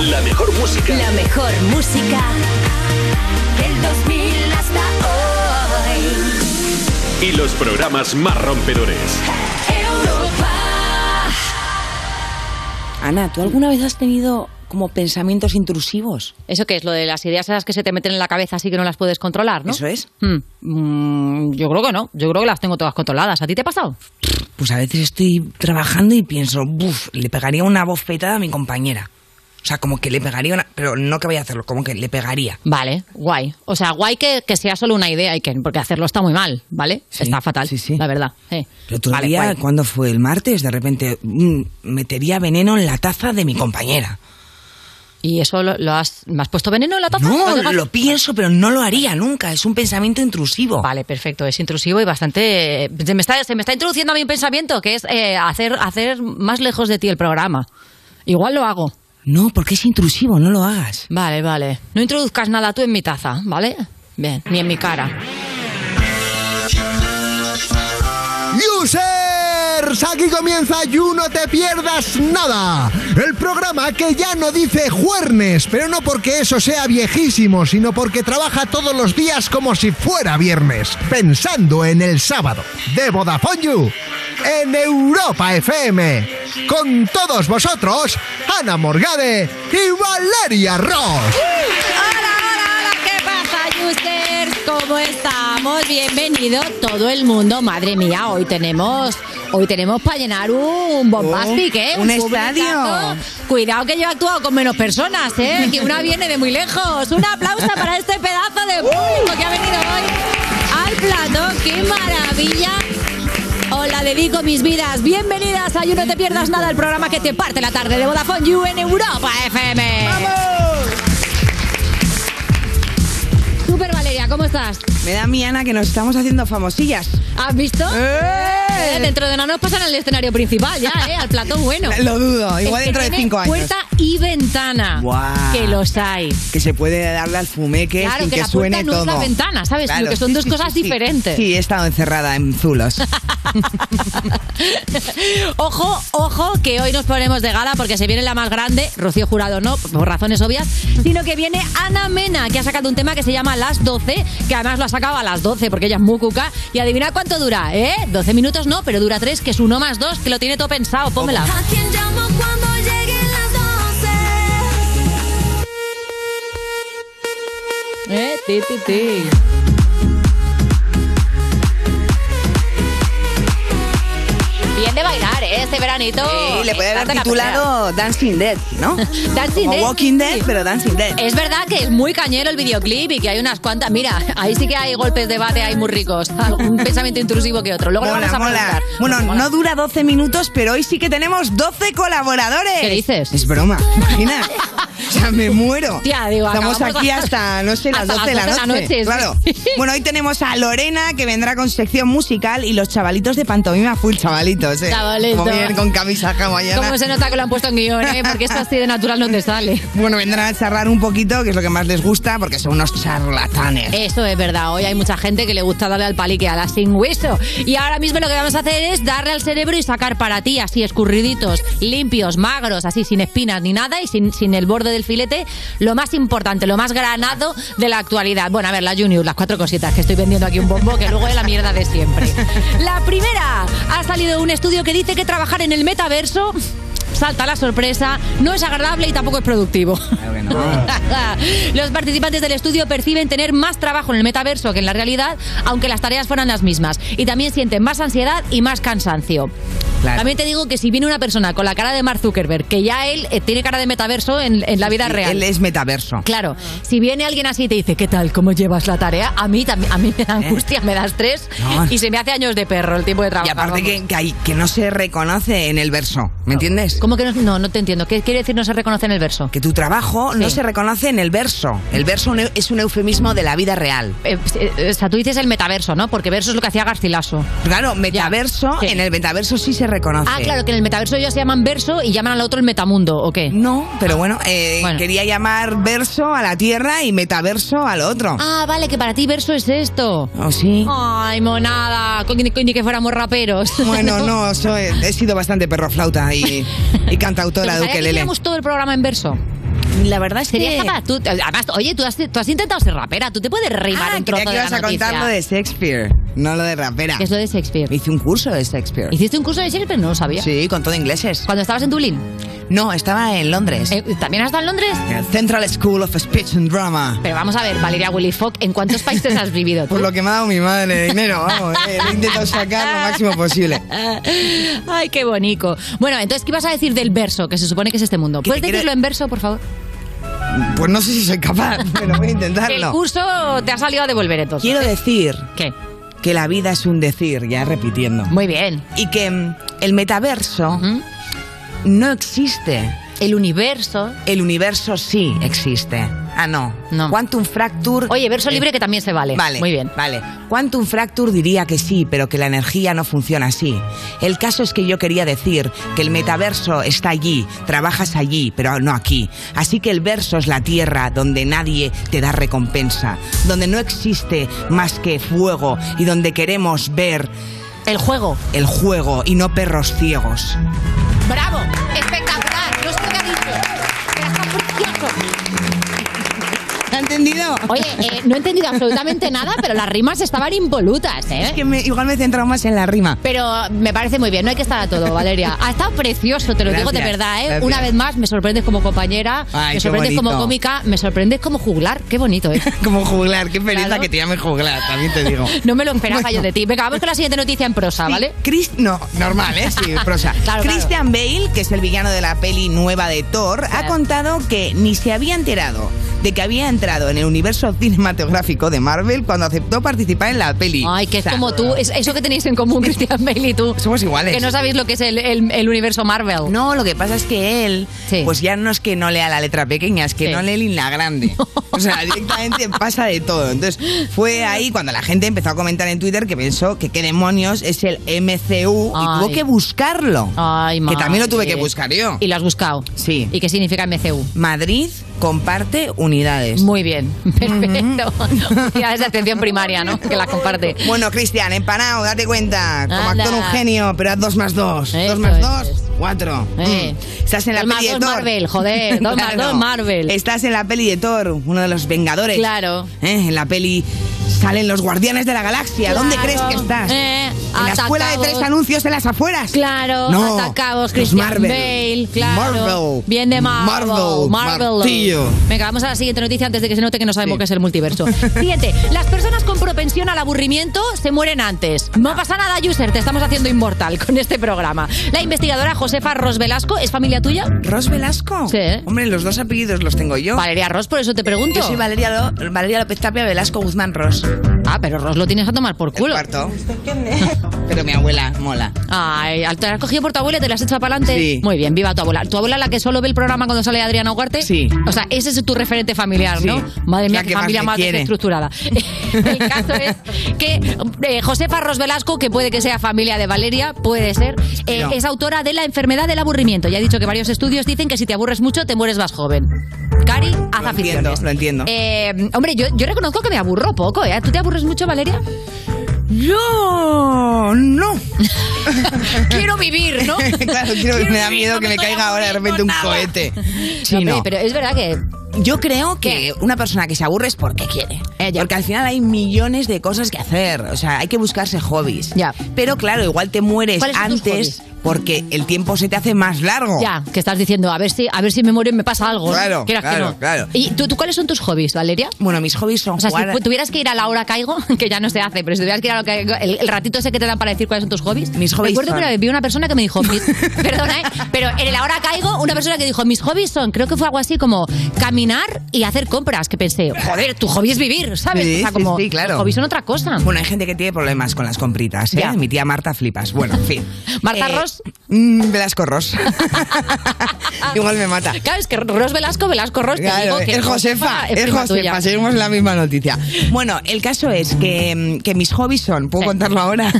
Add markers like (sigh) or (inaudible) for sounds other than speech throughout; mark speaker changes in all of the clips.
Speaker 1: La mejor música.
Speaker 2: La mejor música del 2000 hasta
Speaker 1: Y los programas más rompedores.
Speaker 2: hoy. Europa.
Speaker 3: Ana, ¿tú alguna vez has tenido como pensamientos intrusivos?
Speaker 4: ¿Eso qué es? Lo de las ideas esas que se te meten en la cabeza así que no las puedes controlar, ¿no?
Speaker 3: ¿Eso es?
Speaker 4: Mm, mm, yo creo que no. Yo creo que las tengo todas controladas. ¿eh? ¿A ti te ha pasado?
Speaker 3: Pues a veces estoy trabajando y pienso, buf, le pegaría una bofetada a mi compañera. O sea, como que le pegaría una... Pero no que vaya a hacerlo, como que le pegaría.
Speaker 4: Vale, guay. O sea, guay que, que sea solo una idea y que porque hacerlo está muy mal, ¿vale? está fatal,
Speaker 3: sí, sí.
Speaker 4: la verdad. Eh.
Speaker 3: El otro
Speaker 4: Vale,
Speaker 3: día,
Speaker 4: guay.
Speaker 3: cuando fue el martes, de repente mm, metería veneno en la taza de mi compañera.
Speaker 4: ¿Y eso lo, lo has, me has puesto veneno en la taza? ¿Lo has
Speaker 3: No,
Speaker 4: dejado-
Speaker 3: lo pienso, pero no lo haría nunca. Es un pensamiento intrusivo.
Speaker 4: Vale, perfecto. Es intrusivo y bastante. eh, Se me está, se me está introduciendo a mi pensamiento, que es eh, hacer, hacer más lejos de ti el programa. Igual lo hago.
Speaker 3: No, porque es intrusivo, no lo hagas.
Speaker 4: Vale, vale. No introduzcas nada tú en mi taza, ¿vale? Bien, ni en mi cara.
Speaker 5: Users, aquí comienza You No Te Pierdas Nada, el programa que ya no dice juernes, pero no porque eso sea viejísimo, sino porque trabaja todos los días como si fuera viernes, pensando en el sábado, de Vodafone You, en Europa FM, con todos vosotros, Ana Morgade y Valeria Ross.
Speaker 4: Hola, hola, hola, ¿qué pasa, Justers? ¿Cómo estamos? Bienvenido todo el mundo. Madre mía, hoy tenemos, hoy tenemos para llenar un bombastic, ¿eh?
Speaker 3: Oh, un
Speaker 4: publicazo.
Speaker 3: estadio.
Speaker 4: Cuidado que yo he actuado con menos personas, ¿eh? Que una viene de muy lejos. Un aplauso para este pedazo de público que ha venido hoy al plato. ¡Qué maravilla! Hola, dedico mis vidas. Bienvenidas a You No Te Pierdas Nada, el programa que te parte la tarde de Vodafone You en Europa FM. Super Valeria, ¿cómo estás?
Speaker 6: Me da mi Ana que nos estamos haciendo famosillas.
Speaker 4: ¿Has visto?
Speaker 6: ¡Eh!
Speaker 4: Eh, Dentro de nada nos pasan al escenario principal ya, ¿eh? Al plató bueno.
Speaker 6: (laughs) Lo dudo, igual
Speaker 4: Es que
Speaker 6: dentro de
Speaker 4: tiene
Speaker 6: cinco años.
Speaker 4: Puerta y ventana.
Speaker 6: Guau.
Speaker 4: Que los hay.
Speaker 6: Que se puede darle al fumeque
Speaker 4: Claro,
Speaker 6: sin
Speaker 4: que
Speaker 6: que,
Speaker 4: la puerta
Speaker 6: suene
Speaker 4: no es
Speaker 6: todo.
Speaker 4: la ventana, ¿sabes? Sino que son dos cosas diferentes.
Speaker 6: Sí, he estado encerrada en
Speaker 4: (laughs)
Speaker 6: zulos. eh.
Speaker 4: ojo, ojo, que hoy nos ponemos de gala porque se viene la más grande, Rocío Jurado no, por razones obvias, sino que viene Ana Mena, que ha sacado un tema que se llama Las 12, que además lo ha sacado a las 12 porque ella es muy cuca. Y adivina cuánto dura, ¿eh? 12 minutos no, pero dura 3, que es uno más 2, que lo tiene todo pensado. Pómela.
Speaker 2: ¿A quién llamo cuando lleguen las 12?
Speaker 4: Eh, ti, ti, ti. Bien de bailar, ¿eh? Este veranito.
Speaker 6: Y le puede
Speaker 4: Está
Speaker 6: dar
Speaker 4: de la
Speaker 6: titulado Dancing Dead, ¿no?
Speaker 4: pena. Dancing
Speaker 6: Como
Speaker 4: Dead. Eh,
Speaker 6: Walking Dead, pero Dancing Dead.
Speaker 4: Es verdad que es muy cañero el videoclip y que hay unas cuantas. Mira, ahí sí que hay golpes de bate ahí muy ricos. (laughs) Un pensamiento intrusivo que otro. Luego lo
Speaker 6: Mola,
Speaker 4: vamos a
Speaker 6: mola.
Speaker 4: preguntar.
Speaker 6: Bueno,
Speaker 4: Mola.
Speaker 6: no dura 12 minutos, pero hoy sí que tenemos 12 colaboradores.
Speaker 4: ¿Qué dices?
Speaker 6: Es broma, imagina. O sea, me muero.
Speaker 4: Tía, digo,
Speaker 6: Estamos
Speaker 4: acabamos
Speaker 6: aquí
Speaker 4: la-
Speaker 6: hasta, no sé, las
Speaker 4: hasta
Speaker 6: 12 de la
Speaker 4: las 12
Speaker 6: noche.
Speaker 4: de la noche, sí.
Speaker 6: Claro. Bueno, hoy tenemos a Lorena, que vendrá con sección musical, y los chavalitos de pantomima full, chavalitos, ¿eh?
Speaker 4: Chavalito.
Speaker 6: Como vienen con camisa hawaiana.
Speaker 4: ¿Cómo se nota que lo han puesto en guión, eh? Porque esto así de natural no te sale.
Speaker 6: Bueno, vendrán a charlar un poquito, que es lo que más les gusta, porque son unos charlatanes.
Speaker 4: Eso es verdad, hoy hay mucha gente que le gusta darle al palique a la sin hueso. Y ahora mismo lo que vamos a hacer es darle al cerebro y sacar para ti, así escurriditos, limpios, magros, así sin espinas ni nada y sin, sin el borde del filete, lo más importante, lo más granado de la actualidad. Bueno, a ver, la Junior, las cuatro cositas que estoy vendiendo aquí un bombo, que luego es la mierda de siempre. La primera, ha salido un estudio que dice que trabajar en el metaverso... Salta la sorpresa, no es agradable y tampoco es productivo. (laughs) Los participantes del estudio perciben tener más trabajo en el metaverso que en la realidad, aunque las tareas fueran las mismas. Y también sienten más ansiedad y más cansancio.
Speaker 6: Claro.
Speaker 4: También te digo que si viene una persona con la cara de Mark Zuckerberg, que ya él eh, tiene cara de metaverso en, en la vida real.
Speaker 6: Él es metaverso.
Speaker 4: Claro, si viene alguien así y te dice, ¿qué tal? ¿Cómo llevas la tarea? A mí, también- a mí me da angustia, me da estrés
Speaker 6: Eh. No.
Speaker 4: y se me hace años de perro el tiempo de trabajo.
Speaker 6: Y aparte que, que, hay- que no se reconoce en el verso, ¿me entiendes?
Speaker 4: ¿Cómo que no? No, no te entiendo. ¿Qué quiere decir no se reconoce en el verso?
Speaker 6: Que tu trabajo no
Speaker 4: Sí.
Speaker 6: se reconoce en el verso. El verso ne- es un eufemismo de la vida real.
Speaker 4: Eh, eh, o sea, tú dices el metaverso, ¿no? Porque verso es lo que hacía Garcilaso.
Speaker 6: Claro, metaverso,
Speaker 4: Sí.
Speaker 6: en el metaverso sí se reconoce.
Speaker 4: Ah, claro, que en el metaverso ellos se llaman verso y llaman al otro el metamundo, ¿o qué?
Speaker 6: No, pero bueno, eh,
Speaker 4: Bueno.
Speaker 6: quería llamar verso a la tierra y metaverso al otro.
Speaker 4: Ah, vale, que para ti verso es esto. (laughs)
Speaker 6: ¿O sí?
Speaker 4: Ay, monada, co- ni, co- ni que fuéramos raperos. (laughs)
Speaker 6: Bueno, no, soy- he sido bastante perroflauta y, y
Speaker 4: ¿Te
Speaker 6: cantautora
Speaker 4: gustaría
Speaker 6: de
Speaker 4: que
Speaker 6: ukelele.
Speaker 4: hiciéramos todo el programa en verso.
Speaker 6: La verdad es
Speaker 4: Serías
Speaker 6: que...
Speaker 4: capaz. Tú, además, oye, tú has, tú has intentado ser rapera. Tú te puedes rimar
Speaker 6: Ah,
Speaker 4: un
Speaker 6: creía
Speaker 4: trozo
Speaker 6: que
Speaker 4: de
Speaker 6: ibas
Speaker 4: la
Speaker 6: a
Speaker 4: noticia.
Speaker 6: contar lo de Shakespeare, no lo de rapera.
Speaker 4: ¿Qué es lo de Shakespeare?
Speaker 6: Hice un curso de Shakespeare.
Speaker 4: ¿Hiciste un curso de Shakespeare? No lo sabía.
Speaker 6: Sí, con todo ingleses.
Speaker 4: Cuando estabas en Dublín.
Speaker 6: No, estaba en Londres.
Speaker 4: Eh, ¿También has estado en Londres?
Speaker 6: En el Central School of Speech and Drama.
Speaker 4: Pero vamos a ver, Valeria Willy Fogg, ¿en cuántos países has vivido? tú?
Speaker 6: Por lo que me ha dado mi madre de dinero, vamos. eh, lo he intentado sacar lo máximo posible.
Speaker 4: (laughs) Ay, qué bonito. Bueno, entonces, ¿qué vas a decir del verso, que se supone que es este mundo?
Speaker 6: Que
Speaker 4: ¿Puedes
Speaker 6: te quiero-
Speaker 4: decirlo en verso, por favor?
Speaker 6: Pues no sé si soy capaz, (laughs) pero voy a
Speaker 4: El
Speaker 6: intentarlo.
Speaker 4: curso te ha salido a devolver entonces.
Speaker 6: Quiero decir
Speaker 4: ¿Qué?
Speaker 6: que la vida es un decir, ya repitiendo.
Speaker 4: Muy bien.
Speaker 6: Y que mm, el metaverso
Speaker 4: Ujú.
Speaker 6: no existe.
Speaker 4: El universo.
Speaker 6: El universo sí existe. Ah, no.
Speaker 4: No.
Speaker 6: Quantum Fracture. eh,
Speaker 4: Oye, verso libre que también se vale.
Speaker 6: Vale.
Speaker 4: Muy bien.
Speaker 6: Vale. Quantum Fracture diría que sí, pero que la energía no funciona así. El caso es que yo quería decir que el metaverso está allí, trabajas allí, pero no aquí. Así que el verso es la tierra donde nadie te da recompensa, donde no existe más que fuego y donde queremos ver
Speaker 4: El juego.
Speaker 6: el juego y no perros ciegos.
Speaker 4: ¡Bravo! ¡Espectacular! No sé lo que ha dicho. Pero está precioso.
Speaker 6: ¿Te ha entendido?
Speaker 4: Oye, eh, no he entendido absolutamente nada, pero las rimas estaban involutas, ¿eh?
Speaker 6: Es que me- igual me he centrado más en la rima.
Speaker 4: Pero me parece muy bien, no hay que estar a todo, Valeria. Ha estado precioso, te lo digo de
Speaker 6: Gracias,
Speaker 4: verdad, ¿eh?
Speaker 6: gracias.
Speaker 4: Una vez más, me sorprendes como compañera,
Speaker 6: Ay,
Speaker 4: me
Speaker 6: qué
Speaker 4: sorprendes como
Speaker 6: bonito.
Speaker 4: cómica, me sorprendes como juglar. Qué bonito, ¿eh?
Speaker 6: (laughs) Como juglar, qué pereza
Speaker 4: Claro.
Speaker 6: que te llame juglar, también te digo.
Speaker 4: (laughs) No me lo esperaba yo de ti. Venga, vamos con la siguiente noticia en prosa, ¿vale?
Speaker 6: Chris, no, normal, ¿eh? Sí, prosa.
Speaker 4: (laughs) Claro, claro.
Speaker 6: Christian Bale, que es el villano de la peli nueva de Thor, ha
Speaker 4: Sí.
Speaker 6: contado que ni se había enterado de que había entrado en el universo cinematográfico de Marvel cuando aceptó participar en la peli.
Speaker 4: Ay, que es
Speaker 6: O sea,
Speaker 4: como tú, es- eso que tenéis en común, Cristian Bale y tú.
Speaker 6: Somos iguales.
Speaker 4: Que no sabéis lo que es el, el- el universo Marvel.
Speaker 6: No, lo que pasa es que él,
Speaker 4: Sí.
Speaker 6: pues ya no es que no lea la letra pequeña, es que
Speaker 4: Sí.
Speaker 6: no lee ni la
Speaker 4: (laughs)
Speaker 6: grande. O sea, directamente pasa de todo. Entonces, fue ahí cuando la gente empezó a comentar en Twitter que pensó que qué demonios es el MCU
Speaker 4: Ay.
Speaker 6: y tuvo que buscarlo.
Speaker 4: Ay,
Speaker 6: que
Speaker 4: madre.
Speaker 6: también lo tuve que buscar yo.
Speaker 4: Y lo has buscado.
Speaker 6: Sí.
Speaker 4: ¿Y qué significa MCU?
Speaker 6: Madrid comparte unidades.
Speaker 4: Muy bien, (laughs) perfecto. Unidades de atención primaria, ¿no? Que las comparte.
Speaker 6: Bueno, Cristian, empanado, date cuenta. Como
Speaker 4: Anda.
Speaker 6: actor un genio, pero haz dos más dos.
Speaker 4: Eso
Speaker 6: dos más
Speaker 4: es.
Speaker 6: dos, cuatro.
Speaker 4: Eh.
Speaker 6: Mm. Estás en la
Speaker 4: Dos más
Speaker 6: peli de
Speaker 4: dos
Speaker 6: Thor.
Speaker 4: Marvel,
Speaker 6: (laughs)
Speaker 4: joder, dos más dos Marvel.
Speaker 6: Estás en la peli de Thor, uno de los Vengadores.
Speaker 4: Claro.
Speaker 6: Eh, En la peli salen los Guardianes de la Galaxia. ¿Dónde
Speaker 4: Claro.
Speaker 6: crees que estás?
Speaker 4: Eh,
Speaker 6: en la escuela de
Speaker 4: atacados.
Speaker 6: tres anuncios en las afueras.
Speaker 4: Claro,
Speaker 6: No,
Speaker 4: atacamos
Speaker 6: los
Speaker 4: Christian
Speaker 6: Marvel.
Speaker 4: Bale, claro.
Speaker 7: Marvel.
Speaker 4: Bien de Marvel.
Speaker 7: Marvel, martillo.
Speaker 4: Venga, vamos a la siguiente noticia antes de que se note que no sabemos qué es el
Speaker 6: (laughs)
Speaker 4: multiverso. Siguiente, las personas con propensión al aburrimiento se mueren antes. No pasa nada, user, te estamos haciendo inmortal con este programa. La investigadora Josefa Ros Velasco, ¿es familia tuya?
Speaker 6: ¿Ros Velasco?
Speaker 4: Sí.
Speaker 6: Hombre, los dos apellidos los tengo yo.
Speaker 4: Valeria Ros, por eso te pregunto.
Speaker 6: Yo soy Valeria, Lo- Valeria López Tapia Velasco Guzmán Ros.
Speaker 4: Ah, pero Ros lo tienes a tomar por
Speaker 6: El
Speaker 4: culo.
Speaker 6: cuarto. Pero mi abuela mola.
Speaker 4: Ay, te la has cogido por tu abuela y te la has echado para adelante.
Speaker 6: Sí.
Speaker 4: Muy bien, viva tu abuela. ¿Tu abuela la que solo ve el programa cuando sale Adriana Ugarte?
Speaker 6: Sí.
Speaker 4: O sea, ese es tu referente familiar, ¿no?
Speaker 6: Sí.
Speaker 4: Madre mía,
Speaker 6: La
Speaker 4: qué
Speaker 6: que más
Speaker 4: familia
Speaker 6: me
Speaker 4: más,
Speaker 6: quiere. (laughs)
Speaker 4: desestructurada. el caso es que eh, Josefa Ros Velasco, que puede que sea familia de Valeria, puede ser, eh,
Speaker 6: No.
Speaker 4: es autora de La enfermedad del aburrimiento. Ya he dicho que varios estudios dicen que si te aburres mucho, te mueres más joven. Cari, haz
Speaker 6: Lo
Speaker 4: aficiones.
Speaker 6: entiendo, lo entiendo.
Speaker 4: Eh, hombre, yo, yo reconozco que me aburro poco, ¿eh? ¿Tú te aburres mucho, Valeria?
Speaker 6: Yo no.
Speaker 4: quiero vivir, (laughs) ¿no?
Speaker 6: claro, quiero-
Speaker 4: Quiero
Speaker 6: me da
Speaker 4: vivir,
Speaker 6: miedo
Speaker 4: no
Speaker 6: que me
Speaker 4: estoy
Speaker 6: caiga ahora de repente un
Speaker 4: aburriendo nada.
Speaker 6: cohete.
Speaker 4: No,
Speaker 6: Sí,
Speaker 4: hombre,
Speaker 6: no.
Speaker 4: Pero es verdad que
Speaker 6: Yo creo que una persona que se aburre es porque quiere.
Speaker 4: Ella.
Speaker 6: Porque al final hay millones de cosas que hacer. O sea, hay que buscarse hobbies.
Speaker 4: Ya.
Speaker 6: Pero claro, igual te mueres
Speaker 4: ¿Cuáles son tus
Speaker 6: antes porque el tiempo se te hace más largo.
Speaker 4: ya, que estás diciendo, a ver si a ver si me muero y me pasa algo. ¿no?
Speaker 6: Claro,
Speaker 4: Quieras que
Speaker 6: claro,
Speaker 4: no.
Speaker 6: claro.
Speaker 4: ¿Y tú, tú cuáles son tus hobbies, Valeria?
Speaker 6: Bueno, mis hobbies son
Speaker 4: O sea,
Speaker 6: jugar.
Speaker 4: si fu- tuvieras que ir a la hora caigo, (laughs) que ya no se hace, pero si tuvieras que ir a la hora caigo, el, el ratito ese que te dan para decir cuáles son tus hobbies.
Speaker 6: Mis hobbies
Speaker 4: Recuerdo
Speaker 6: son-
Speaker 4: que una vez vi una persona que me dijo,
Speaker 6: (laughs)
Speaker 4: mis- perdona, ¿eh? pero en la hora caigo, una persona que dijo, mis hobbies son, creo que fue algo así como caminar y hacer compras, que pensé, joder, tu Pues hobby es vivir, ¿sabes?
Speaker 6: Sí,
Speaker 4: o sea,
Speaker 6: sí,
Speaker 4: como,
Speaker 6: sí, claro.
Speaker 4: los hobbies son otra cosa.
Speaker 6: Bueno, hay gente que tiene problemas con las compritas, ¿eh?
Speaker 4: Ya.
Speaker 6: Mi tía Marta flipas. Bueno, en fin.
Speaker 4: (laughs) ¿Marta Ros?
Speaker 6: mm,
Speaker 4: (laughs)
Speaker 6: Velasco Ros. Igual me mata.
Speaker 4: Claro, es que Ros Velasco, Velasco Ros, te digo
Speaker 6: Claro,
Speaker 4: que
Speaker 6: es Josefa, es
Speaker 4: prima tuya.
Speaker 6: Josefa, seguimos la misma noticia. Bueno, el caso es que, mm, que mis hobbies son, ¿puedo
Speaker 4: Sí.
Speaker 6: contarlo ahora?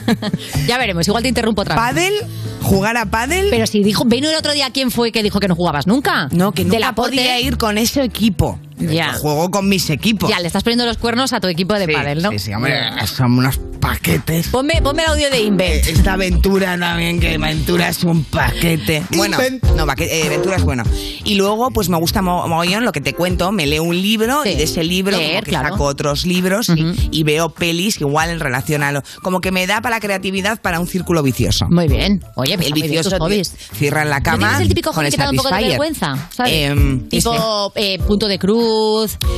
Speaker 4: ya veremos, igual te interrumpo (laughs) otra vez.
Speaker 6: Pádel, jugar a pádel.
Speaker 4: Pero si dijo, vino el otro día quién fue que dijo que no jugabas nunca.
Speaker 6: no, que
Speaker 4: Del
Speaker 6: nunca
Speaker 4: aporte.
Speaker 6: podía ir con ese equipo.
Speaker 4: Ya.
Speaker 6: Juego con mis equipos.
Speaker 4: Ya, le estás poniendo los cuernos a tu equipo de
Speaker 6: Pues Sí,
Speaker 4: pádel, ¿no?
Speaker 6: Sí, sí, hombre, son unos paquetes.
Speaker 4: Ponme, ponme el audio de Inve.
Speaker 6: Eh, Esta aventura también, que aventura es un paquete. Bueno, no, paque- eh, aventura es bueno. Y luego, pues me gusta mo- mogollón lo que te cuento. Me leo un libro
Speaker 4: Sí.
Speaker 6: y de ese libro como
Speaker 4: Leer,
Speaker 6: que
Speaker 4: claro.
Speaker 6: saco otros libros y- y, veo pelis igual en relación a lo... Como que me da para la creatividad para un círculo vicioso.
Speaker 4: Muy bien. Oye, pues está muy bien
Speaker 6: El
Speaker 4: tus
Speaker 6: vicioso
Speaker 4: hobbies.
Speaker 6: te- cierra en la
Speaker 4: ¿No
Speaker 6: cama
Speaker 4: tienes el típico
Speaker 6: con
Speaker 4: hobby
Speaker 6: el
Speaker 4: que te da un poco de
Speaker 6: Satisfyer.
Speaker 4: vergüenza? ¿sabes?
Speaker 6: Em,
Speaker 4: tipo eh, punto de cruz,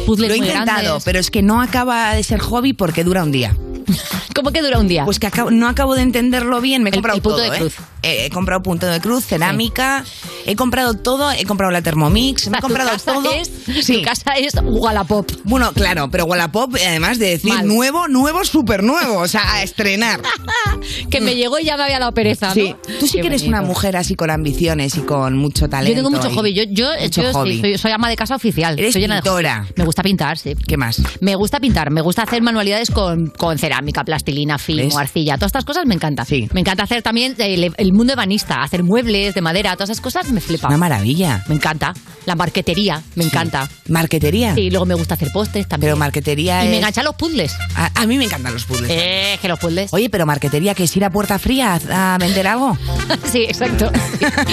Speaker 4: puzzles
Speaker 6: Lo he
Speaker 4: muy
Speaker 6: intentado,
Speaker 4: grandes.
Speaker 6: pero es que no acaba de ser hobby porque dura un día.
Speaker 4: (laughs) ¿Cómo que dura un día?
Speaker 6: Pues que acabo- no acabo de entenderlo bien. Me he
Speaker 4: El-
Speaker 6: comprado
Speaker 4: el punto
Speaker 6: todo,
Speaker 4: de
Speaker 6: ¿eh?
Speaker 4: cruz.
Speaker 6: Eh, He comprado punto de cruz, cerámica, he comprado todo, he comprado la Thermomix,
Speaker 4: O sea,
Speaker 6: me
Speaker 4: (laughs)
Speaker 6: he
Speaker 4: tu
Speaker 6: comprado
Speaker 4: casa
Speaker 6: todo.
Speaker 4: es-
Speaker 6: Sí.
Speaker 4: Tu casa es Wallapop.
Speaker 6: Bueno, claro, pero Wallapop, eh, además de decir
Speaker 4: Mal.
Speaker 6: nuevo, nuevo, súper nuevo, o sea, a estrenar.
Speaker 4: (laughs)
Speaker 6: Mm.
Speaker 4: Que me llegó y ya me había dado pereza, ¿no?
Speaker 6: Sí. Tú sí
Speaker 4: Qué
Speaker 6: que eres
Speaker 4: bonito.
Speaker 6: una mujer así con ambiciones y con mucho talento.
Speaker 4: Yo tengo mucho
Speaker 6: y-
Speaker 4: hobby. Yo, yo, eh,
Speaker 6: mucho
Speaker 4: yo sí,
Speaker 6: hobby.
Speaker 4: soy, soy ama de casa oficial.
Speaker 6: Eres
Speaker 4: soy llena de
Speaker 6: pintora.
Speaker 4: hobbies. Me gusta pintar, sí.
Speaker 6: ¿Qué más?
Speaker 4: Me gusta pintar, me gusta hacer manualidades con, con cerámica, plastilina, film,
Speaker 6: ¿Ves?
Speaker 4: arcilla, todas estas cosas me encanta.
Speaker 6: Sí.
Speaker 4: Me encanta hacer también el, el mundo ebanista, hacer muebles de madera, todas esas cosas me flipa.
Speaker 6: Una maravilla.
Speaker 4: Me encanta. La marquetería, me encanta.
Speaker 6: Marquetería.
Speaker 4: Sí, luego me gusta hacer postres también.
Speaker 6: Pero marquetería
Speaker 4: y me
Speaker 6: es-
Speaker 4: enganchan
Speaker 6: (laughs)
Speaker 4: los puzzles.
Speaker 6: A, a mí me encantan los puzzles.
Speaker 4: Eh, que los puzzles.
Speaker 6: Oye, pero marquetería, que es ir a puerta fría a, a vender algo.
Speaker 4: (laughs) sí, exacto.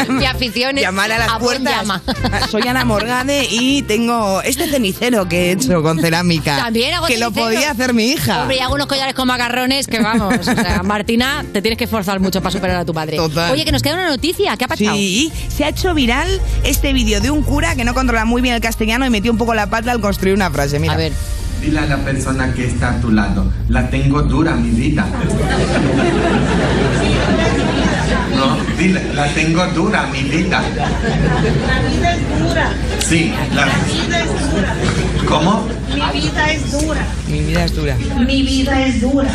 Speaker 4: Mi afición es
Speaker 6: Llamar a las
Speaker 4: buen
Speaker 6: puertas.
Speaker 4: llama.
Speaker 6: (laughs) Soy Ana Morgade y tengo este cenicero que he hecho con cerámica.
Speaker 4: También hago
Speaker 6: Que lo
Speaker 4: cenicero.
Speaker 6: podía hacer mi hija. (laughs)
Speaker 4: Hombre, y hago unos collares con macarrones que vamos. O sea, Martina, te tienes que esforzar mucho para superar a tu padre.
Speaker 6: Total.
Speaker 4: Oye, que nos queda una noticia. ¿Qué ha pasado?
Speaker 6: Sí, y se ha hecho viral este vídeo de un cura que no controla muy bien el castellano y metió un poco la pata al construir una frase. Mira.
Speaker 4: A ver.
Speaker 8: Dile a la persona que está a tu lado, la tengo dura mi vida. No, dile, la tengo dura mi vida. La vida es dura. Sí, la vida es dura. ¿Cómo?
Speaker 6: Mi vida es dura.
Speaker 9: Mi vida es dura.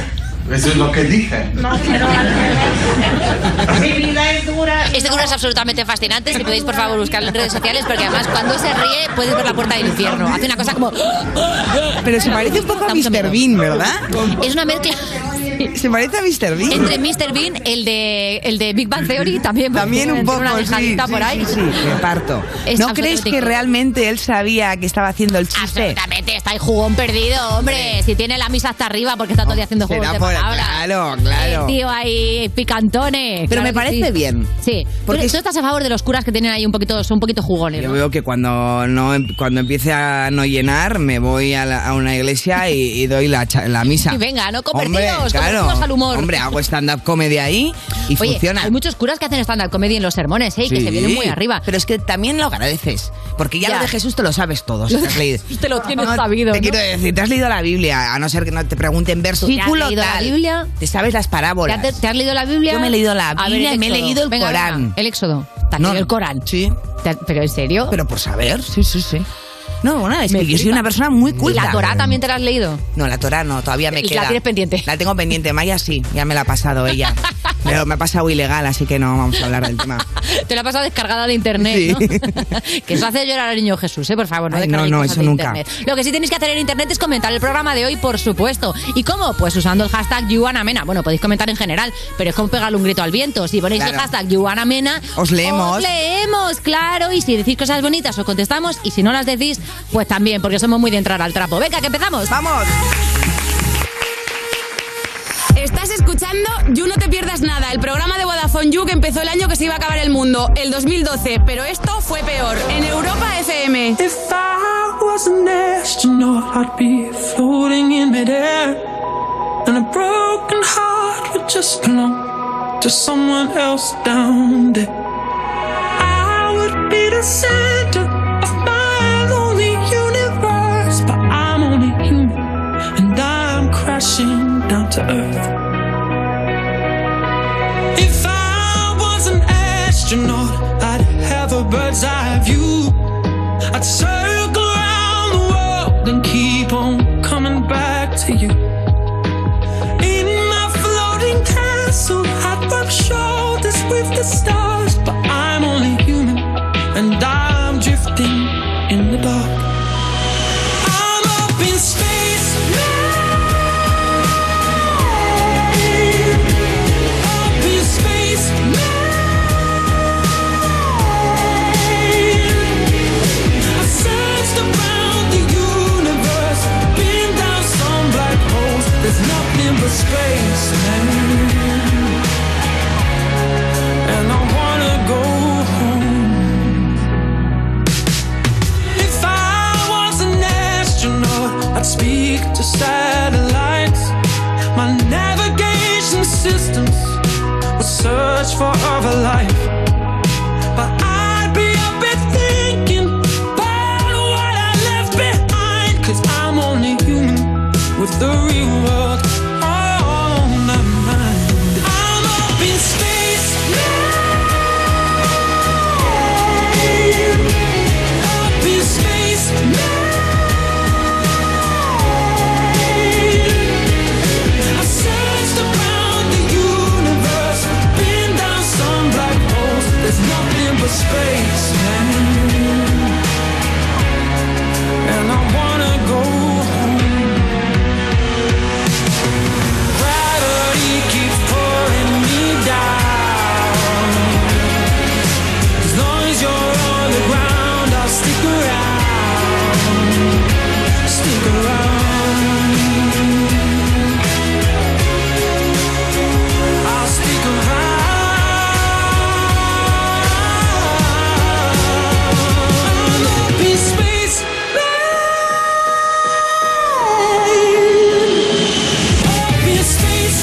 Speaker 8: Eso es lo que dije.
Speaker 9: No, pero al revés. Mi vida es dura.
Speaker 4: Este cura es absolutamente fascinante. Si podéis, por favor, buscarlo en redes sociales, porque además, cuando se ríe, puedes ver la puerta del infierno. Hace una cosa
Speaker 6: (gasps)
Speaker 4: como.
Speaker 6: Pero se parece un poco a
Speaker 4: Tanto miedo.
Speaker 6: Mr. Bean, ¿verdad?
Speaker 4: Es una mezcla
Speaker 6: Se parece a Mr. Bean.
Speaker 4: entre Mr. Bean, el de, el de Big Bang Theory, también. porque
Speaker 6: También un
Speaker 4: tiene
Speaker 6: poco,
Speaker 4: una
Speaker 6: sí, sí,
Speaker 4: dejadita por ahí.
Speaker 6: sí, sí, reparto.
Speaker 4: Es
Speaker 6: ¿No crees
Speaker 4: absolutamente
Speaker 6: que
Speaker 4: increíble.
Speaker 6: realmente él sabía que estaba haciendo el chiste?
Speaker 4: Absolutamente, está el jugón perdido, hombre. Si tiene la misa hasta arriba porque está todo el día haciendo juegos
Speaker 6: Será
Speaker 4: de
Speaker 6: por-
Speaker 4: palabras.
Speaker 6: claro, claro.
Speaker 4: El tío ahí picantones.
Speaker 6: Pero
Speaker 4: claro
Speaker 6: me
Speaker 4: que
Speaker 6: parece
Speaker 4: sí.
Speaker 6: bien.
Speaker 4: Sí.
Speaker 6: Porque
Speaker 4: Porque
Speaker 6: es-
Speaker 4: tú estás a favor de los curas que tienen ahí un poquito, son un poquito jugones.
Speaker 6: Yo
Speaker 4: ¿no?
Speaker 6: veo que cuando no em, cuando empiece a no llenar, me voy a, la- a una iglesia y, y doy la, cha- la
Speaker 4: (laughs)
Speaker 6: misa.
Speaker 4: Y venga, ¿no? Convertidos,
Speaker 6: Hombre, claro.
Speaker 4: convertidos al humor.
Speaker 6: Hombre, hago stand-up comedy ahí y
Speaker 4: Oye,
Speaker 6: funciona.
Speaker 4: hay muchos curas que hacen stand-up comedy en los sermones, ¿eh? Y Que
Speaker 6: Sí.
Speaker 4: se vienen muy arriba.
Speaker 6: Pero es que también lo agradeces. Porque ya,
Speaker 4: Ya.
Speaker 6: lo de Jesús te lo sabes todo. si te has leído.
Speaker 4: (laughs) Te lo tienes
Speaker 6: No,
Speaker 4: sabido.
Speaker 6: Te
Speaker 4: ¿no?
Speaker 6: quiero decir, te has leído la Biblia, a no ser que no te pregunten
Speaker 4: ¿Te has
Speaker 6: versículo
Speaker 4: leído la
Speaker 6: tal.
Speaker 4: Biblia?
Speaker 6: Te sabes las
Speaker 4: ¿Te
Speaker 6: parábolas.
Speaker 4: has, te has leído la Biblia?
Speaker 6: Yo me he leído la
Speaker 4: A ver,
Speaker 6: Biblia
Speaker 4: el
Speaker 6: y me he
Speaker 4: Éxodo.
Speaker 6: leído el
Speaker 4: Venga, venga,
Speaker 6: Corán.
Speaker 4: El Éxodo. ¿Te has
Speaker 6: No,
Speaker 4: leído el Corán?
Speaker 6: Sí.
Speaker 4: ¿Te has- ¿Pero en serio?
Speaker 6: Pero por saber, sí, sí, sí. No, bueno, es
Speaker 4: Me
Speaker 6: que yo soy
Speaker 4: flipa.
Speaker 6: una persona muy
Speaker 4: ¿Y
Speaker 6: culta.
Speaker 4: la Torá también te la has leído?
Speaker 6: No, la Torah no, todavía me
Speaker 4: La
Speaker 6: queda.
Speaker 4: tienes pendiente.
Speaker 6: La tengo pendiente. Maya sí, ya me la ha pasado
Speaker 4: (laughs)
Speaker 6: ella. Pero me ha pasado ilegal, así que no vamos a hablar del tema.
Speaker 4: Te la has pasado descargada de internet,
Speaker 6: Sí.
Speaker 4: ¿no? (laughs) que eso hace llorar al niño Jesús, ¿eh? Por favor, no
Speaker 6: Ay,
Speaker 4: descarguéis
Speaker 6: no, no,
Speaker 4: cosas
Speaker 6: eso
Speaker 4: de
Speaker 6: nunca.
Speaker 4: internet. Lo que sí tenéis que hacer en internet es comentar el programa de hoy, por supuesto. ¿Y cómo? Pues usando el hashtag YouAnaMena. Bueno, podéis comentar en general, pero es como pegarle un grito al viento. Si ponéis el
Speaker 6: Claro.
Speaker 4: hashtag YouAnaMena...
Speaker 6: Os leemos.
Speaker 4: Os leemos, claro. Y si decís cosas bonitas, os contestamos. Y si no las decís, pues también, porque somos muy de entrar al trapo. Venga, que empezamos.
Speaker 6: ¡Vamos!
Speaker 10: Estás escuchando You No Te Pierdas Nada, el programa de Vodafone You que empezó el año que se iba a acabar el mundo, el 2012, pero esto fue peor, en Europa FM.
Speaker 11: If I was an astronaut, I'd be floating in midair. And a broken heart would just belong to someone else down there. I would be the center of my lonely universe. But I'm only human, and I'm crashing down to earth. If I was an astronaut, I'd have a bird's eye view. I'd circle around the world and keep on coming back to you. In my floating castle, I'd rub shoulders with the stars, but I'm only human and I'm drifting in the dark. I'm up in space now. Up in space now. I searched around the universe, been down some black holes. There's nothing but space.
Speaker 12: forever life. But I'd be up and thinking about what I left behind. Cause I'm only human with the real world on my mind. I'm up in space now. Up in space now. I've searched around the universe, been down some black holes. There's nothing but space now. And I wanna go home. Gravity keeps pulling me down. As long as you're on the ground, I'll stick around. Stick around. I'll stick around. Up in space, up in space,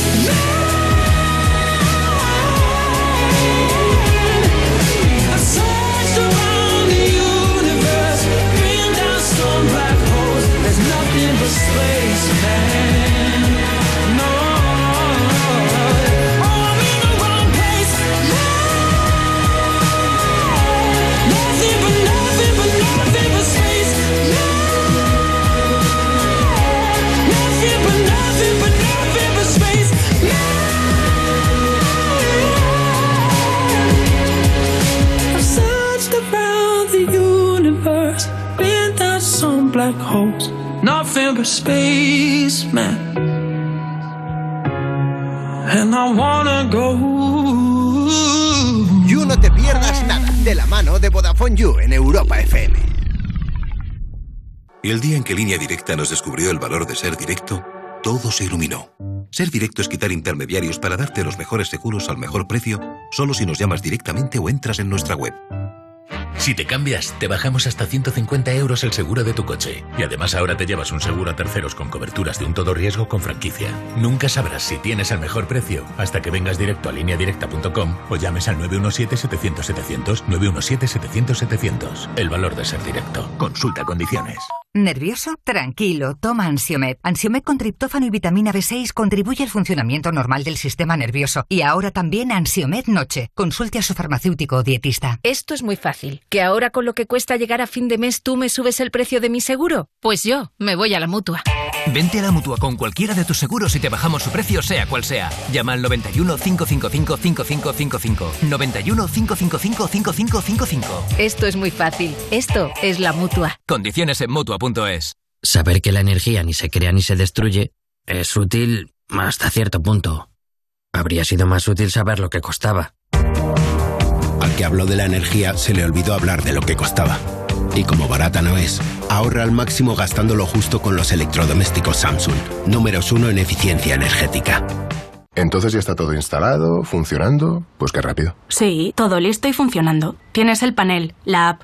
Speaker 12: I've searched around the universe, been down some black holes. There's nothing but space, man. No. Oh, I'm in the wrong place now. Nothing but nothing but nothing but space now. Nothing but nothing but nothing but space now. I've searched around the universe, been down some black holes. Nothing but space, man. And I wanna go.
Speaker 5: You no te pierdas nada de la mano de Vodafone You en Europa FM.
Speaker 13: El día en que Línea Directa nos descubrió el valor de ser directo, todo se iluminó. Ser directo es quitar intermediarios para darte los mejores seguros al mejor precio, solo si nos llamas directamente o entras en nuestra web.
Speaker 1: Si te cambias, te bajamos hasta 150 euros el seguro de tu coche. Y además ahora te llevas un seguro a terceros con coberturas de un todo riesgo con franquicia. Nunca sabrás si tienes el mejor precio hasta que vengas directo a lineadirecta.com o llames al 917-700-700, 917-700-700. El valor de ser directo. Consulta condiciones.
Speaker 3: ¿Nervioso? Tranquilo, toma Ansiomed. Ansiomed con triptófano y vitamina B6 contribuye al funcionamiento normal del sistema nervioso. Y ahora también Ansiomed Noche. Consulte a su farmacéutico o dietista.
Speaker 4: Esto es muy fácil. ¿Que ahora con lo que cuesta llegar a fin de mes tú me subes el precio de mi seguro? Pues yo me voy a la mutua.
Speaker 14: Vente a la mutua con cualquiera de tus seguros y te bajamos su precio, sea cual sea. Llama al 91 555 5555. 91 555 5555.
Speaker 4: Esto es muy fácil. Esto es la mutua.
Speaker 14: Condiciones en mutua.es.
Speaker 15: Saber que la energía ni se crea ni se destruye es útil hasta cierto punto. Habría sido más útil saber lo que costaba.
Speaker 16: Al que habló de la energía se le olvidó hablar de lo que costaba. Y como barata no es, ahorra al máximo gastando lo justo con los electrodomésticos Samsung, números uno en eficiencia energética.
Speaker 17: Entonces ya está todo instalado, funcionando, pues qué rápido.
Speaker 10: Sí, todo listo y funcionando. Tienes el panel, la app,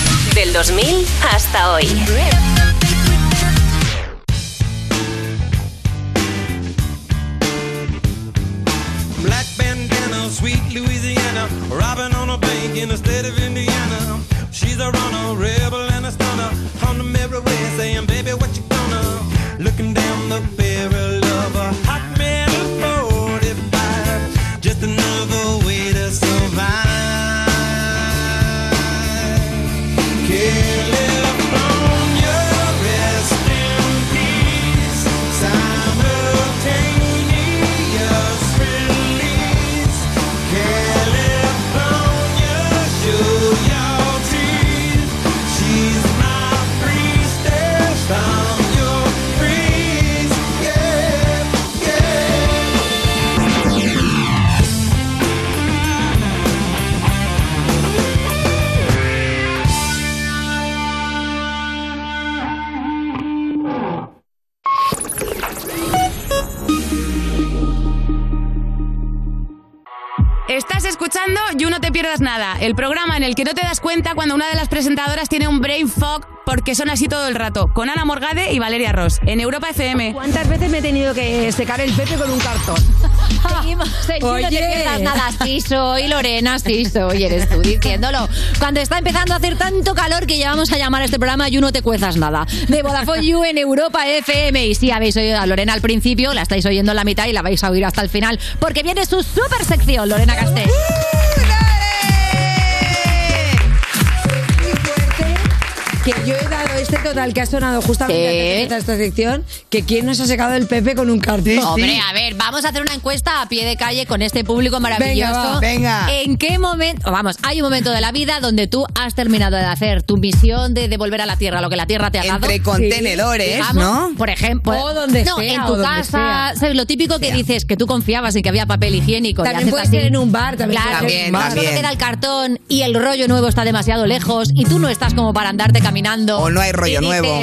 Speaker 18: Del 2000 hasta hoy.
Speaker 12: Black bandana, sweet Louisiana, robbing on a bank in the state of Indiana. She's a runner, rebel and a stunner, on the mirror way saying, baby, what you gonna? Looking down the barrel of a hot metal 45, just another way to survive. Can't live on your rest in peace, simultaneous release. Can't live on your
Speaker 10: pierdas nada, el programa en el que no te das cuenta cuando una de las presentadoras tiene un brain fog porque son así todo el rato, con Ana Morgade y Valeria Ross, en Europa FM.
Speaker 19: ¿Cuántas veces me he tenido que secar el pepe con un cartón?
Speaker 4: Seguimos, seguimos, no
Speaker 19: Oye.
Speaker 4: te pierdas nada. Sí soy, Lorena, sí soy, eres tú diciéndolo. Cuando está empezando a hacer tanto calor que ya vamos a llamar a este programa You no te cuezas nada. De Vodafone You en Europa FM. Y si habéis oído a Lorena al principio, la estáis oyendo en la mitad y la vais a oír hasta el final. Porque viene su super sección, Lorena Castell.
Speaker 19: Que yo he dado este total que ha sonado justamente antes de empezar esta sección, que quién nos ha secado el pepe con un cartón.
Speaker 4: Hombre, a ver, vamos a hacer una encuesta a pie de calle con este público maravilloso.
Speaker 19: va, venga.
Speaker 4: ¿En qué momento? o Vamos, hay un momento de la vida donde tú has terminado de hacer tu misión de devolver a la tierra lo que la tierra te ha dado.
Speaker 8: Entre contenedores, ¿no?
Speaker 4: Por ejemplo.
Speaker 19: O donde
Speaker 4: no,
Speaker 19: sea,
Speaker 4: en
Speaker 19: o
Speaker 4: tu
Speaker 19: donde
Speaker 4: casa.
Speaker 19: sea.
Speaker 4: ¿sabes? Lo típico que dices que tú confiabas en que había papel higiénico.
Speaker 19: También puede ser en un bar, también puede ser en un bar.
Speaker 4: Solo queda el cartón y el rollo nuevo está demasiado lejos y tú no estás como para andarte caminando. O
Speaker 8: no hay rollo nuevo.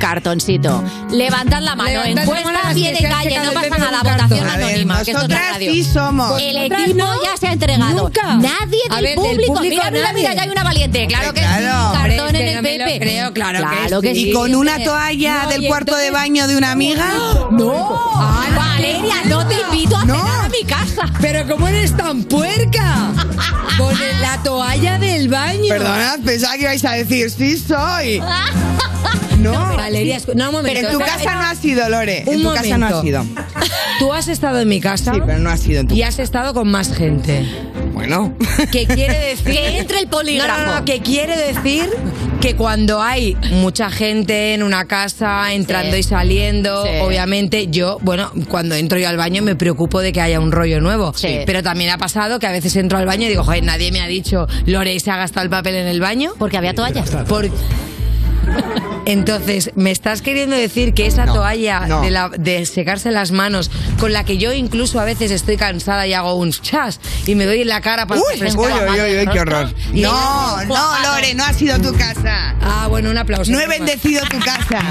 Speaker 4: Cartoncito. Levantad
Speaker 20: Ah,
Speaker 4: la mano.
Speaker 19: Levantad la mano
Speaker 4: Encuesta
Speaker 19: las
Speaker 4: a pie
Speaker 19: que
Speaker 4: de
Speaker 19: se han
Speaker 4: calle,
Speaker 19: secado
Speaker 4: no
Speaker 19: el
Speaker 4: pasa
Speaker 19: pelo con
Speaker 4: nada.
Speaker 19: un cartón.
Speaker 4: Votación
Speaker 19: A ver,
Speaker 4: anónima. que esto es la
Speaker 8: nosotras
Speaker 4: radio.
Speaker 8: sí somos.
Speaker 4: El
Speaker 8: ¿Nosotras
Speaker 4: equipo
Speaker 8: Pues no?
Speaker 4: ya se ha entregado.
Speaker 8: Nunca.
Speaker 4: Nadie
Speaker 8: A
Speaker 4: del,
Speaker 8: ver, del
Speaker 4: público.
Speaker 8: público
Speaker 4: Mira, mira,
Speaker 8: nadie.
Speaker 4: mira, ya hay una valiente. Claro que sí.
Speaker 8: Claro.
Speaker 4: Un Cartón
Speaker 8: Hombre, es que
Speaker 4: en el
Speaker 8: no me lo
Speaker 4: Pepe.
Speaker 8: creo, claro que sí.
Speaker 4: que sí.
Speaker 8: ¿Y con una toalla del
Speaker 4: y
Speaker 8: cuarto de baño de una amiga?
Speaker 4: No. Valeria, no te invito a cenar a mi casa.
Speaker 19: Pero ¿cómo eres tan
Speaker 4: (laughs)
Speaker 19: puerca? Con el- la toalla del baño.
Speaker 8: Perdona, pensaba que ibais a decir, sí soy.
Speaker 4: Ah.
Speaker 8: No,
Speaker 19: Valeria, escu- no, un momento.
Speaker 8: Pero en tu
Speaker 19: Espera,
Speaker 8: casa
Speaker 19: no.
Speaker 8: no ha sido, Lore.
Speaker 19: Un
Speaker 8: en tu casa no ha sido.
Speaker 19: momento. Tú has estado en mi casa.
Speaker 8: Sí, pero no ha sido en tu
Speaker 19: Y has estado con más gente.
Speaker 8: Bueno.
Speaker 19: Que quiere decir.
Speaker 4: Que entre el polígrafo.
Speaker 19: No, no, no, que quiere decir que cuando hay mucha gente en una casa, entrando
Speaker 4: Sí.
Speaker 19: y saliendo,
Speaker 4: Sí.
Speaker 19: obviamente yo, bueno, cuando entro yo al baño me preocupo de que haya un rollo nuevo.
Speaker 4: Sí.
Speaker 19: Pero también ha pasado que a veces entro al baño y digo, joder, nadie me ha dicho, Lore, ¿se ha gastado el papel en el baño?
Speaker 4: Porque había toallas.
Speaker 19: Por- Entonces, ¿me estás queriendo decir que esa
Speaker 8: No,
Speaker 19: toalla
Speaker 8: no.
Speaker 19: De, la- de secarse las manos, con la que yo incluso a veces estoy cansada y hago un chas y me doy en la cara para
Speaker 8: Uy, uy,
Speaker 19: refrescar?
Speaker 8: uy, uy, uy, qué horror.
Speaker 19: Y
Speaker 8: No,
Speaker 19: ella-
Speaker 8: no, Lore, no ha sido tu casa.
Speaker 19: Ah, bueno, un aplauso.
Speaker 8: No he bendecido tu casa.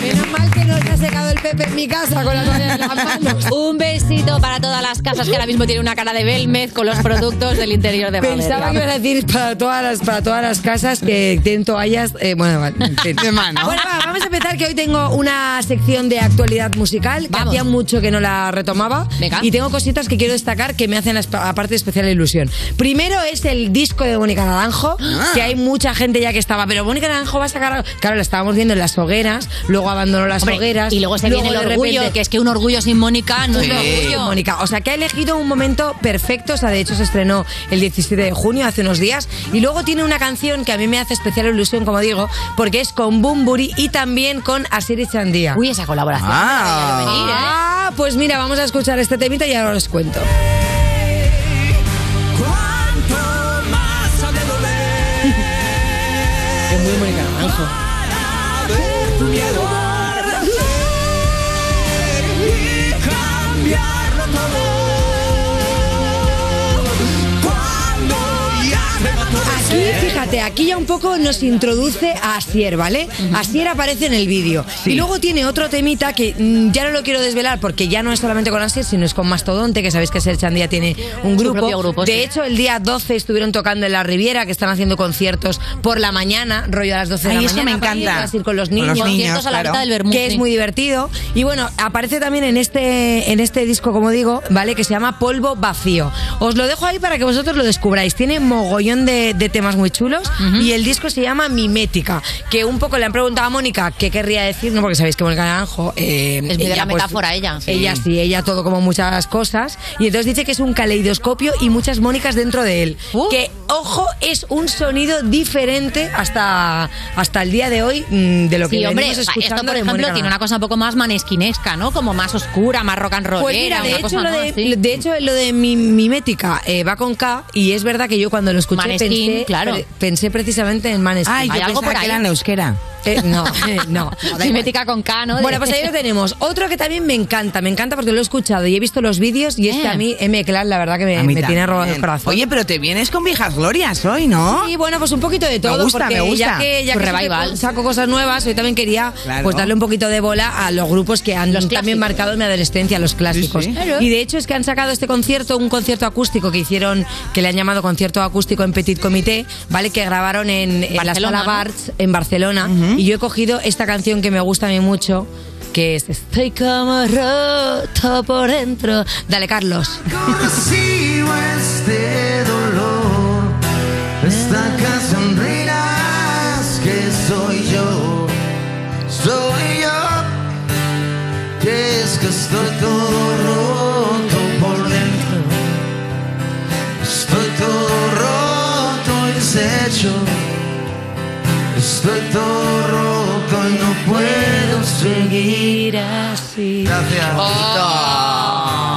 Speaker 19: Menos mal que no te ha secado el Pepe en mi casa con la toalla en las manos.
Speaker 4: Un besito para todas las casas que ahora mismo tienen una cara de Belmez con los productos del interior de Valeria.
Speaker 19: Pensaba que ibas a decir para todas las, para todas las casas que tienen toallas. eh, bueno, vale, en
Speaker 4: (laughs)
Speaker 19: fin.
Speaker 8: De mano.
Speaker 19: Bueno, va, vamos a empezar que hoy tengo una sección de actualidad musical que hacía mucho que no la retomaba.
Speaker 4: Venga.
Speaker 19: Y tengo cositas que quiero destacar que me hacen aspa- aparte especial ilusión. Primero es el disco de Mónica Naranjo,
Speaker 4: Ah.
Speaker 19: que hay mucha gente ya que estaba, pero Mónica Naranjo va a sacar. algo". Claro, la estábamos viendo en las hogueras, luego abandonó las
Speaker 4: Hombre,
Speaker 19: hogueras.
Speaker 4: y luego se viene el
Speaker 19: de
Speaker 4: orgullo,
Speaker 19: repente-
Speaker 4: que es que un orgullo sin Mónica no es un
Speaker 19: Sí.
Speaker 4: orgullo.
Speaker 19: Mónica. O sea, que ha elegido un momento perfecto. O sea, de hecho, se estrenó el 17 de junio, hace unos días. Y luego tiene una canción que a mí me hace especial ilusión, como digo, porque es con Bumburi y también con Asiri Chandía.
Speaker 4: Uy, esa colaboración. no
Speaker 8: Ah.
Speaker 4: la veía yo venir, ¿eh?
Speaker 19: Ah, pues mira, vamos a escuchar este temita y ahora os cuento.
Speaker 12: Cuanto (laughs) más ha de doler
Speaker 19: Es muy Mónica Naranjo.
Speaker 12: ver tu miedo arder y cambiarlo todo cuando ya me mató de
Speaker 19: Aquí,
Speaker 12: sed.
Speaker 19: fíjate, aquí ya un poco nos introduce a Asier, ¿vale? Asier aparece en el vídeo. Y luego tiene otro temita que mm, ya no lo quiero desvelar porque ya no es solamente con Asier, sino es con Mastodonte, que sabéis que Ser Chandía tiene un grupo.
Speaker 4: propio grupo,
Speaker 19: de
Speaker 4: sí.
Speaker 19: hecho, el día 12 estuvieron tocando en la Riviera, que están haciendo conciertos por la mañana, rollo a las 12 de
Speaker 8: Ay,
Speaker 19: la
Speaker 8: eso
Speaker 19: mañana.
Speaker 8: me
Speaker 19: para ir,
Speaker 8: encanta.
Speaker 19: para ir con los
Speaker 8: Con
Speaker 19: niños.
Speaker 8: los niños,
Speaker 19: conciertos a la
Speaker 8: claro.
Speaker 19: mitad del Bermud,
Speaker 4: Que es
Speaker 19: Que es
Speaker 4: muy
Speaker 19: muy divertido. Y bueno, aparece también en este, en este disco, como digo, ¿vale? Que se llama Polvo Vacío. Os lo dejo ahí para que vosotros lo descubráis. Tiene mogollón de, de temas muy chulos y el disco se llama Mimética, que un poco le han preguntado a Mónica qué querría decir, ¿no? Porque sabéis que Mónica Naranjo... eh,
Speaker 4: Es muy de la
Speaker 19: pues,
Speaker 4: metáfora, ella, sí.
Speaker 19: Ella sí, ella todo como muchas cosas. Y entonces dice que es un caleidoscopio y muchas Mónicas dentro de él.
Speaker 4: Uh.
Speaker 19: Que, ojo, es un sonido diferente hasta, hasta el día de hoy mm, de lo que
Speaker 4: Sí, hombre,
Speaker 19: venimos
Speaker 4: esto
Speaker 19: escuchando
Speaker 4: por
Speaker 19: de
Speaker 4: ejemplo
Speaker 19: Mónica
Speaker 4: tiene una
Speaker 19: Naranjo.
Speaker 4: cosa un poco más manesquinesca, ¿no? Como más oscura, más rock and rollera,
Speaker 19: Pues mira, de
Speaker 4: una
Speaker 19: hecho,
Speaker 4: cosa
Speaker 19: lo
Speaker 4: más
Speaker 19: de,
Speaker 4: así.
Speaker 19: de hecho, lo de mi, mimética eh, va con K y es verdad que yo cuando lo escuché
Speaker 4: Maneskin,
Speaker 19: pensé,
Speaker 4: claro.
Speaker 19: pensé precisamente en Maneskin.
Speaker 8: Ay, yo
Speaker 19: Hay algo
Speaker 8: pensaba
Speaker 19: por
Speaker 8: que
Speaker 19: ahí.
Speaker 8: era en euskera.
Speaker 19: Eh, (laughs) no, eh, no.
Speaker 4: Mimética con K, ¿no?
Speaker 19: Bueno, pues ahí lo tenemos. Otro que también me encanta, me encanta porque lo he escuchado y he visto los vídeos y es que a mí M. Clan la verdad que
Speaker 4: Eh,
Speaker 19: me,
Speaker 8: A mí
Speaker 19: me tiene
Speaker 8: también.
Speaker 19: robado el corazón.
Speaker 8: Oye, pero te vienes con viejas glorias hoy, ¿no?
Speaker 19: Sí, bueno, pues un poquito de todo.
Speaker 8: gusta,
Speaker 19: porque
Speaker 8: me gusta.
Speaker 19: Ya que, ya
Speaker 8: Tu
Speaker 19: que siempre
Speaker 8: revival.
Speaker 19: saco cosas nuevas, hoy también quería
Speaker 8: Claro.
Speaker 19: pues darle un poquito de bola a los grupos que han también marcado mi adolescencia, los clásicos.
Speaker 8: sí. Claro.
Speaker 19: Y de hecho es que han sacado este concierto, un concierto acústico que hicieron, que le han llamado concierto acústico en Petit Comité, ¿vale? Que grabaron en, en la
Speaker 4: Barcelona,
Speaker 19: sala
Speaker 4: ¿no?
Speaker 19: Barts en Barcelona. Y yo he cogido esta canción que me gusta a mí mucho, que es Estoy como roto por dentro. Dale, Carlos.
Speaker 12: Yo recibo este dolor, esta casa en ruinas que soy yo, soy yo, que es que estoy todo roto por dentro, estoy todo roto y deshecho, estoy todo roto y no puedo seguir así. Gracias.
Speaker 6: Ah.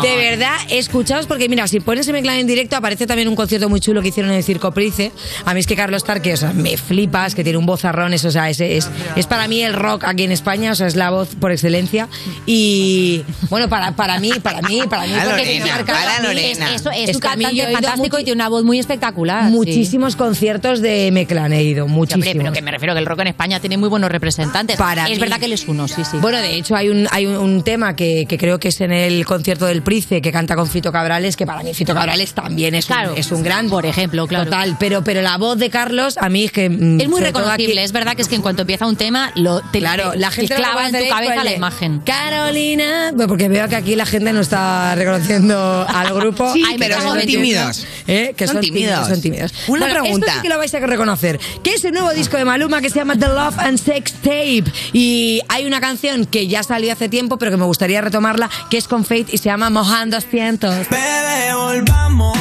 Speaker 19: De verdad, escuchaos porque mira, si pones McLaren en directo aparece también un concierto muy chulo que hicieron en el Circo Price. A mí es que Carlos Tarque, o sea, me flipas, que tiene un vozarrón, eso, o sea, es, es, es para mí el rock aquí en España, o sea, es la voz por excelencia. Y bueno, para, para mí, para mí, para mí,
Speaker 4: Para
Speaker 19: porque
Speaker 4: Lorena,
Speaker 19: me ha marcado
Speaker 4: para
Speaker 19: a mí,
Speaker 4: Lorena.
Speaker 19: es- eso es,
Speaker 4: Es
Speaker 19: un
Speaker 4: que a mí yo
Speaker 19: cantante
Speaker 4: he ido
Speaker 19: fantástico
Speaker 4: mucho-
Speaker 19: y tiene una voz muy espectacular. Muchísimos conciertos de McLaren he ido,
Speaker 4: Sí, hombre,
Speaker 19: muchísimos.
Speaker 4: pero que me refiero que el rock en España tiene muy buenos representantes.
Speaker 19: Para
Speaker 4: es
Speaker 19: mí.
Speaker 4: verdad que él es uno, sí, sí.
Speaker 19: Bueno, de hecho hay un, hay un, un tema que, que creo que es en el concierto del Price que canta con Fito Cabrales, que para mí Fito Cabrales también es, un, es un gran por ejemplo, claro. Total, pero, pero la voz de Carlos a mí es que mm,
Speaker 4: es muy
Speaker 19: sobre todo
Speaker 4: reconocible,
Speaker 19: aquí-
Speaker 4: es verdad que es que en cuanto empieza un tema, lo, te,
Speaker 19: Claro,
Speaker 4: te-
Speaker 19: la
Speaker 4: te
Speaker 19: gente lo
Speaker 4: clava en tu
Speaker 19: reconoceréis por
Speaker 4: cabeza
Speaker 19: el
Speaker 4: la
Speaker 19: de
Speaker 4: imagen.
Speaker 19: Carolina, bueno, porque veo que aquí la gente no está reconociendo al grupo.
Speaker 4: Sí, Ay, me pero cago son en Dios. tímidos.
Speaker 19: Eh, Que son,
Speaker 8: Son
Speaker 19: tímidos.
Speaker 8: tímidos.
Speaker 19: Son tímidos.
Speaker 8: Una
Speaker 19: Bueno,
Speaker 8: pregunta.
Speaker 19: Esto sí que lo vais a reconocer. Que es el nuevo disco de Maluma que se llama The Love and Sex Tape. Y hay una canción que ya salió hace tiempo, pero que me gustaría retomarla, que es con Faith y se llama Mohan 200.
Speaker 12: Bebé, volvamos.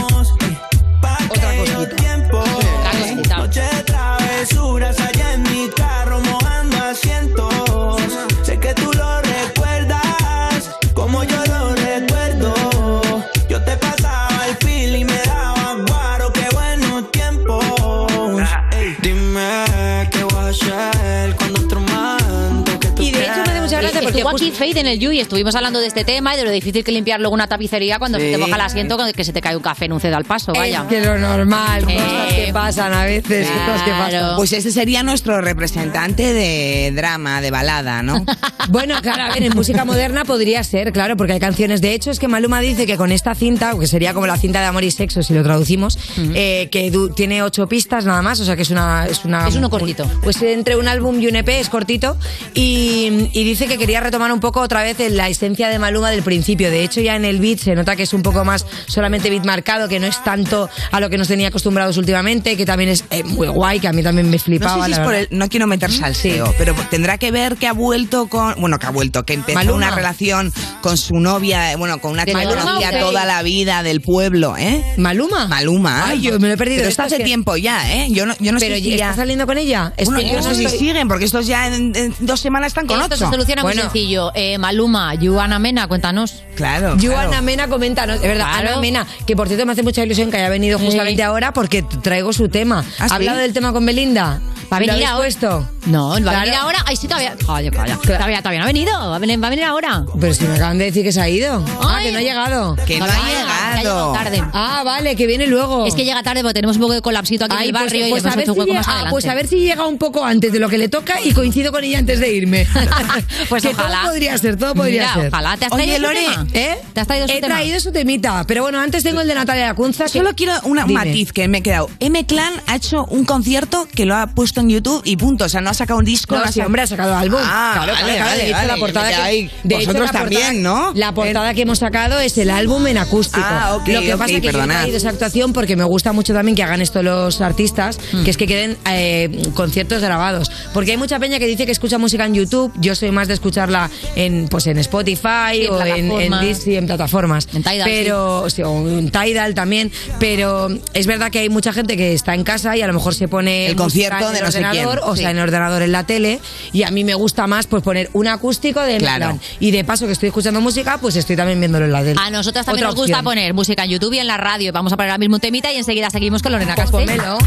Speaker 12: Otra cosita. Tiempo. Noche de travesuras allá en mi carro mojando asientos. Sé que tú lo recuerdas como yo lo recuerdo. Yo te pasaba el feel y me daba guaro. Qué buenos tiempos. Ey, Ah. Dime qué voy a hacer con otro manto que tú
Speaker 19: Y de hecho me hace mucha gracia porque
Speaker 4: estuvo
Speaker 19: justo-
Speaker 4: aquí Faith en el Yui, estuvimos hablando de este tema y de lo difícil que es limpiar luego una tapicería cuando se
Speaker 19: Sí.
Speaker 4: te moja el asiento con que se te cae un café en un cedo al paso, vaya.
Speaker 19: Es que lo normal,
Speaker 4: Eh.
Speaker 19: cosas que pasan a veces, cosas que pasan.
Speaker 8: Pues ese sería nuestro representante de drama, de
Speaker 4: (laughs)
Speaker 8: balada, ¿no?
Speaker 19: Bueno, claro, a ver, en música moderna podría ser, claro, porque hay canciones. De hecho, es que Maluma dice que con esta cinta, que sería como la cinta de amor y sexo, si lo traducimos, eh, que du- tiene ocho pistas nada más, o sea que es una. Es, una,
Speaker 4: Es uno cortito.
Speaker 19: Pues entre un álbum y un EP es cortito. Y, y dice que quería retomar un poco otra vez la esencia de Maluma del principio. De hecho, ya en el beat se nota que es un poco más solamente beat marcado, que no es tanto a lo que nos tenía acostumbrados últimamente, que también es eh, muy guay, que a mí también me
Speaker 8: No
Speaker 19: flipaba.
Speaker 8: sé si
Speaker 19: la
Speaker 8: es por
Speaker 19: verdad.
Speaker 8: el- no quiero meter salseo, pero tendrá que ver que ha vuelto con, bueno, que ha vuelto, que empezó
Speaker 19: Maluma.
Speaker 8: una relación con su novia, eh, bueno, con una que
Speaker 19: Maluma
Speaker 8: conocía
Speaker 19: o Faith?
Speaker 8: toda la vida del pueblo, ¿eh?
Speaker 19: Maluma.
Speaker 8: Maluma.
Speaker 19: Ay, yo me lo he perdido.
Speaker 8: Pero
Speaker 19: Esto
Speaker 8: está
Speaker 19: es
Speaker 8: hace
Speaker 19: que-
Speaker 8: tiempo ya, ¿eh? Yo no, yo no
Speaker 19: Pero
Speaker 8: sé si
Speaker 19: ¿está
Speaker 8: ya-
Speaker 19: saliendo con ella? Es
Speaker 8: Bueno,
Speaker 19: que
Speaker 8: yo no sé si
Speaker 19: estoy-
Speaker 8: siguen, porque estos ya en, en dos semanas están con
Speaker 4: Esto
Speaker 8: otro.
Speaker 4: se soluciona muy sencillo. Eh, Maluma, Yuana Mena, cuéntanos.
Speaker 8: Claro.
Speaker 19: Yuana Mena, coméntanos. Es verdad,
Speaker 4: Claro.
Speaker 19: Ana Mena, que por cierto me hace mucha ilusión que haya venido justamente ahora porque traigo su tema.
Speaker 4: ¿Ah,
Speaker 19: ¿Ha
Speaker 4: sí?
Speaker 19: hablado del tema con Belinda?
Speaker 4: ¿Va a venir
Speaker 19: ¿Lo habéis
Speaker 4: ahora?
Speaker 19: puesto?
Speaker 4: No, va a
Speaker 19: Claro.
Speaker 4: venir ahora. Ay, sí, todavía. Calla, calla. Todavía, todavía no ha venido. Va a venir, va a venir ahora.
Speaker 19: Pero si me acaban de decir que se ha ido. Ah, que no ha llegado.
Speaker 4: Que no ha Vaya, llegado. que ha llegado tarde.
Speaker 19: Ah, vale, que viene luego.
Speaker 4: Es que llega tarde porque tenemos un poco de colapsito aquí
Speaker 19: Ay,
Speaker 4: en el
Speaker 19: pues-
Speaker 4: barrio
Speaker 19: pues
Speaker 4: y
Speaker 19: a
Speaker 4: hemos
Speaker 19: ver
Speaker 4: hecho un
Speaker 19: si
Speaker 4: hueco
Speaker 19: llega-
Speaker 4: más
Speaker 19: ah,
Speaker 4: adelante.
Speaker 19: pues a ver si llega un poco antes de lo que le toca y coincido con ella antes de irme.
Speaker 4: (laughs)
Speaker 19: (laughs)
Speaker 4: Pues
Speaker 19: Que
Speaker 4: ojalá.
Speaker 19: Todo podría ser, todo podría
Speaker 4: Mira,
Speaker 19: ser.
Speaker 4: ojalá. ¿Te has traído
Speaker 19: Oye,
Speaker 4: su
Speaker 19: Lore,
Speaker 4: tema?
Speaker 19: ¿eh?
Speaker 4: ¿Te has traído su
Speaker 19: He
Speaker 4: tema?
Speaker 19: traído su temita, pero bueno, antes tengo el de Natalia Lacunza. que-
Speaker 8: Solo quiero una- un
Speaker 19: Dime.
Speaker 8: matiz que me he quedado. M Clan ha hecho un concierto que lo ha puesto en YouTube y punto. O sea, no ha sacado un disco.
Speaker 19: No,
Speaker 8: ha
Speaker 19: sí,
Speaker 8: sacado-
Speaker 19: hombre, ha sacado álbum.
Speaker 8: Ah,
Speaker 19: claro,
Speaker 8: vale,
Speaker 19: claro,
Speaker 8: vale,
Speaker 19: de hecho,
Speaker 8: vale.
Speaker 19: la portada
Speaker 8: Ya,
Speaker 19: que,
Speaker 8: ahí,
Speaker 19: de hecho,
Speaker 8: vosotros
Speaker 19: la portada-
Speaker 8: también, ¿no?
Speaker 19: La portada que hemos sacado es el álbum en acústico.
Speaker 8: Ah, ok,
Speaker 19: Lo que pasa
Speaker 8: ok,
Speaker 19: es que yo he
Speaker 8: perdonad.
Speaker 19: traído esa actuación porque me gusta mucho también que hagan esto los artistas,
Speaker 8: Mm.
Speaker 19: que es que queden eh, conciertos grabados. Porque hay mucha peña que dice que escucha música en YouTube. Yo soy más de escucharla en, pues, en Spotify
Speaker 4: Sí, en
Speaker 19: o en, en
Speaker 4: plataformas.
Speaker 19: Disney, en plataformas. En
Speaker 4: Tidal,
Speaker 19: Pero, sí, o en Tidal también. Pero es verdad que hay mucha gente que está en casa y a lo mejor se pone
Speaker 8: El
Speaker 19: música
Speaker 8: concierto
Speaker 19: en
Speaker 8: de
Speaker 19: el
Speaker 8: no sé quién,
Speaker 19: ordenador, O sea,
Speaker 8: sí.
Speaker 19: en el ordenador en la tele y a mí me gusta más pues poner un acústico de
Speaker 8: Claro.
Speaker 19: plan. y de paso que estoy escuchando música pues estoy también viéndolo en la tele
Speaker 4: A nosotras también
Speaker 19: Otra
Speaker 4: nos gusta
Speaker 19: opción.
Speaker 4: poner música en YouTube y en la radio. Vamos a poner ahora mismo un temita y enseguida seguimos con Lorena
Speaker 19: Pues
Speaker 4: Castell.
Speaker 19: ponmelo.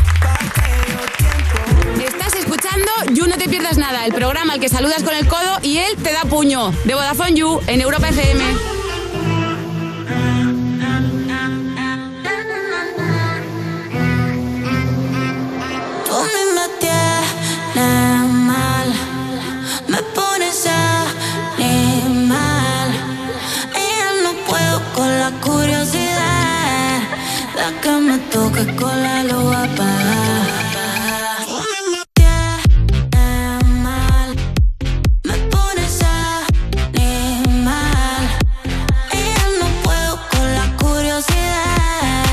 Speaker 10: Estás escuchando You No Te Pierdas pierdas nada, el programa al que saludas con el codo y él te da puño. De Vodafone You en Europa FM.
Speaker 9: Tú me mantienes mal, me pones animal. Y yo no puedo con la curiosidad. La que me toca con la luz va a apagar. Tú me mantienes mal, me pones animal. Y yo no puedo con la curiosidad.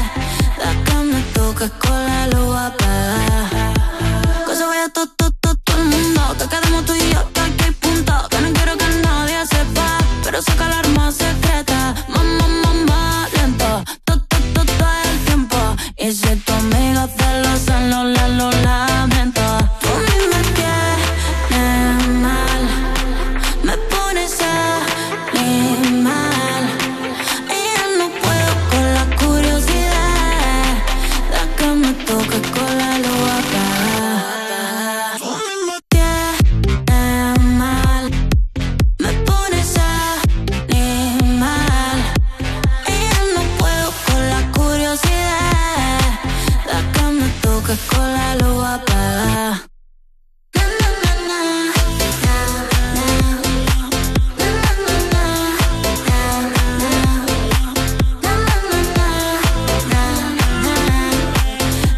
Speaker 9: La que me toca con la luz va a apagar. Cosa voy a to, to, to, todo el mundo. Que quedemos tú y yo hasta que hay punto. Que no quiero que nadie sepa. Pero saca la arma secreta. Mamá, mamá, lento. To, to, to, todo el tiempo. Y si tu amigo celosa, lo, la, lo lamento. Tú a mí me tienes mal. Me pones animal. Y yo no puedo con la curiosidad. La que me toca con la luz apagada. Tú me tienes mal, me pones animal. Y yo no puedo con la curiosidad. La que me toca con la luz apagada. Na, na, na, na. Na, na, na. Na, na, na. Na, na, na.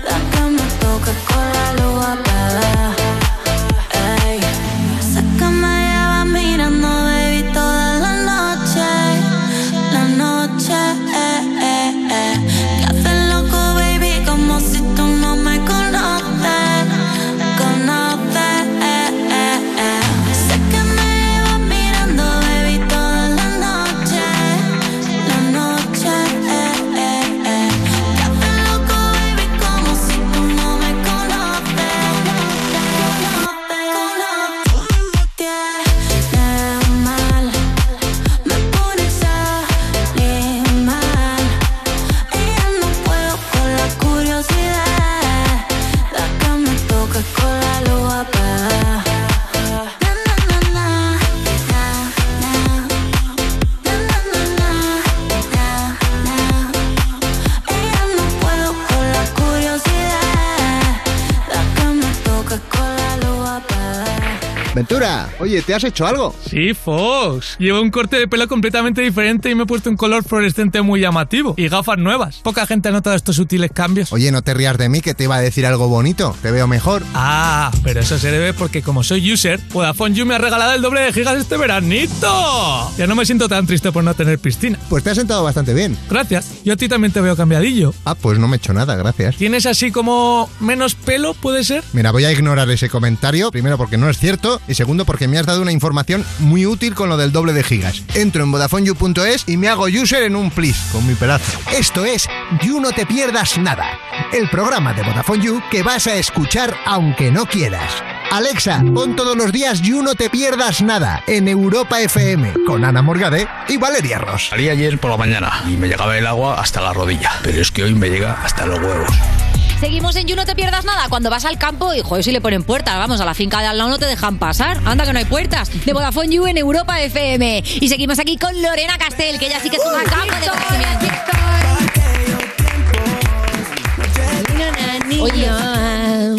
Speaker 9: La que me toca con la luz apagada. Ey. Sé que me lleva mirando, baby, toda la noche. La noche, eh, eh, eh. Que haces loco, baby, como si tú no me conoces. Conoces, eh, eh, eh. Sé que me lleva mirando, baby, toda la noche. La noche, eh, eh, eh. Que haces loco, baby, como si tú no me conoces. Conoces, conoces. Tienes mal, me pones animal. Y yo no puedo con la curiosidad. La que me toca con la luz apagada. Na, na, na, na. Ella no puedo con la curiosidad, la que me toca con la luz apagada.
Speaker 5: Ventura, oye, ¿te has hecho algo?
Speaker 2: Sí, Fox. Llevo un corte de pelo completamente diferente y me he puesto un color fluorescente muy llamativo. Y gafas nuevas. Poca gente ha notado estos sutiles cambios.
Speaker 5: Oye, no te rías de mí que te iba a decir algo bonito. Te veo mejor.
Speaker 2: Ah, pero eso se debe porque como soy user, Vodafone You me ha regalado el doble de gigas este veranito. Ya no me siento tan triste por no tener piscina.
Speaker 5: Pues te has sentado bastante bien.
Speaker 2: Gracias. Yo a ti también te veo cambiadillo.
Speaker 5: Ah, pues no me he hecho nada, gracias.
Speaker 2: ¿Tienes así como menos pelo, puede ser?
Speaker 5: Mira, voy a ignorar ese comentario, primero porque no es cierto y segundo porque me has dado una información muy útil con lo del doble de gigas. Entro en VodafoneYou.es y me hago user en un plis con mi pedazo. Esto es You No Te Pierdas Nada, el programa de Vodafone You que vas a escuchar aunque no quieras. Alexa, pon todos los días You No Te Pierdas Nada en Europa FM con Ana Morgade y Valeria Ross.
Speaker 21: Salí ayer por la mañana y me llegaba el agua hasta la rodilla, pero es que hoy me llega hasta los huevos.
Speaker 4: Seguimos en You, no te pierdas nada. Cuando vas al campo, y joder, si le ponen puerta, vamos, a la finca de al lado no te dejan pasar. Anda que no hay puertas. De Vodafone You en Europa FM. Y seguimos aquí con Lorena Castel, que ella sí que es una cama de conocimiento. Oye,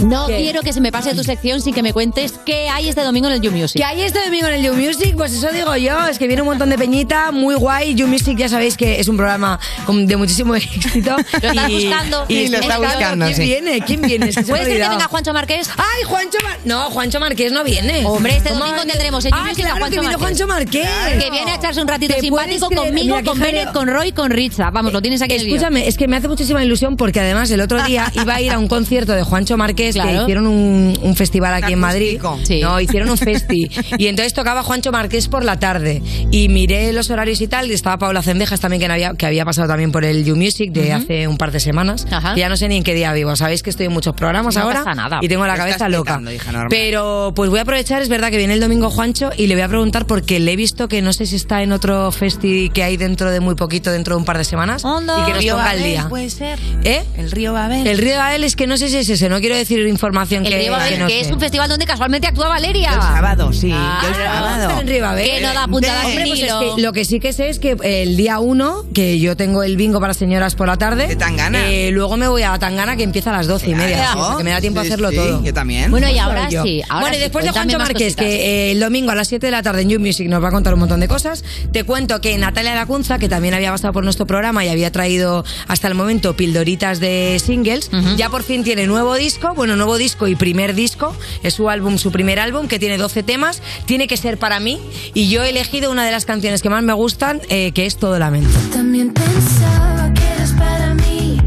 Speaker 4: no quiero que se me pase tu sección sin que me cuentes qué hay este domingo en el You Music.
Speaker 19: Que hay este domingo en el You Music, pues eso digo yo, es que viene un montón de peñita, muy guay. You Music ya sabéis que es un programa con- de muchísimo (laughs) éxito.
Speaker 4: Lo estás buscando.
Speaker 19: Y lo está buscando. ¿Quién
Speaker 4: sí.
Speaker 19: viene? ¿Quién viene? Es que se me
Speaker 4: ¿Puede
Speaker 19: ha
Speaker 4: ser que
Speaker 19: olvidado.
Speaker 4: venga Juancho Marqués?
Speaker 19: ¡Ay, Juancho Marqués! No, Juancho Marqués no viene.
Speaker 4: Hombre, este
Speaker 19: ¿Cómo
Speaker 4: domingo
Speaker 19: va a venir?
Speaker 4: tendremos en You
Speaker 19: Ah,
Speaker 4: Music a
Speaker 19: claro,
Speaker 4: Juancho
Speaker 19: que vino
Speaker 4: Márquez.
Speaker 19: Juancho Marqués.
Speaker 4: Que viene a echarse un ratito
Speaker 19: ¿Te
Speaker 4: simpático
Speaker 19: puedes creer?
Speaker 4: conmigo,
Speaker 19: Mira, qué
Speaker 4: con Bennett,
Speaker 19: jaleo.
Speaker 4: con Roy, con Richa. Vamos, lo tienes aquí en el guión.
Speaker 19: Escúchame, es que me hace muchísima ilusión porque además el otro día iba a ir a un concierto de Juancho Márquez que
Speaker 4: Claro.
Speaker 19: hicieron un, un festival aquí en Madrid.
Speaker 4: Acústico. Sí.
Speaker 19: No, hicieron un festi. Y entonces tocaba Juancho Márquez por la tarde. Y miré los horarios y tal. Y estaba Paula Cendejas también que había, que había pasado también por el You Music de hace un par de semanas. Que ya no sé ni en qué día vivo. Sabéis que estoy en muchos programas
Speaker 8: No
Speaker 19: ahora.
Speaker 8: pasa nada.
Speaker 19: Y tengo la
Speaker 8: Te estás
Speaker 19: cabeza loca.
Speaker 8: petando, hija, normal.
Speaker 19: Pero pues voy a aprovechar, es verdad que viene el domingo Juancho y le voy a preguntar porque le he visto que no sé si está en otro festi que hay dentro de muy poquito, dentro de un par de semanas. y que nos ponga al día.
Speaker 8: ser.
Speaker 19: ¿Eh?
Speaker 8: El río Babel.
Speaker 19: El río de Babel es que no sé si es ese, no quiero decir información
Speaker 4: El
Speaker 19: que,
Speaker 4: Río Babel,
Speaker 19: que nos
Speaker 4: que es
Speaker 19: den.
Speaker 4: un festival donde casualmente actúa Valeria.
Speaker 6: El sábado, sí.
Speaker 4: Ah,
Speaker 6: el sábado.
Speaker 19: en Ribabel.
Speaker 4: Que no da puntada
Speaker 19: Hombre,
Speaker 4: sin
Speaker 19: pues es
Speaker 4: hilo.
Speaker 19: que lo que sí que sé es que el día 1, que yo tengo el bingo para señoras por la tarde. eh, luego me voy a Tangana, que empieza a las 12 y media.
Speaker 6: Claro.
Speaker 19: así, o sea, que me da tiempo
Speaker 6: Sí,
Speaker 19: a hacerlo
Speaker 6: sí,
Speaker 19: todo.
Speaker 6: yo también.
Speaker 4: Bueno, y ahora
Speaker 19: Pues Soy yo.
Speaker 4: sí, ahora
Speaker 19: bueno, y
Speaker 4: sí,
Speaker 19: después de
Speaker 4: cuéntame
Speaker 19: Juancho
Speaker 4: más
Speaker 19: Márquez,
Speaker 4: cositas.
Speaker 19: que eh, el domingo a las 7 de la tarde en You Music nos va a contar un montón de cosas. Te cuento que Natalia Lacunza, que también había pasado por nuestro programa y había traído hasta el momento pildoritas de singles, ya por fin tiene nuevo disco, bueno, nuevo disco y primer disco. Es su álbum, su primer álbum, que tiene 12 temas. Tiene que ser para mí. Y yo he elegido una de las canciones que más me gustan, eh, que es Todo Lamento.
Speaker 2: También pensaba que eres para mí.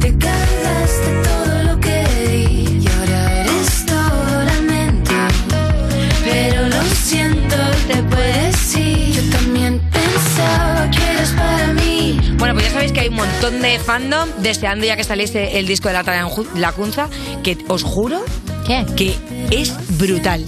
Speaker 2: Te cargaste todo lo que di. Y ahora eres todo lamento. Pero lo siento, te puedes ir. Yo también pensaba que eres para mí.
Speaker 19: Bueno, pues ya sabéis que hay un montón de fandom deseando ya que saliese el disco de la Tarea Lacunza, que os juro que es brutal.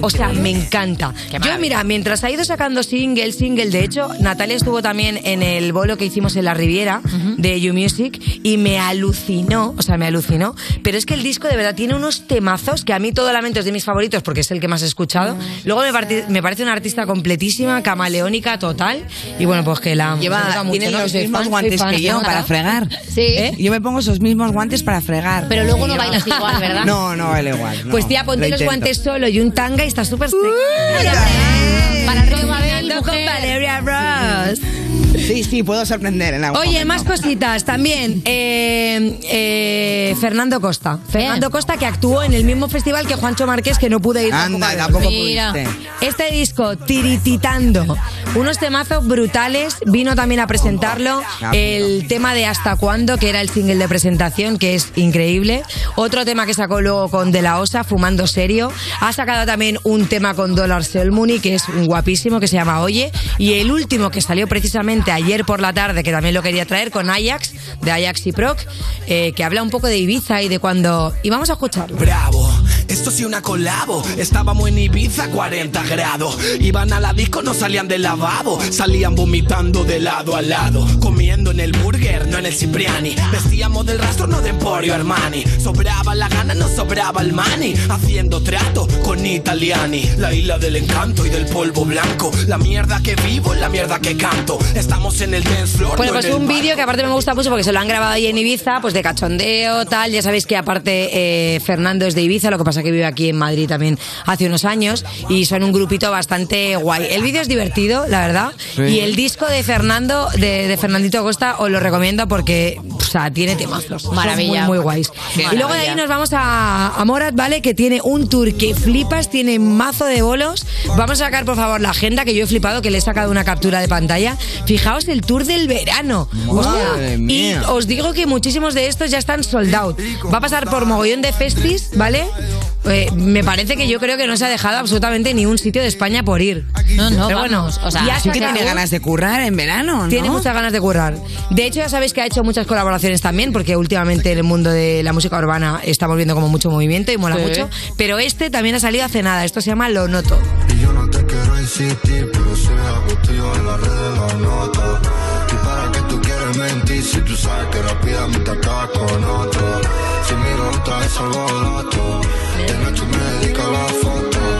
Speaker 19: O sea, me encanta. Yo, mira, mientras ha ido sacando single, single, de hecho, Natalia estuvo también en el bolo que hicimos en la Riviera de You Music y me alucinó, o sea, me alucinó. Pero es que el disco de verdad tiene unos temazos que a mí todo lamento es de mis favoritos porque es el que más he escuchado. Luego me, parti- me parece una artista completísima, camaleónica total. Y bueno, pues que la amo. Se nota
Speaker 6: Lleva,
Speaker 19: mucho,
Speaker 6: tienen
Speaker 19: ¿no? Que
Speaker 6: los
Speaker 19: soy
Speaker 6: mismos
Speaker 19: fan, soy
Speaker 6: guantes
Speaker 19: fan,
Speaker 6: que
Speaker 19: se
Speaker 6: yo
Speaker 19: nota.
Speaker 6: para fregar.
Speaker 4: Sí.
Speaker 6: ¿eh? Yo me pongo esos mismos guantes para fregar.
Speaker 4: Pero luego no
Speaker 6: Sí, yo-
Speaker 4: bailas igual, ¿verdad?
Speaker 6: (laughs) No, no bailo igual. no.
Speaker 19: Pues tía,
Speaker 6: Lo
Speaker 19: ponte los
Speaker 6: intento.
Speaker 19: guantes solo y un tanga y está súper sexy.
Speaker 4: Para el Río Babel,
Speaker 19: Combinando con
Speaker 4: mujer.
Speaker 19: Valeria Ross.
Speaker 6: Sí, sí, puedo sorprender en algún
Speaker 19: Oye,
Speaker 6: momento.
Speaker 19: más cositas
Speaker 6: (laughs)
Speaker 19: también. Eh, eh, Fernando Costa. Fernando Costa que actuó en el mismo festival que Juancho Márquez, que no pude ir.
Speaker 6: Anda,
Speaker 19: a ver.
Speaker 6: tampoco Mira. pudiste.
Speaker 19: Este disco, Tirititando. Unos temazos brutales. Vino también a presentarlo el tema de Hasta Cuándo, que era el single de presentación, que es increíble. Otro tema que sacó luego con De La Osa, Fumando Serio. Ha sacado también un tema con Dollar Selmuni, que es un guapísimo, que se llama Oye. Y el último que salió precisamente ayer por la tarde, que también lo quería traer, con Ajax, de Ajax y Proc, eh, que habla un poco de Ibiza y de cuando... Y vamos a escucharlo.
Speaker 8: Bravo, esto sí una colabo. Estábamos en Ibiza, 40 grados. Iban a la disco, no salían del lavabo. Salían vomitando de lado a lado. Comiendo en el burger, no en el Cipriani. Vestíamos del rastro, no de Emporio Armani. Sobraba la gana, no sobraba el mani. Haciendo trato con italiani. La isla del encanto y del polvo blanco. La mierda que vivo, la mierda que canto. Estamos en el dance floor.
Speaker 19: Bueno,
Speaker 8: no
Speaker 19: pues
Speaker 8: en el
Speaker 19: un
Speaker 8: bar.
Speaker 19: vídeo que aparte me gusta mucho porque se lo han grabado ahí en Ibiza, pues de cachondeo, tal. Ya sabéis que aparte eh, Fernando es de Ibiza, lo que pasa que vive aquí en Madrid también hace unos años y son un grupito bastante guay. El vídeo es divertido, la verdad.
Speaker 6: Sí.
Speaker 19: Y el disco de Fernando, de, de Fernandito Costa, os lo recomiendo porque, o sea, tiene temazos. Son
Speaker 4: Maravilla.
Speaker 19: Muy, muy guays. y
Speaker 4: Qué
Speaker 19: luego de
Speaker 4: maravilla.
Speaker 19: ahí nos vamos a, a Morat, ¿vale? Que tiene un tour que flipas, tiene mazo de bolos. Vamos a sacar, por favor, la agenda que yo he flipado, que le he sacado una captura de pantalla. Fijaos el tour del verano. O sea,
Speaker 6: Madre
Speaker 19: y
Speaker 6: mía.
Speaker 19: os digo que muchísimos de estos ya están sold out. Va a pasar por mogollón de festis, ¿vale? Eh, me parece que yo creo que no se ha dejado absolutamente ni un sitio de España por ir.
Speaker 4: No, no,
Speaker 19: Pero bueno,
Speaker 4: vamos, o sea,
Speaker 19: ya
Speaker 6: sí que
Speaker 19: se
Speaker 6: tiene
Speaker 19: acabó.
Speaker 6: ganas de currar en verano, ¿no?
Speaker 19: Tiene muchas ganas de currar. De hecho, ya sabéis que ha hecho muchas colaboraciones también, porque últimamente en el mundo de la música urbana estamos viendo como mucho movimiento y mola
Speaker 5: Sí.
Speaker 19: mucho. Pero este también ha salido hace nada. Esto se llama Lo Noto.
Speaker 5: Y yo no te quiero insistir, pero soy abusivo en la red de la nota. Y para que tú quieres mentir, si tú sabes que rápidamente te acabas con otro. Si miro otra vez salgo barato, de noche me dedico a la foto.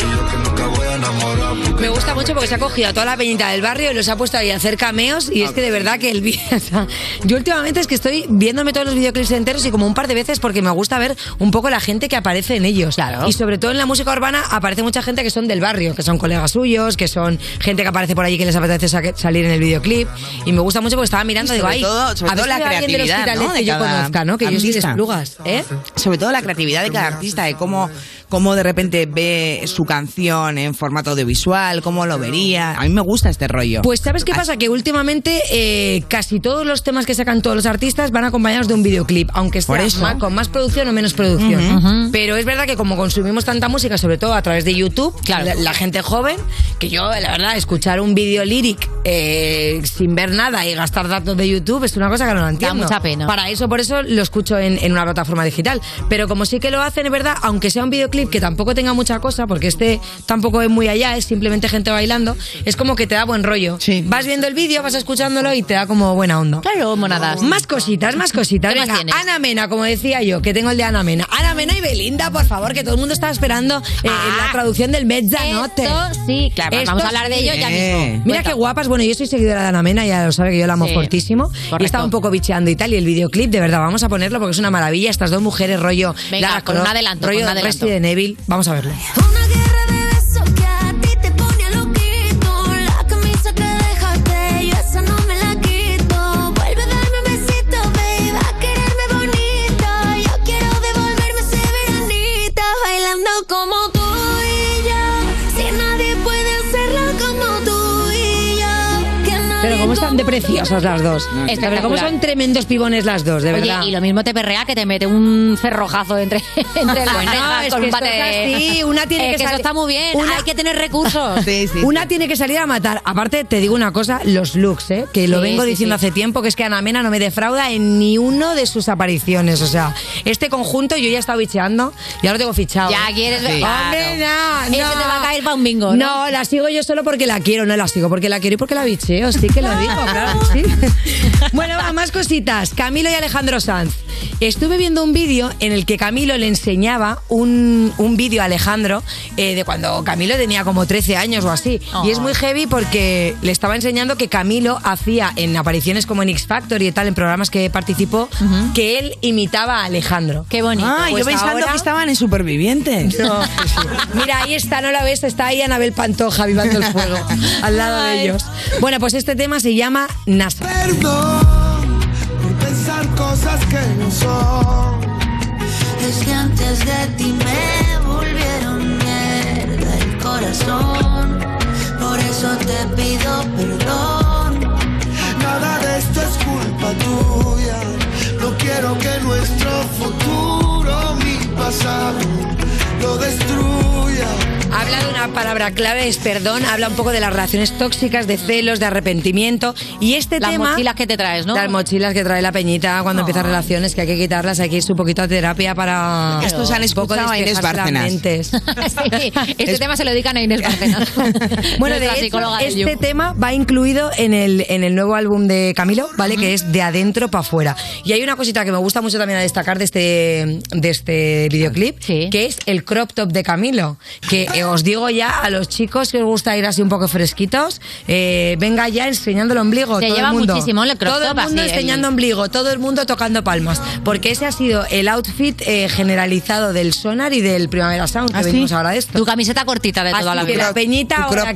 Speaker 5: Y yo que nunca voy a enamorar, porque
Speaker 19: Me gusta mucho porque se ha cogido a toda la peñita del barrio y los ha puesto ahí a hacer cameos. Y es que de verdad que el vi- (laughs) o sea, Yo últimamente es que estoy viéndome todos los videoclips enteros y como un par de veces porque me gusta ver un poco la gente que aparece en ellos. Y sobre todo en la música urbana aparece mucha gente que son del barrio, que son colegas suyos, que son gente que aparece por allí que les apetece sa- salir en el videoclip. Y me gusta mucho porque estaba mirando,
Speaker 6: Y
Speaker 19: digo,
Speaker 6: sobre
Speaker 19: ahí.
Speaker 6: todo- sobre
Speaker 19: a ver
Speaker 6: todo
Speaker 19: si
Speaker 6: la
Speaker 19: veo a alguien de los
Speaker 6: creatividad,
Speaker 19: Gitanets
Speaker 6: ¿no?
Speaker 19: que
Speaker 6: de
Speaker 19: yo
Speaker 6: cada
Speaker 19: conozca, ¿no? Que yo soy de
Speaker 6: artista.
Speaker 19: Esplugas, ¿eh?
Speaker 6: Sobre todo la creatividad de cada artista, de cómo, cómo de repente ve su canción en formato audiovisual, cómo lo vería. A mí me gusta este rollo.
Speaker 19: Pues ¿sabes qué pasa? Que últimamente eh, casi todos los temas que sacan todos los artistas van acompañados de un videoclip, aunque sea
Speaker 6: Por eso.
Speaker 19: ma- con más producción o menos producción.
Speaker 6: Ujú.
Speaker 19: Pero es verdad que como consumimos tanta música, sobre todo a través de YouTube, la, la gente joven, que yo, la verdad, escuchar un video lyric eh, sin ver nada y gastar datos de YouTube es una cosa que no lo entiendo.
Speaker 4: mucha pena.
Speaker 19: Para eso, por eso lo escucho en, en una plataforma digital. Pero como sí que lo hacen, es verdad, aunque sea un videoclip que tampoco tenga mucha cosa, porque este tampoco es muy allá, es simplemente gente bailando, es como que te da buen rollo. Vas viendo el vídeo, vas escuchándolo y te da como buena onda.
Speaker 4: Claro, monadas.
Speaker 19: Más cositas, más cositas.
Speaker 4: ¿Qué más
Speaker 19: Venga,
Speaker 4: tienes?
Speaker 19: Ana Mena, como decía yo, que tengo el de Ana Mena. Ana Mena y Belinda, por favor, que todo el mundo está esperando eh, la traducción del Mezzanotte.
Speaker 4: Ah. sí, claro, vamos a hablar de ello ya mismo.
Speaker 19: Mira qué guapas. Bueno, yo soy seguidora de Ana Mena, ya lo sabe que yo la amo
Speaker 4: Sí,
Speaker 19: fortísimo. Y estaba un poco bicheando y tal. Y el videoclip, de verdad, vamos a ponerlo porque es una maravilla. Estas dos mujeres, rollo.
Speaker 4: Venga,
Speaker 19: Lara
Speaker 4: con
Speaker 19: Croft,
Speaker 4: un adelanto,
Speaker 19: Rollo
Speaker 4: con un adelanto.
Speaker 19: de Neville. Vamos a verlo.
Speaker 2: Eso que a ti te pone loquito, la camisa que dejaste, yo esa no me la quito. Vuelve a darme un besito, baby, a quererme bonita. Yo quiero devolverme ese veranita, bailando como tú y yo. Si nadie puede hacerlo como tú y yo, que nadie
Speaker 19: Pero cómo están de preciosas las dos.
Speaker 4: Espectacular.
Speaker 19: Pero cómo son tremendos pibones las dos, de
Speaker 4: Oye,
Speaker 19: verdad.
Speaker 4: y lo mismo te perrea que te mete un cerrojazo entre,
Speaker 19: (laughs)
Speaker 4: entre las
Speaker 19: Bueno,
Speaker 4: cejas
Speaker 19: es
Speaker 4: con
Speaker 19: que
Speaker 4: un bate
Speaker 19: esto
Speaker 4: de-
Speaker 19: es así, una
Speaker 4: (laughs)
Speaker 19: tiene
Speaker 4: Eh,
Speaker 19: que
Speaker 4: eso
Speaker 19: sali-
Speaker 4: está muy bien,
Speaker 19: una-
Speaker 4: hay que
Speaker 19: (laughs)
Speaker 4: tener recursos.
Speaker 19: Una tiene que salir a matar. Aparte, te digo una cosa, los looks, ¿eh? que lo
Speaker 4: Sí,
Speaker 19: vengo
Speaker 4: sí,
Speaker 19: diciendo
Speaker 4: sí.
Speaker 19: hace tiempo, que es que Ana Mena no me defrauda en ni uno de sus apariciones. O sea, este conjunto yo ya he estado bicheando, ya lo tengo fichado.
Speaker 4: Ya
Speaker 19: ¿eh?
Speaker 4: quieres ver-
Speaker 19: Hombre,
Speaker 4: Ah, claro.
Speaker 19: no,
Speaker 4: Ese
Speaker 19: no.
Speaker 4: te va a caer pa' un bingo, ¿no?
Speaker 19: la sigo yo solo porque la quiero, no la sigo porque la quiero y porque la bicheo, sí que lo digo, claro. que sí. (laughs) Bueno, va, más cositas. Camilo y Alejandro Sanz. Estuve viendo un vídeo en el que Camilo le enseñaba un, un vídeo a Alejandro eh, de cuando Camilo tenía como 13 años o así. Y es muy heavy porque le estaba enseñando que Camilo hacía en apariciones como en X Factor y tal, en programas que participó, que él imitaba a Alejandro. Qué bonito. Pues
Speaker 6: Ah, yo pensando que estaban en Supervivientes.
Speaker 19: (laughs) Mira, ahí está, no la ves, está ahí Anabel Pantoja vivando el fuego al lado de ellos. Bueno, pues este tema se llama NASA.
Speaker 2: pensar cosas que no son. Es que antes de ti me volvieron mierda el corazón. Por eso te pido perdón.
Speaker 12: Nada de esto es culpa tuya. No quiero que nuestro futuro, mi pasado, lo destruya.
Speaker 19: Habla de una palabra clave, es perdón, habla un poco de las relaciones tóxicas, de celos, de arrepentimiento. Y este
Speaker 4: Las
Speaker 19: tema.
Speaker 4: mochilas que te traes, ¿no?
Speaker 19: Las mochilas que trae la peñita cuando empiezan relaciones, que hay que quitarlas, hay que irse un poquito a terapia para.
Speaker 22: Estos han
Speaker 19: un poco
Speaker 22: escuchado a Inés
Speaker 19: despejarse las
Speaker 22: Bárcenas.
Speaker 19: mentes.
Speaker 4: (laughs)
Speaker 19: (laughs)
Speaker 4: Sí, este tema se lo dedican a Inés Bárcenas. (laughs)
Speaker 19: Bueno, de
Speaker 4: Nuestra
Speaker 19: hecho,
Speaker 4: psicóloga de
Speaker 19: este
Speaker 4: You.
Speaker 19: tema va incluido en el, en el nuevo álbum de Camilo, ¿vale? Que es De Adentro para Afuera. Y hay una cosita que me gusta mucho también a destacar de este, de este videoclip, que es el crop top de Camilo. Que
Speaker 4: (laughs)
Speaker 19: eh, os digo ya a los chicos que os gusta ir así un poco fresquitos, eh, venga ya enseñando el ombligo.
Speaker 4: Se
Speaker 19: todo
Speaker 4: lleva
Speaker 19: el mundo.
Speaker 4: muchísimo el crop
Speaker 19: Todo el
Speaker 4: top,
Speaker 19: mundo
Speaker 4: así, el-
Speaker 19: enseñando ombligo, todo el mundo tocando palmas. Porque ese ha sido el outfit eh, generalizado del Sonar y del Primavera Sound, que
Speaker 4: ¿Ah, sí?
Speaker 19: venimos ahora de esto.
Speaker 4: Tu camiseta cortita de toda
Speaker 19: Así
Speaker 4: la
Speaker 19: que
Speaker 4: vida.
Speaker 19: la peñita ahora-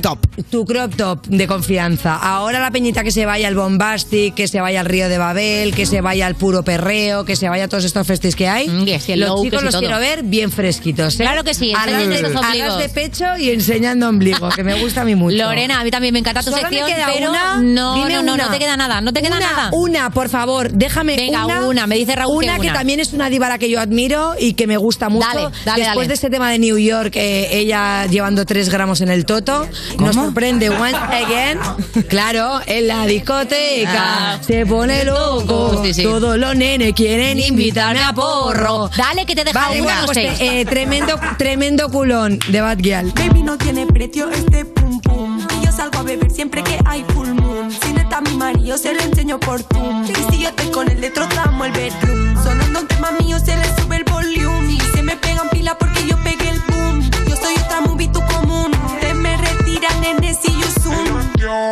Speaker 19: tu crop top de confianza. Ahora la peñita que se vaya al Bombastic, que se vaya al Río de Babel, que se vaya al Puro Perreo, que se vaya a todos estos festis que hay.
Speaker 4: Mm, y el
Speaker 19: los
Speaker 4: low, que
Speaker 19: chicos
Speaker 4: sí,
Speaker 19: los
Speaker 4: todo.
Speaker 19: quiero ver bien fresquitos. ¿eh?
Speaker 4: Claro que sí,
Speaker 19: Hagas
Speaker 4: enseñen
Speaker 19: de,
Speaker 4: esos
Speaker 19: hagas
Speaker 4: ombligos.
Speaker 19: de pecho y enseñando ombligo, que me gusta a mí mucho.
Speaker 4: Lorena, a mí también me encanta tu
Speaker 19: Solo me
Speaker 4: sección,
Speaker 19: queda
Speaker 4: pero
Speaker 19: una.
Speaker 4: no,
Speaker 19: Dime
Speaker 4: no, no, no
Speaker 19: una.
Speaker 4: te queda nada, no te queda
Speaker 19: Una,
Speaker 4: nada.
Speaker 19: Una, por favor, déjame
Speaker 4: Venga,
Speaker 19: una.
Speaker 4: una, me dice Raúl que
Speaker 19: Una que,
Speaker 4: una.
Speaker 19: también es una diva a la que yo admiro y que me gusta mucho.
Speaker 4: Dale, dale,
Speaker 19: Después
Speaker 4: dale.
Speaker 19: de este tema de New York, eh, ella llevando 3 gramos en el toto, nos sorprende once again. Claro, en la discoteca
Speaker 4: Ah.
Speaker 19: se pone loco.
Speaker 4: Sí, sí.
Speaker 19: Todos los nenes quieren invitarme a porro.
Speaker 4: Dale, que te deja
Speaker 19: Vale,
Speaker 4: una,
Speaker 19: bueno,
Speaker 4: no
Speaker 19: pues,
Speaker 4: sé.
Speaker 19: eh, tremendo, tremendo culón de Bad Girl.
Speaker 23: Baby no tiene precio este pum pum. Y yo salgo a beber siempre que hay full moon. Si no está mi marido, se lo enseño por Zoom. Y si yo estoy con él, le trozamos el bedroom. Sonando un tema mío, se le sube el volumen. Y se me pegan pila porque yo pegué el boom. Yo soy otra movie, tú común. Te me retiran, nene, si yo zoom.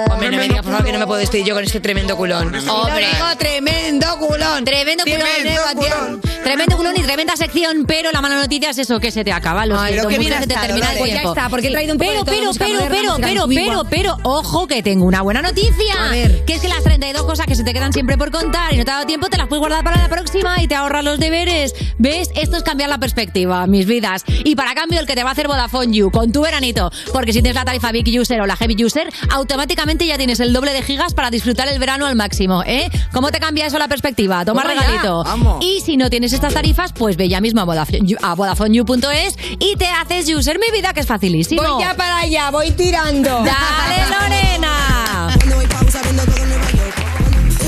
Speaker 19: Hombre, no me digas, por favor, que no me puedo despedir yo con este tremendo culón.
Speaker 4: Hombre.
Speaker 19: tremendo
Speaker 23: (laughs)
Speaker 19: culón.
Speaker 4: Tremendo culón,
Speaker 19: Tremendo
Speaker 4: eh, Batión. Tremendo culón y tremenda sección, pero la mala noticia es eso, que se te acaba. Lo
Speaker 19: Ay, pero
Speaker 4: siento
Speaker 19: qué
Speaker 4: mucho,
Speaker 19: bien
Speaker 4: se te
Speaker 19: has estado,
Speaker 4: termina el
Speaker 19: Lore. Pues ya
Speaker 4: tiempo.
Speaker 19: está, porque he traído un poco
Speaker 4: pero,
Speaker 19: de todo,
Speaker 4: pero,
Speaker 19: música
Speaker 4: pero,
Speaker 19: moderna,
Speaker 4: pero,
Speaker 19: música
Speaker 4: pero, pero,
Speaker 19: antigua.
Speaker 4: pero, ojo que tengo una buena noticia.
Speaker 19: A ver.
Speaker 4: Que es que las 32 cosas que se te quedan siempre por contar y no te ha dado tiempo, te las puedes guardar para la próxima y te ahorras los deberes. ¿Ves? Esto es cambiar la perspectiva, mis vidas. Y para cambio, el que te va a hacer Vodafone You con tu veranito. Porque si tienes la tarifa Big User o la Heavy User, automáticamente ya tienes el doble de gigas para disfrutar el verano al máximo. ¿eh? ¿Cómo te cambia eso la perspectiva? Toma
Speaker 20: Toma ya,
Speaker 4: regalito.
Speaker 20: vamos.
Speaker 4: Y si no tienes estas tarifas, pues ve ya mismo a Vodafone You- a VodafoneYou.es y te haces user mi vida, que es facilísimo.
Speaker 19: Voy ya para allá, voy tirando.
Speaker 4: Dale, Lorena.
Speaker 23: Cuando voy pa'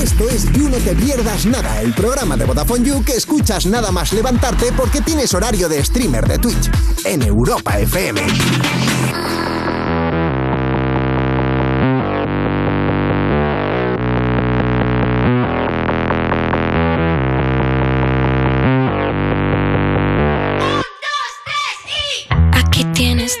Speaker 5: Esto es You No Te Pierdas Nada, el programa de Vodafone You que escuchas nada más levantarte porque tienes horario de streamer de Twitch en Europa FM.
Speaker 24: Aquí tienes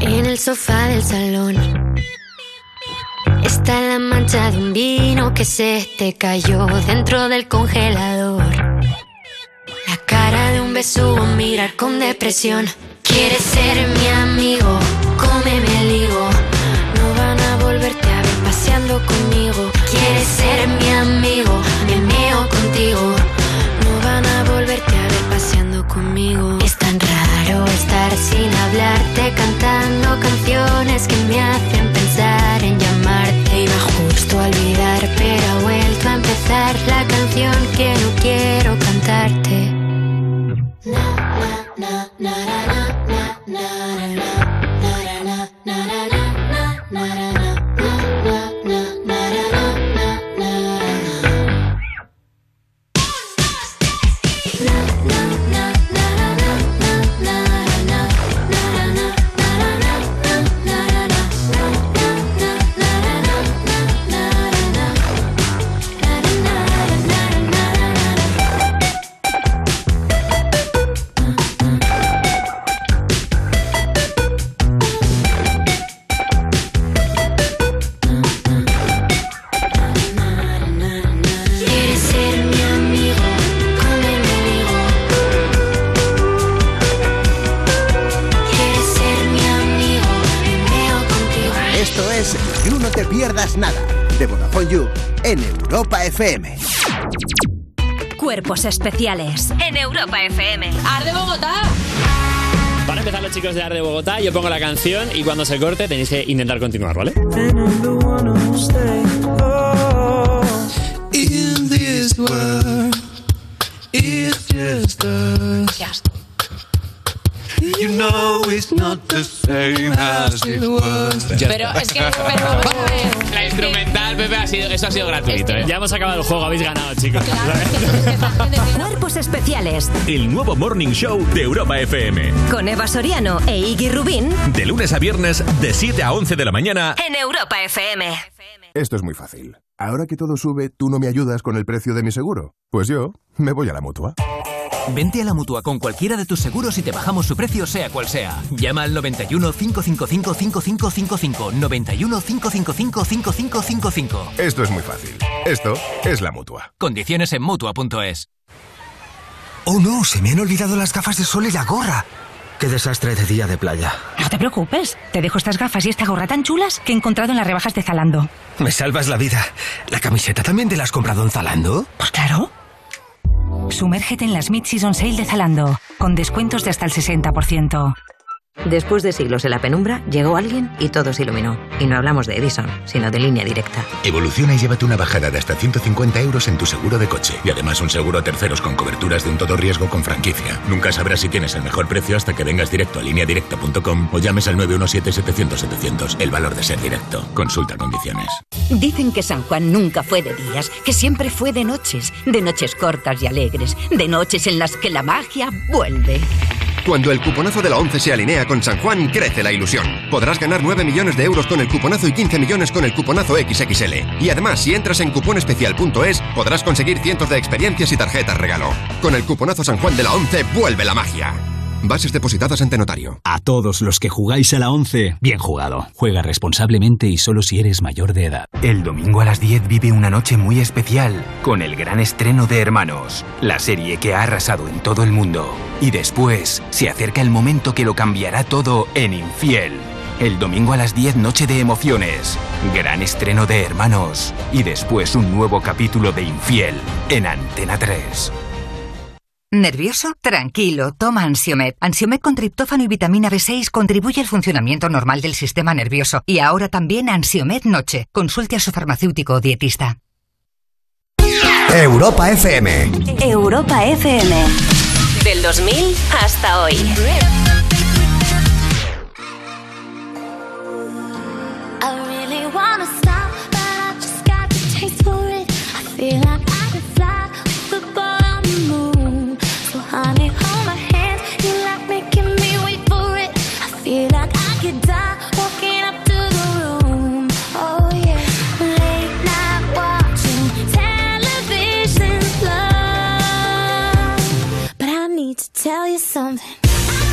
Speaker 24: en el sofá del salón. Está la mancha de un vino que se te cayó dentro del congelador. La cara de un besugo, mirar con depresión. Quieres ser mi amigo, cómeme el higo. No van a volverte a ver paseando conmigo. Quieres ser mi amigo, me meo contigo. No van a volverte a ver paseando conmigo. Es tan raro estar sin hablarte, cantando canciones que me hacen pensar en llamarte. Iba justo a olvidar, pero ha vuelto a empezar la canción que no quiero cantarte. Quieres ser mi amigo, cómeme el higo. Quieres ser mi amigo, me meo contigo.
Speaker 5: Esto es You No Te Pierdas Nada, de Vodafone You en Europa FM.
Speaker 18: Cuerpos especiales en Europa FM. ¡Arde Bogotá!
Speaker 25: Para empezar los chicos de Arde Bogotá, yo pongo la canción y cuando se corte tenéis que intentar continuar, ¿vale?
Speaker 12: In this world, it's just us. You know it's not the same as it was.
Speaker 25: Pero eh, es que- (laughs) La instrumental, Pepe, ha sido, eso ha sido gratuito, ¿eh? Ya hemos acabado el juego, habéis ganado, chicos.
Speaker 18: Cuerpos especiales
Speaker 26: El nuevo Morning Show de Europa FM.
Speaker 18: con Eva Soriano e Iggy Rubín
Speaker 26: De lunes a viernes, de 7 a 11 de la mañana.
Speaker 18: en Europa FM.
Speaker 27: Esto es muy fácil. Ahora que todo sube, ¿tú no me ayudas con el precio de mi seguro? Pues yo me voy a la mutua.
Speaker 14: Vente a la mutua con cualquiera de tus seguros y te bajamos su precio, sea cual sea. Llama al 91 555 5555. 91 555 5555.
Speaker 27: Esto es muy fácil. Esto es la mutua.
Speaker 14: Condiciones en mutua.es.
Speaker 28: Oh no, se me han olvidado las gafas de sol y la gorra. Qué desastre de día de playa.
Speaker 4: No te preocupes, te dejo estas gafas y esta gorra tan chulas que he encontrado en las rebajas de Zalando.
Speaker 28: Me salvas la vida. ¿La camiseta también te la has comprado en Zalando?
Speaker 4: Pues claro. Sumérgete en las Mid-Season Sale de Zalando, con descuentos de hasta el 60%.
Speaker 19: Después de siglos en la penumbra, llegó alguien y todo se iluminó. Y no hablamos de Edison, sino de línea directa.
Speaker 1: Evoluciona y llévate una bajada de hasta 150 euros en tu seguro de coche. Y además un seguro a terceros con coberturas de un todo riesgo con franquicia. Nunca sabrás si tienes el mejor precio hasta que vengas directo a lineadirecta.com o llames al 917-700-700. El valor de ser directo. Consulta condiciones.
Speaker 3: Dicen que San Juan nunca fue de días, que siempre fue de noches, de noches cortas y alegres, de noches en las que la magia vuelve.
Speaker 29: Cuando el cuponazo de la 11 se alinea con San Juan, crece la ilusión. Podrás ganar 9 millones de euros con el cuponazo y 15 millones con el cuponazo XXL. Y además, si entras en cuponespecial.es, podrás conseguir cientos de experiencias y tarjetas regalo. Con el cuponazo San Juan de la 11, vuelve la magia. Bases depositadas ante notario.
Speaker 9: A todos los que jugáis a la 11, bien jugado. Juega responsablemente y solo si eres mayor de edad.
Speaker 14: El domingo a las 10 vive una noche muy especial con el gran estreno de Hermanos, la serie que ha arrasado en todo el mundo. Y después se acerca el momento que lo cambiará todo en Infiel. El domingo a las 10 noche de emociones, gran estreno de Hermanos y después un nuevo capítulo de Infiel en Antena 3.
Speaker 3: ¿Nervioso? Tranquilo, toma Ansiomed. Ansiomed con triptófano y vitamina B6 contribuye al funcionamiento normal del sistema nervioso. Y ahora también Ansiomed Noche. Consulte a su farmacéutico o dietista.
Speaker 5: Europa FM.
Speaker 18: Europa FM. Del 2000 hasta hoy.
Speaker 2: I really wanna stop, but I just got the taste for it. I feel like I could fly like the boy on the moon. So honey, hold my hand. You like making me wait for it. I feel like I could die walking up to the room. Oh yeah, late night watching television love. But I need to tell you something.
Speaker 12: Oh,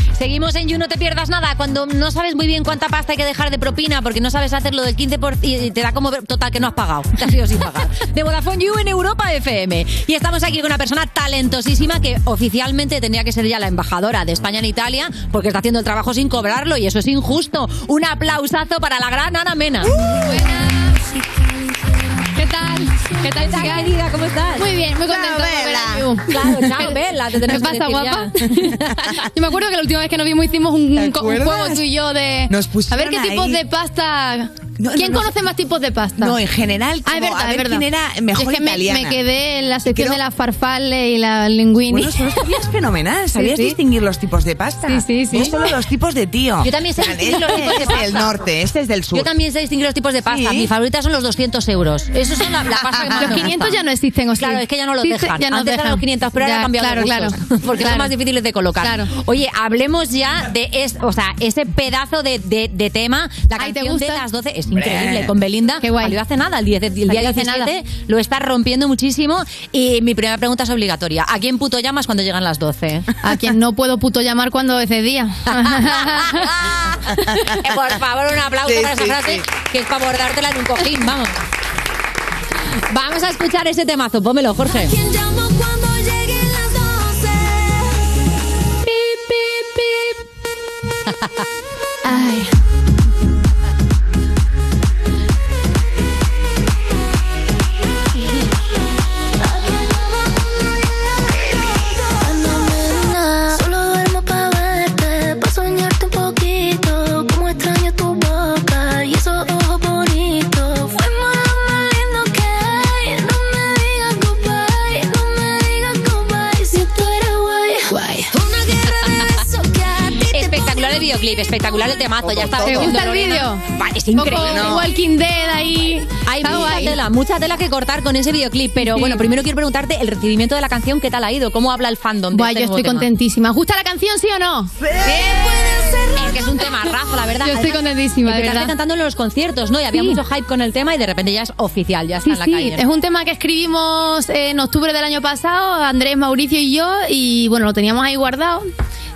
Speaker 4: Seguimos en You, no te pierdas nada. Cuando no sabes muy bien cuánta pasta hay que dejar de propina porque no sabes hacerlo del 15% y te da como ver- total que no has pagado. (laughs) Te has ido sin pagar. De Vodafone You en Europa FM. Y estamos aquí con una persona talentosísima que oficialmente tendría que ser ya la embajadora de España en Italia porque está haciendo el trabajo sin cobrarlo y eso es injusto. Un aplausazo para la gran Ana Mena. ¿Qué tal? ¿Qué tal, querida? ¿Cómo estás?
Speaker 20: Muy bien, muy contenta. de volver a You.
Speaker 4: Claro,
Speaker 20: (laughs)
Speaker 4: chao, Bella, te tenemos
Speaker 20: ¿Qué
Speaker 4: que
Speaker 20: pasa,
Speaker 4: decir
Speaker 20: guapa?
Speaker 4: (laughs)
Speaker 20: yo me acuerdo que la última vez que nos vimos hicimos un, un co- un
Speaker 6: acuerdas?
Speaker 20: juego tú y yo de...
Speaker 6: Nos
Speaker 20: a ver qué
Speaker 6: pusieron
Speaker 20: tipos
Speaker 6: ahí.
Speaker 20: de pasta...
Speaker 6: No, no,
Speaker 20: ¿Quién
Speaker 6: no.
Speaker 20: conoce más tipos de pasta?
Speaker 6: No, en general,
Speaker 20: Ah,
Speaker 6: como,
Speaker 20: es verdad,
Speaker 6: a ver
Speaker 20: es verdad.
Speaker 6: quién era mejor
Speaker 20: Yo es que me-
Speaker 6: italiana.
Speaker 20: Me, quedé en la sección
Speaker 6: Creo-
Speaker 20: de las farfalle y la linguini.
Speaker 6: Bueno, solo
Speaker 20: sabías
Speaker 6: fenomenal,
Speaker 20: sabías
Speaker 6: distinguir los tipos de pasta.
Speaker 20: Sí, sí, sí.
Speaker 6: No solo los tipos de tío.
Speaker 4: Yo también sé
Speaker 6: Plan,
Speaker 4: distinguir los
Speaker 6: este
Speaker 4: tipos de
Speaker 6: es
Speaker 4: pasta.
Speaker 6: del norte, este es del sur.
Speaker 4: Yo también sé distinguir los tipos de pasta.
Speaker 6: Sí.
Speaker 4: Mis favoritas son los 200 euros. Eso son la, la pasta que más
Speaker 20: Los
Speaker 4: me gusta.
Speaker 20: 500 ya no existen, ¿o sí?
Speaker 4: Claro, es que ya no los
Speaker 20: Sí, sí,
Speaker 4: dejan.
Speaker 20: ya no
Speaker 4: Antes eran
Speaker 20: dejan.
Speaker 4: los 500, pero ahora
Speaker 20: Ya,
Speaker 4: han cambiado
Speaker 20: claro,
Speaker 4: de gustos,
Speaker 20: claro.
Speaker 4: (laughs) Porque son
Speaker 20: Claro.
Speaker 4: más difíciles de colocar.
Speaker 20: Claro.
Speaker 4: Oye, hablemos ya de, es, o sea, ese pedazo de, de- de tema. La canción de las 12 es
Speaker 20: Hombre.
Speaker 4: increíble. Con Belinda salió hace nada. El, 10 de- el día
Speaker 20: Salió hace
Speaker 4: 17 lo está rompiendo muchísimo. Y mi primera pregunta es obligatoria. ¿A quién puto llamas cuando llegan las 12?
Speaker 20: A quien no puedo puto llamar cuando es de
Speaker 6: (laughs)
Speaker 20: día. (laughs)
Speaker 4: Eh, Por favor, un aplauso
Speaker 20: Sí,
Speaker 4: para esa
Speaker 20: sí,
Speaker 4: frase,
Speaker 20: sí.
Speaker 4: que es para bordártela en un cojín, vamos. Vamos a escuchar ese temazo, pómelo, Jorge.
Speaker 2: Llamo cuando lleguen las 12. Pip, pip, pip.
Speaker 20: Ay.
Speaker 2: Nena, Solo duermo pa' verte, pa' soñarte un poquito. Como extraño tu boca y esos ojos bonitos. Fuimos lo más lindo que hay. No me digas goodbye, no me digas goodbye. Si tú eres guay, guay. Una guerra de besos que a ti te
Speaker 4: Espectacular el videoclip, espectacular el temazo, ya está.
Speaker 20: ¿Te
Speaker 4: diciendo
Speaker 20: gusta el
Speaker 4: Lorena.
Speaker 20: vídeo?
Speaker 4: Va, Es
Speaker 20: Poco
Speaker 4: increíble.
Speaker 20: Walking Dead ahí.
Speaker 4: Hay
Speaker 20: Está
Speaker 4: mucha
Speaker 20: guay.
Speaker 4: tela, mucha tela que cortar con ese videoclip, pero bueno, primero quiero preguntarte el recibimiento de la canción, ¿qué tal ha ido? ¿Cómo habla el fandom? de
Speaker 20: Buah,
Speaker 4: este
Speaker 20: yo
Speaker 4: nuevo
Speaker 20: estoy
Speaker 4: tema?
Speaker 20: contentísima. ¿Gusta la canción, sí o no?
Speaker 4: Es que es un tema razo, la verdad.
Speaker 20: Yo estoy contentísima, de
Speaker 4: Empezaste
Speaker 20: verdad.
Speaker 4: cantando en los conciertos, ¿no? Y había
Speaker 20: Sí.
Speaker 4: mucho hype con el tema y de repente ya es oficial, ya está
Speaker 20: Sí,
Speaker 4: en la
Speaker 20: sí,
Speaker 4: calle. ¿no?
Speaker 20: es un tema que escribimos en octubre del año pasado, Andrés, Mauricio y yo, y bueno, lo teníamos ahí guardado.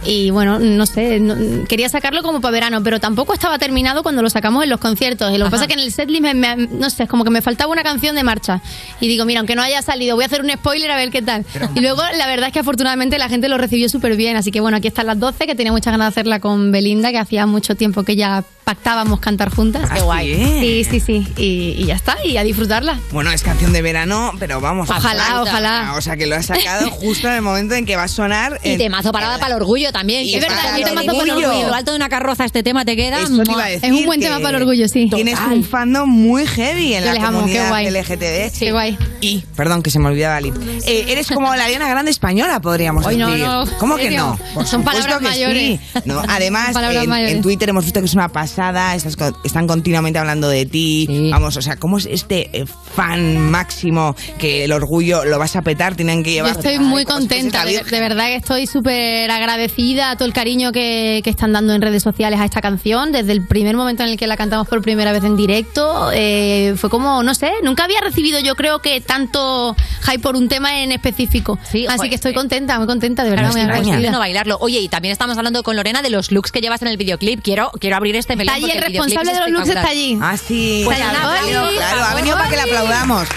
Speaker 20: Y bueno, no sé, no- quería sacarlo como para verano, pero tampoco estaba terminado cuando lo sacamos en los conciertos. Y lo que pasa es que en el setlist, me, me- no sé, es como que me faltaba una canción de marcha. Y digo, mira, aunque no haya salido, voy a hacer un spoiler a ver qué tal. Y luego, la verdad es que afortunadamente la gente lo recibió súper bien. Así que bueno, aquí están las 12, que tenía muchas ganas de hacerla con Belinda, que hacía mucho tiempo que ya pactábamos cantar juntas. Qué guay. Sí, sí, sí. Y, y ya está, y a disfrutarla.
Speaker 6: Bueno, es canción de verano, pero vamos.
Speaker 20: Ojalá,
Speaker 6: absoluta.
Speaker 20: ojalá.
Speaker 6: O sea, que lo
Speaker 20: (laughs)
Speaker 6: has sacado justo en el momento en que va a sonar.
Speaker 4: Y
Speaker 6: el-
Speaker 4: temazo parada para el orgullo también.
Speaker 6: Y
Speaker 4: que es
Speaker 6: para
Speaker 4: verdad,
Speaker 6: el
Speaker 4: un temazo para el
Speaker 6: orgullo.
Speaker 4: orgullo. Lo alto de una carroza este tema te queda.
Speaker 6: Eso te iba a decir que
Speaker 20: sí.
Speaker 6: Tienes
Speaker 4: Total.
Speaker 6: un fandom muy heavy en
Speaker 20: Que
Speaker 6: la
Speaker 20: les amo,
Speaker 6: comunidad
Speaker 20: qué guay.
Speaker 6: LGTB.
Speaker 20: Qué guay.
Speaker 6: Y, perdón, que se me olvidaba Lip. Eh, eres como la Ariana Grande española, podríamos
Speaker 20: Ay, no,
Speaker 6: decir.
Speaker 20: no,
Speaker 6: ¿Cómo que
Speaker 20: serio.
Speaker 6: no? Por
Speaker 20: Son
Speaker 6: supuesto
Speaker 20: palabras
Speaker 6: que
Speaker 20: mayores.
Speaker 6: sí. No, además,
Speaker 20: Son (laughs) palabras
Speaker 6: en,
Speaker 20: mayores.
Speaker 6: en Twitter hemos visto que es una pasada, estás con- están continuamente hablando de ti. Vamos, o sea, ¿cómo es este eh, fan máximo que el orgullo lo vas a petar? Tienen que
Speaker 20: Yo
Speaker 6: llevar.
Speaker 20: estoy muy contenta, de, de verdad que estoy súper agradecida a todo el cariño que, que están dando en redes sociales a esta canción. Desde el primer momento en el que la cantamos por primera vez en directo, eh, fue como, no sé, nunca había recibido yo creo que tanto hype por un tema en específico. Así
Speaker 4: joder. eh.
Speaker 20: que estoy contenta, muy contenta, de verdad. muy agradecida.
Speaker 4: no bailarlo. Oye, y también estamos hablando con Lorena de los looks que llevas en el videoclip. Quiero, quiero abrir este melón.
Speaker 20: allí,
Speaker 4: porque
Speaker 20: el
Speaker 4: videoclip
Speaker 20: responsable
Speaker 4: es
Speaker 20: de los looks está
Speaker 4: espectacular.
Speaker 20: allí.
Speaker 6: Ah, sí.
Speaker 4: Pues
Speaker 20: Está
Speaker 4: nada,
Speaker 20: allí.
Speaker 4: ha venido,
Speaker 6: Claro, ha venido para que
Speaker 20: (laughs)
Speaker 6: le aplaudamos.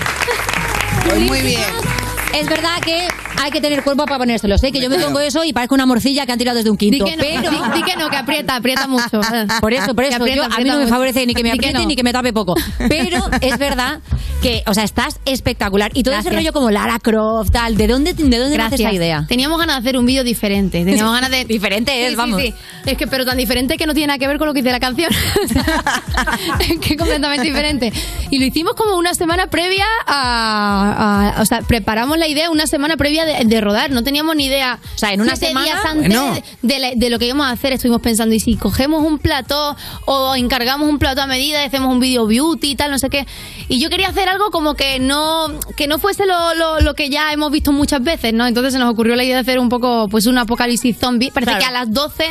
Speaker 6: Pues muy bien.
Speaker 4: Es verdad que hay que tener cuerpo para ponérselos, ¿eh? que yo me pongo eso y parezco una morcilla que han tirado desde un
Speaker 20: Di
Speaker 4: quinto.
Speaker 20: que, no,
Speaker 4: pero
Speaker 20: di- di que no, que aprieta, aprieta mucho.
Speaker 4: (laughs) Por eso, por
Speaker 20: Que
Speaker 4: eso.
Speaker 20: aprieta,
Speaker 4: yo, a mí
Speaker 20: aprieta
Speaker 4: no me
Speaker 20: mucho.
Speaker 4: favorece ni que me
Speaker 20: Di
Speaker 4: apriete
Speaker 20: no.
Speaker 4: ni que me tape poco. Pero es verdad que, o sea, estás espectacular. Y todo ese
Speaker 20: Gracias.
Speaker 4: rollo como Lara Croft, tal, ¿de dónde, de dónde nace
Speaker 20: Gracias.
Speaker 4: esa idea?
Speaker 20: Teníamos ganas de hacer un vídeo
Speaker 4: (laughs)
Speaker 20: diferente. Teníamos ganas de.
Speaker 4: Diferente es,
Speaker 20: Sí, sí,
Speaker 4: vamos.
Speaker 20: sí. Es que, pero tan diferente que no tiene nada que ver con lo que dice
Speaker 4: (laughs)
Speaker 20: la canción. es que completamente diferente. Y lo hicimos como una semana previa a. a- o sea, preparamos la idea una semana previa de, de rodar. No teníamos ni idea. O sea,
Speaker 4: en una semana,
Speaker 20: Días antes
Speaker 4: bueno.
Speaker 20: de, la- de lo que íbamos a hacer, estuvimos pensando, ¿y si cogemos un plató o encargamos un plató a medida y hacemos un video beauty y tal, no sé qué? Y yo quería hacer algo como que no, que no fuese lo, lo- lo que ya hemos visto muchas veces, ¿no? Entonces se nos ocurrió la idea de hacer un poco, pues un apocalipsis zombie. Parece que a las 12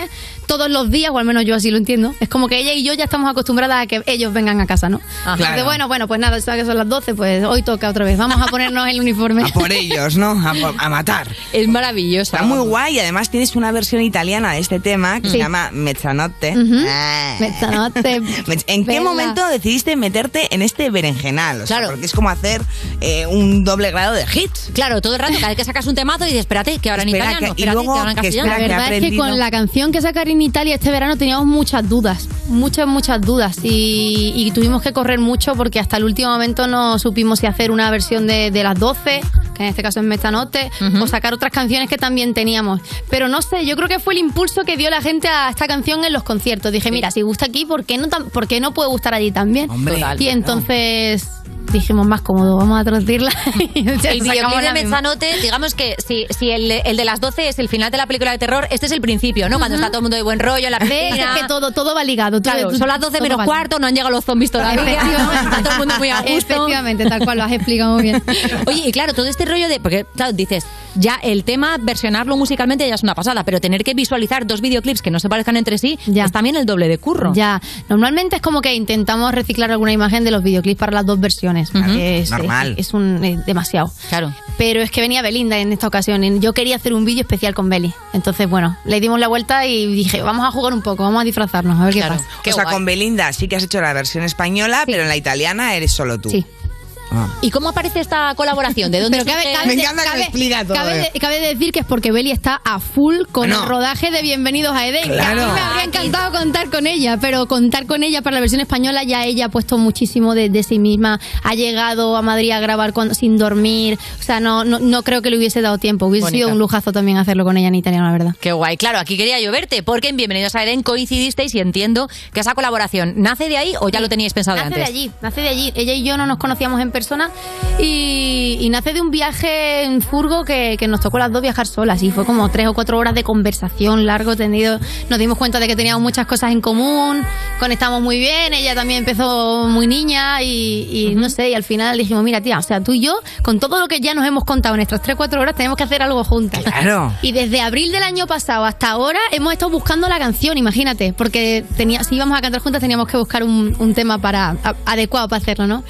Speaker 20: todos los días, o al menos yo así lo entiendo, es como que ella y yo ya estamos acostumbradas a que ellos vengan a casa, ¿no? Entonces,
Speaker 6: Claro.
Speaker 20: bueno, bueno, pues nada, sabes que son las 12, pues hoy toca otra vez. Vamos a ponernos el uniforme. (laughs)
Speaker 6: Por ellos, ¿no? A, por- a matar.
Speaker 4: Es maravillosa.
Speaker 6: Está muy guay y además tienes una versión italiana de este tema que
Speaker 20: Sí.
Speaker 6: se llama Mezzanotte.
Speaker 20: Ujú.
Speaker 6: Ah. (laughs)
Speaker 20: Mezzanotte,
Speaker 6: Mezz- ¿En qué
Speaker 20: bella.
Speaker 6: momento decidiste meterte en este berenjenal? O sea, Porque es como hacer eh, un doble grado de hit.
Speaker 4: Claro, todo el rato, cada vez que sacas un temazo y dices, espérate, que ahora en
Speaker 6: Espera,
Speaker 4: italiano,
Speaker 6: que- y
Speaker 4: espérate,
Speaker 6: luego
Speaker 4: que ahora en
Speaker 6: que
Speaker 4: castellano.
Speaker 20: La verdad es que con la canción que sacar en Italia este verano teníamos muchas dudas, muchas, muchas dudas y, y tuvimos que correr mucho porque hasta el último momento no supimos si hacer una versión de, de las 12, que en este caso es Metanote, o sacar otras canciones que también teníamos. Pero no sé, yo creo que fue el impulso que dio la gente a esta canción en los conciertos. Dije, mira, si gusta aquí, ¿por qué no, tam- por qué no puede gustar allí también?
Speaker 4: Hombre, Total.
Speaker 20: y entonces dijimos, más cómodo, vamos a traducirla. (laughs) Y
Speaker 4: El
Speaker 20: sacamos
Speaker 4: videoclip de
Speaker 20: la misma.
Speaker 4: Mezzanote, digamos que si, si el, el de las 12 es el final de la película de terror, este es el principio, ¿no? Cuando está todo el mundo de buen rollo, en la
Speaker 20: Ves,
Speaker 4: piscina.
Speaker 20: (laughs) es que todo, todo va ligado. todo-
Speaker 4: Claro, son las 12
Speaker 20: todo
Speaker 4: menos
Speaker 20: va
Speaker 4: cuarto, no han llegado los zombies todavía.
Speaker 20: (laughs) Efectivamente.
Speaker 4: Está todo el mundo muy a gusto.
Speaker 20: Efectivamente, tal cual lo has explicado muy bien.
Speaker 4: (laughs) Oye, y claro, todo este rollo de. Porque, claro, dices, ya el tema, versionarlo musicalmente ya es una pasada, pero tener que visualizar dos videoclips que no se parezcan entre sí es también el doble de curro.
Speaker 20: Ya, normalmente es como que intentamos reciclar alguna imagen de los videoclips para las dos versiones. porque es,
Speaker 6: Normal.
Speaker 20: Es, es un, es demasiado.
Speaker 4: Claro.
Speaker 20: Pero es que venía Belinda en esta ocasión. y Yo quería hacer un vídeo especial con Beli. Entonces, bueno, le dimos la vuelta y dije, vamos a jugar un poco, vamos a disfrazarnos, a ver qué pasa.
Speaker 6: (laughs) o sea, con Belinda sí que has hecho la versión española, pero en la italiana eres solo tú.
Speaker 20: Sí.
Speaker 6: Ah.
Speaker 4: ¿Y cómo aparece esta colaboración? ¿De dónde
Speaker 20: Pero cabe,
Speaker 4: surge?
Speaker 20: cabe- cabe- cabe de-
Speaker 4: eh.
Speaker 20: cabe decir que es porque Beli está a full con
Speaker 4: No.
Speaker 20: el rodaje de Bienvenidos a Eden. que
Speaker 4: Claro.
Speaker 20: A mí me habría encantado contar con ella, pero contar con ella para la versión española ya ella ha puesto muchísimo de, de sí misma. Ha llegado a Madrid a grabar con- sin dormir. O sea, no, no, no creo que le hubiese dado tiempo. Hubiese
Speaker 4: Bonita.
Speaker 20: sido un lujazo también hacerlo con ella en italiano, la verdad.
Speaker 4: Qué guay, Eh, claro, aquí quería yo verte, porque en Bienvenidos a Eden coincidisteis y entiendo que esa colaboración nace de ahí o ya lo teníais pensado de
Speaker 20: nace
Speaker 4: antes.
Speaker 20: de allí, nace de allí. Ella y yo no nos conocíamos en persona y, y nace de un viaje en furgo que, que nos tocó las dos viajar solas y fue como tres o cuatro horas de conversación largo, tendido. Nos dimos cuenta de que teníamos muchas cosas en común, conectamos muy bien, ella también empezó muy niña y, y no sé, y al final dijimos, mira tía, o sea, tú y yo, con todo lo que ya nos hemos contado en estas tres o cuatro horas, tenemos que hacer algo juntas.
Speaker 6: Claro.
Speaker 20: Y desde abril del año pasado hasta ahora hemos estado buscando la canción, imagínate, porque tenía, si íbamos a cantar juntas teníamos que buscar un, un tema para a- adecuado para hacerlo, ¿no?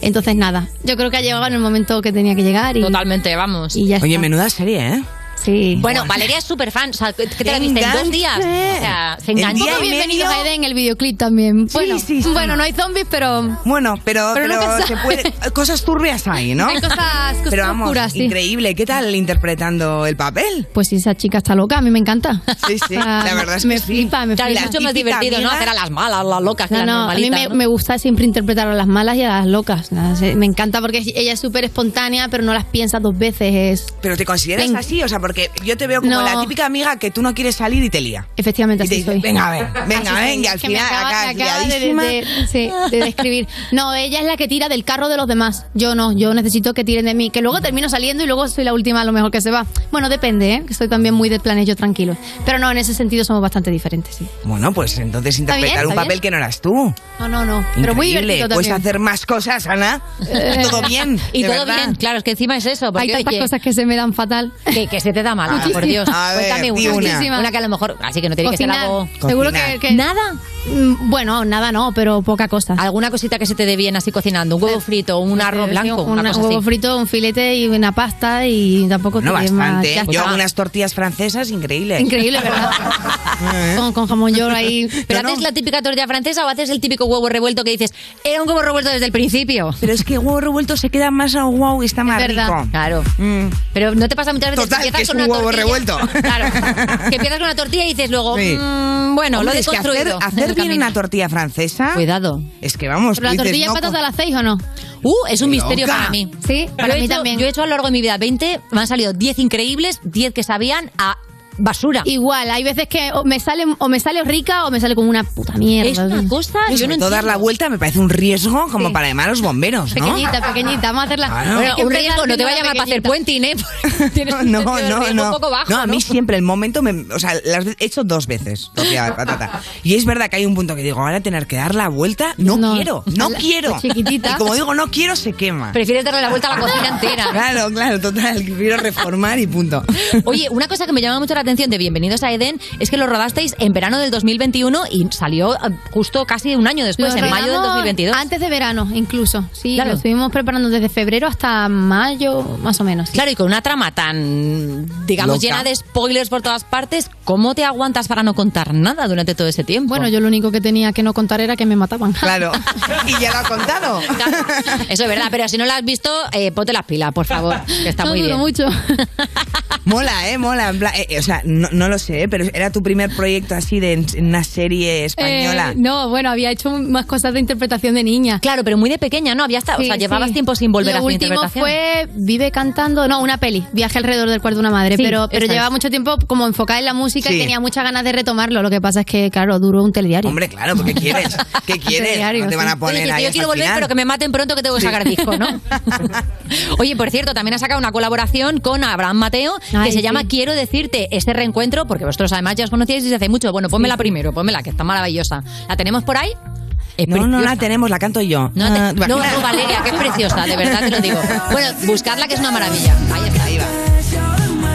Speaker 20: Entonces nada, yo creo que ha llegado en el momento que tenía que llegar y
Speaker 4: totalmente, vamos.
Speaker 20: Y ya
Speaker 6: Oye,
Speaker 20: está.
Speaker 6: menuda serie, ¿eh?
Speaker 20: Sí.
Speaker 4: Bueno, Valeria es súper fan. O sea, ¿qué te la viste? ¿En dos días? O sea, se
Speaker 20: Un
Speaker 4: enganchó.
Speaker 20: poco bienvenidos a Eden el videoclip también. Bueno,
Speaker 6: sí, sí.
Speaker 20: bueno, no hay zombies, pero.
Speaker 6: Bueno, pero,
Speaker 20: Pero nunca
Speaker 6: pero se
Speaker 20: sabes.
Speaker 6: puede, cosas turbias hay, ¿no?
Speaker 20: Hay cosas- cosas
Speaker 6: pero vamos,
Speaker 20: oscuras, sí.
Speaker 6: increíble. ¿Qué tal interpretando el papel?
Speaker 20: Pues si esa chica está loca, (laughs) a mí me encanta.
Speaker 6: Sí, sí, la verdad es que
Speaker 20: me
Speaker 6: sí.
Speaker 20: flipa, me
Speaker 4: Claro,
Speaker 20: flipa.
Speaker 4: es mucho más divertido, ¿no? Hacer a las malas, las locas, que
Speaker 20: No,
Speaker 4: las
Speaker 20: no, a mí
Speaker 4: normalitas.
Speaker 20: me,
Speaker 4: ¿no?
Speaker 20: me gusta siempre interpretar a las malas y a las locas. Nada, se- Me encanta porque ella es súper espontánea, pero no las piensa dos veces. Es...
Speaker 6: Pero te consideras
Speaker 20: Venga.
Speaker 6: así, o sea, porque yo te veo como
Speaker 20: No.
Speaker 6: la típica amiga que tú no quieres salir y te lía.
Speaker 20: Efectivamente,
Speaker 6: Y te
Speaker 20: así
Speaker 6: dice,
Speaker 20: soy.
Speaker 6: venga, a ver, venga,
Speaker 20: Así soy,
Speaker 6: venga, al
Speaker 20: que me
Speaker 6: final
Speaker 20: acaba-
Speaker 6: acabas
Speaker 20: me acaba de-
Speaker 6: liadísima.
Speaker 20: de- sí, de describir. No, ella es la que tira del carro de los demás. Yo no, yo necesito que tiren de mí. Que luego termino saliendo y luego soy la última a lo mejor que se va. Bueno, depende, ¿eh? Que soy también muy de planes yo tranquilo. Pero no, en ese sentido somos bastante diferentes, sí.
Speaker 6: Bueno, pues entonces
Speaker 20: Está bien,
Speaker 6: interpretar un
Speaker 20: está
Speaker 6: papel que no eras tú.
Speaker 20: No, no, no. Pero muy
Speaker 6: Increíble.
Speaker 20: divertido
Speaker 6: Puedes
Speaker 20: también. Eh,
Speaker 6: hacer más cosas, Ana. Todo bien.
Speaker 4: Eh. (laughs) Y
Speaker 6: de
Speaker 4: todo
Speaker 6: verdad.
Speaker 4: bien, claro, es que encima es eso.
Speaker 20: Hay tantas cosas que se me dan fatal.
Speaker 4: Que, que se te da mal, Ana, por
Speaker 20: Muchísimas.
Speaker 4: Dios.
Speaker 6: A ver,
Speaker 4: Cuéntame
Speaker 6: di
Speaker 4: una.
Speaker 6: una.
Speaker 4: Una que a lo mejor. Así que no tiene que ser
Speaker 20: Cocinar.
Speaker 4: algo.
Speaker 20: Seguro que, Mm,
Speaker 4: ¿Nada?
Speaker 20: Bueno, nada no, pero poca cosa.
Speaker 4: ¿Alguna cosita que se te dé bien así cocinando? ¿Un huevo frito? ¿Un arroz blanco?
Speaker 20: Un
Speaker 4: una cosa
Speaker 20: huevo
Speaker 4: así.
Speaker 20: frito, un filete y una pasta y tampoco
Speaker 6: No,
Speaker 20: tiene más.
Speaker 6: bastante. ¿eh?
Speaker 20: Ya
Speaker 6: Yo
Speaker 20: está.
Speaker 6: hago unas tortillas francesas increíbles.
Speaker 20: Increíble, ¿verdad?
Speaker 6: (laughs)
Speaker 20: con, con jamón york ahí.
Speaker 4: (laughs) ¿Pero haces la típica tortilla francesa o haces el típico huevo revuelto que dices, era un huevo revuelto desde el principio?
Speaker 6: Pero es que huevo revuelto se queda más a wow y está más
Speaker 4: verdad.
Speaker 6: rico. Mm.
Speaker 4: Claro. Pero no te pasa muchas veces
Speaker 6: Total,
Speaker 4: que empiezas
Speaker 6: que es
Speaker 4: con
Speaker 6: un
Speaker 4: una
Speaker 6: huevo
Speaker 4: tortilla-
Speaker 6: revuelto.
Speaker 4: Claro. Que empiezas con una tortilla y dices
Speaker 20: Oh,
Speaker 4: luego,
Speaker 6: Sí.
Speaker 4: "Mm, bueno, lo
Speaker 6: Hombre,
Speaker 4: he
Speaker 6: es que hacer,
Speaker 4: construido.
Speaker 6: hacer bien una tortilla francesa.
Speaker 4: Cuidado.
Speaker 6: Es que vamos.
Speaker 20: ¿Pero la
Speaker 6: tú dices,
Speaker 20: tortilla
Speaker 6: no,
Speaker 20: de patatas la hacéis o no?
Speaker 4: Uh, es un misterio
Speaker 6: loca.
Speaker 4: para mí.
Speaker 20: Sí,
Speaker 4: Yo
Speaker 20: para
Speaker 4: he
Speaker 20: mí
Speaker 4: hecho-
Speaker 20: también.
Speaker 4: Yo he hecho a lo largo de mi vida 20, me han salido 10 increíbles, 10 que sabían a
Speaker 20: (laughs)
Speaker 4: basura.
Speaker 20: Igual, hay veces que o me sale o me sale rica o me sale como una puta mierda.
Speaker 4: Es una cosa,
Speaker 6: Y
Speaker 4: yo
Speaker 6: sobre
Speaker 4: no
Speaker 6: todo dar
Speaker 4: entiendo.
Speaker 6: la vuelta me parece un riesgo como para llamar a los bomberos, ¿no? (laughs)
Speaker 20: Pequeñita, pequeñita, vamos a hacerla.
Speaker 6: Claro.
Speaker 20: Hay que
Speaker 4: un
Speaker 20: empezar
Speaker 4: riesgo, no te va a
Speaker 20: haciendo
Speaker 4: llamar para hacer
Speaker 20: pequeñita.
Speaker 4: puenting, ¿eh?
Speaker 20: (laughs)
Speaker 4: Tienes un
Speaker 6: No,
Speaker 4: sentido del
Speaker 6: no,
Speaker 4: riesgo
Speaker 6: no.
Speaker 4: un poco bajo,
Speaker 6: no, a mí
Speaker 4: ¿no?
Speaker 6: siempre el momento, me, o sea, las he hecho dos veces, tortilla de patata. Y es verdad que hay un punto que digo, ahora tener que dar la vuelta, no,
Speaker 20: No.
Speaker 6: quiero, no
Speaker 20: La-
Speaker 4: (laughs)
Speaker 6: quiero.
Speaker 20: la chiquitita.
Speaker 6: Y como digo, no quiero, se quema.
Speaker 4: Prefieres darle la vuelta a la cocina entera.
Speaker 6: (laughs) Claro, claro, total, quiero reformar y punto.
Speaker 4: Oye, una cosa que me llama mucho la atención de Bienvenidos a Eden es que lo rodasteis en verano del 2021 y salió ah, justo casi un año después,
Speaker 20: Lo
Speaker 4: en mayo del
Speaker 20: rodamos
Speaker 4: 2022.
Speaker 20: Antes de verano, incluso. Sí,
Speaker 4: Claro.
Speaker 20: lo estuvimos preparando desde febrero hasta mayo, más o menos. sí.
Speaker 4: Claro, y con una trama tan, digamos,
Speaker 20: Loca.
Speaker 4: llena de spoilers por todas partes, ¿cómo te aguantas para no contar nada durante todo ese tiempo?
Speaker 20: Bueno, yo lo único que tenía que no contar era que me mataban. (laughs)
Speaker 6: Claro. (laughs) Y ya lo ha contado.
Speaker 4: Eso es verdad, pero si no la has (laughs) visto, eh, ponte las pilas, por favor, que está
Speaker 20: (laughs) No
Speaker 4: muy
Speaker 20: duró
Speaker 4: bien.
Speaker 20: mucho.
Speaker 6: Mola, eh, mola. en plan, eh, eh, o sea, no, no lo sé, eh, pero era tu primer proyecto así de en- en una serie española.
Speaker 20: Eh, no, bueno, había hecho más cosas de interpretación de niña.
Speaker 4: Claro, pero muy de pequeña, ¿no? Había estado, o sea, llevabas tiempo sin volver a
Speaker 20: Lo
Speaker 4: hacer
Speaker 20: último
Speaker 4: interpretación.
Speaker 20: fue Vive cantando, no, una peli, Viaje alrededor del cuarto de una madre,
Speaker 4: Sí,
Speaker 20: pero, pero
Speaker 4: esa
Speaker 20: llevaba
Speaker 4: es.
Speaker 20: mucho tiempo como enfocada en la música
Speaker 6: Sí.
Speaker 20: y tenía muchas ganas de retomarlo. Lo que pasa es que, claro, duró un telediario.
Speaker 6: Hombre,
Speaker 4: (laughs)
Speaker 6: claro, porque quieres. ¿Qué quieres?
Speaker 20: diario,
Speaker 6: no te van a
Speaker 20: sí.
Speaker 6: poner
Speaker 4: Oye, que
Speaker 6: ahí.
Speaker 4: yo
Speaker 6: hasta
Speaker 4: quiero
Speaker 6: el
Speaker 4: volver,
Speaker 6: final.
Speaker 4: pero que me maten pronto que tengo que sacar disco,
Speaker 6: (laughs)
Speaker 4: ¿no? Oye, por cierto, también ha sacado una colaboración con Abraham Mateo
Speaker 20: Ay,
Speaker 4: que se
Speaker 20: sí.
Speaker 4: llama Quiero decirte este reencuentro, porque vosotros además ya os conocíais desde hace mucho. Bueno, pónmela primero, pónmela, que está maravillosa. ¿La tenemos por ahí? Es
Speaker 6: No, no la
Speaker 4: preciosa.
Speaker 6: tenemos, la canto yo.
Speaker 4: No, te-
Speaker 6: Ah,
Speaker 4: no,
Speaker 6: imagina.
Speaker 4: no, Valeria, que es preciosa, de verdad te lo digo. Bueno, buscadla que es una maravilla. Ahí está, ahí va.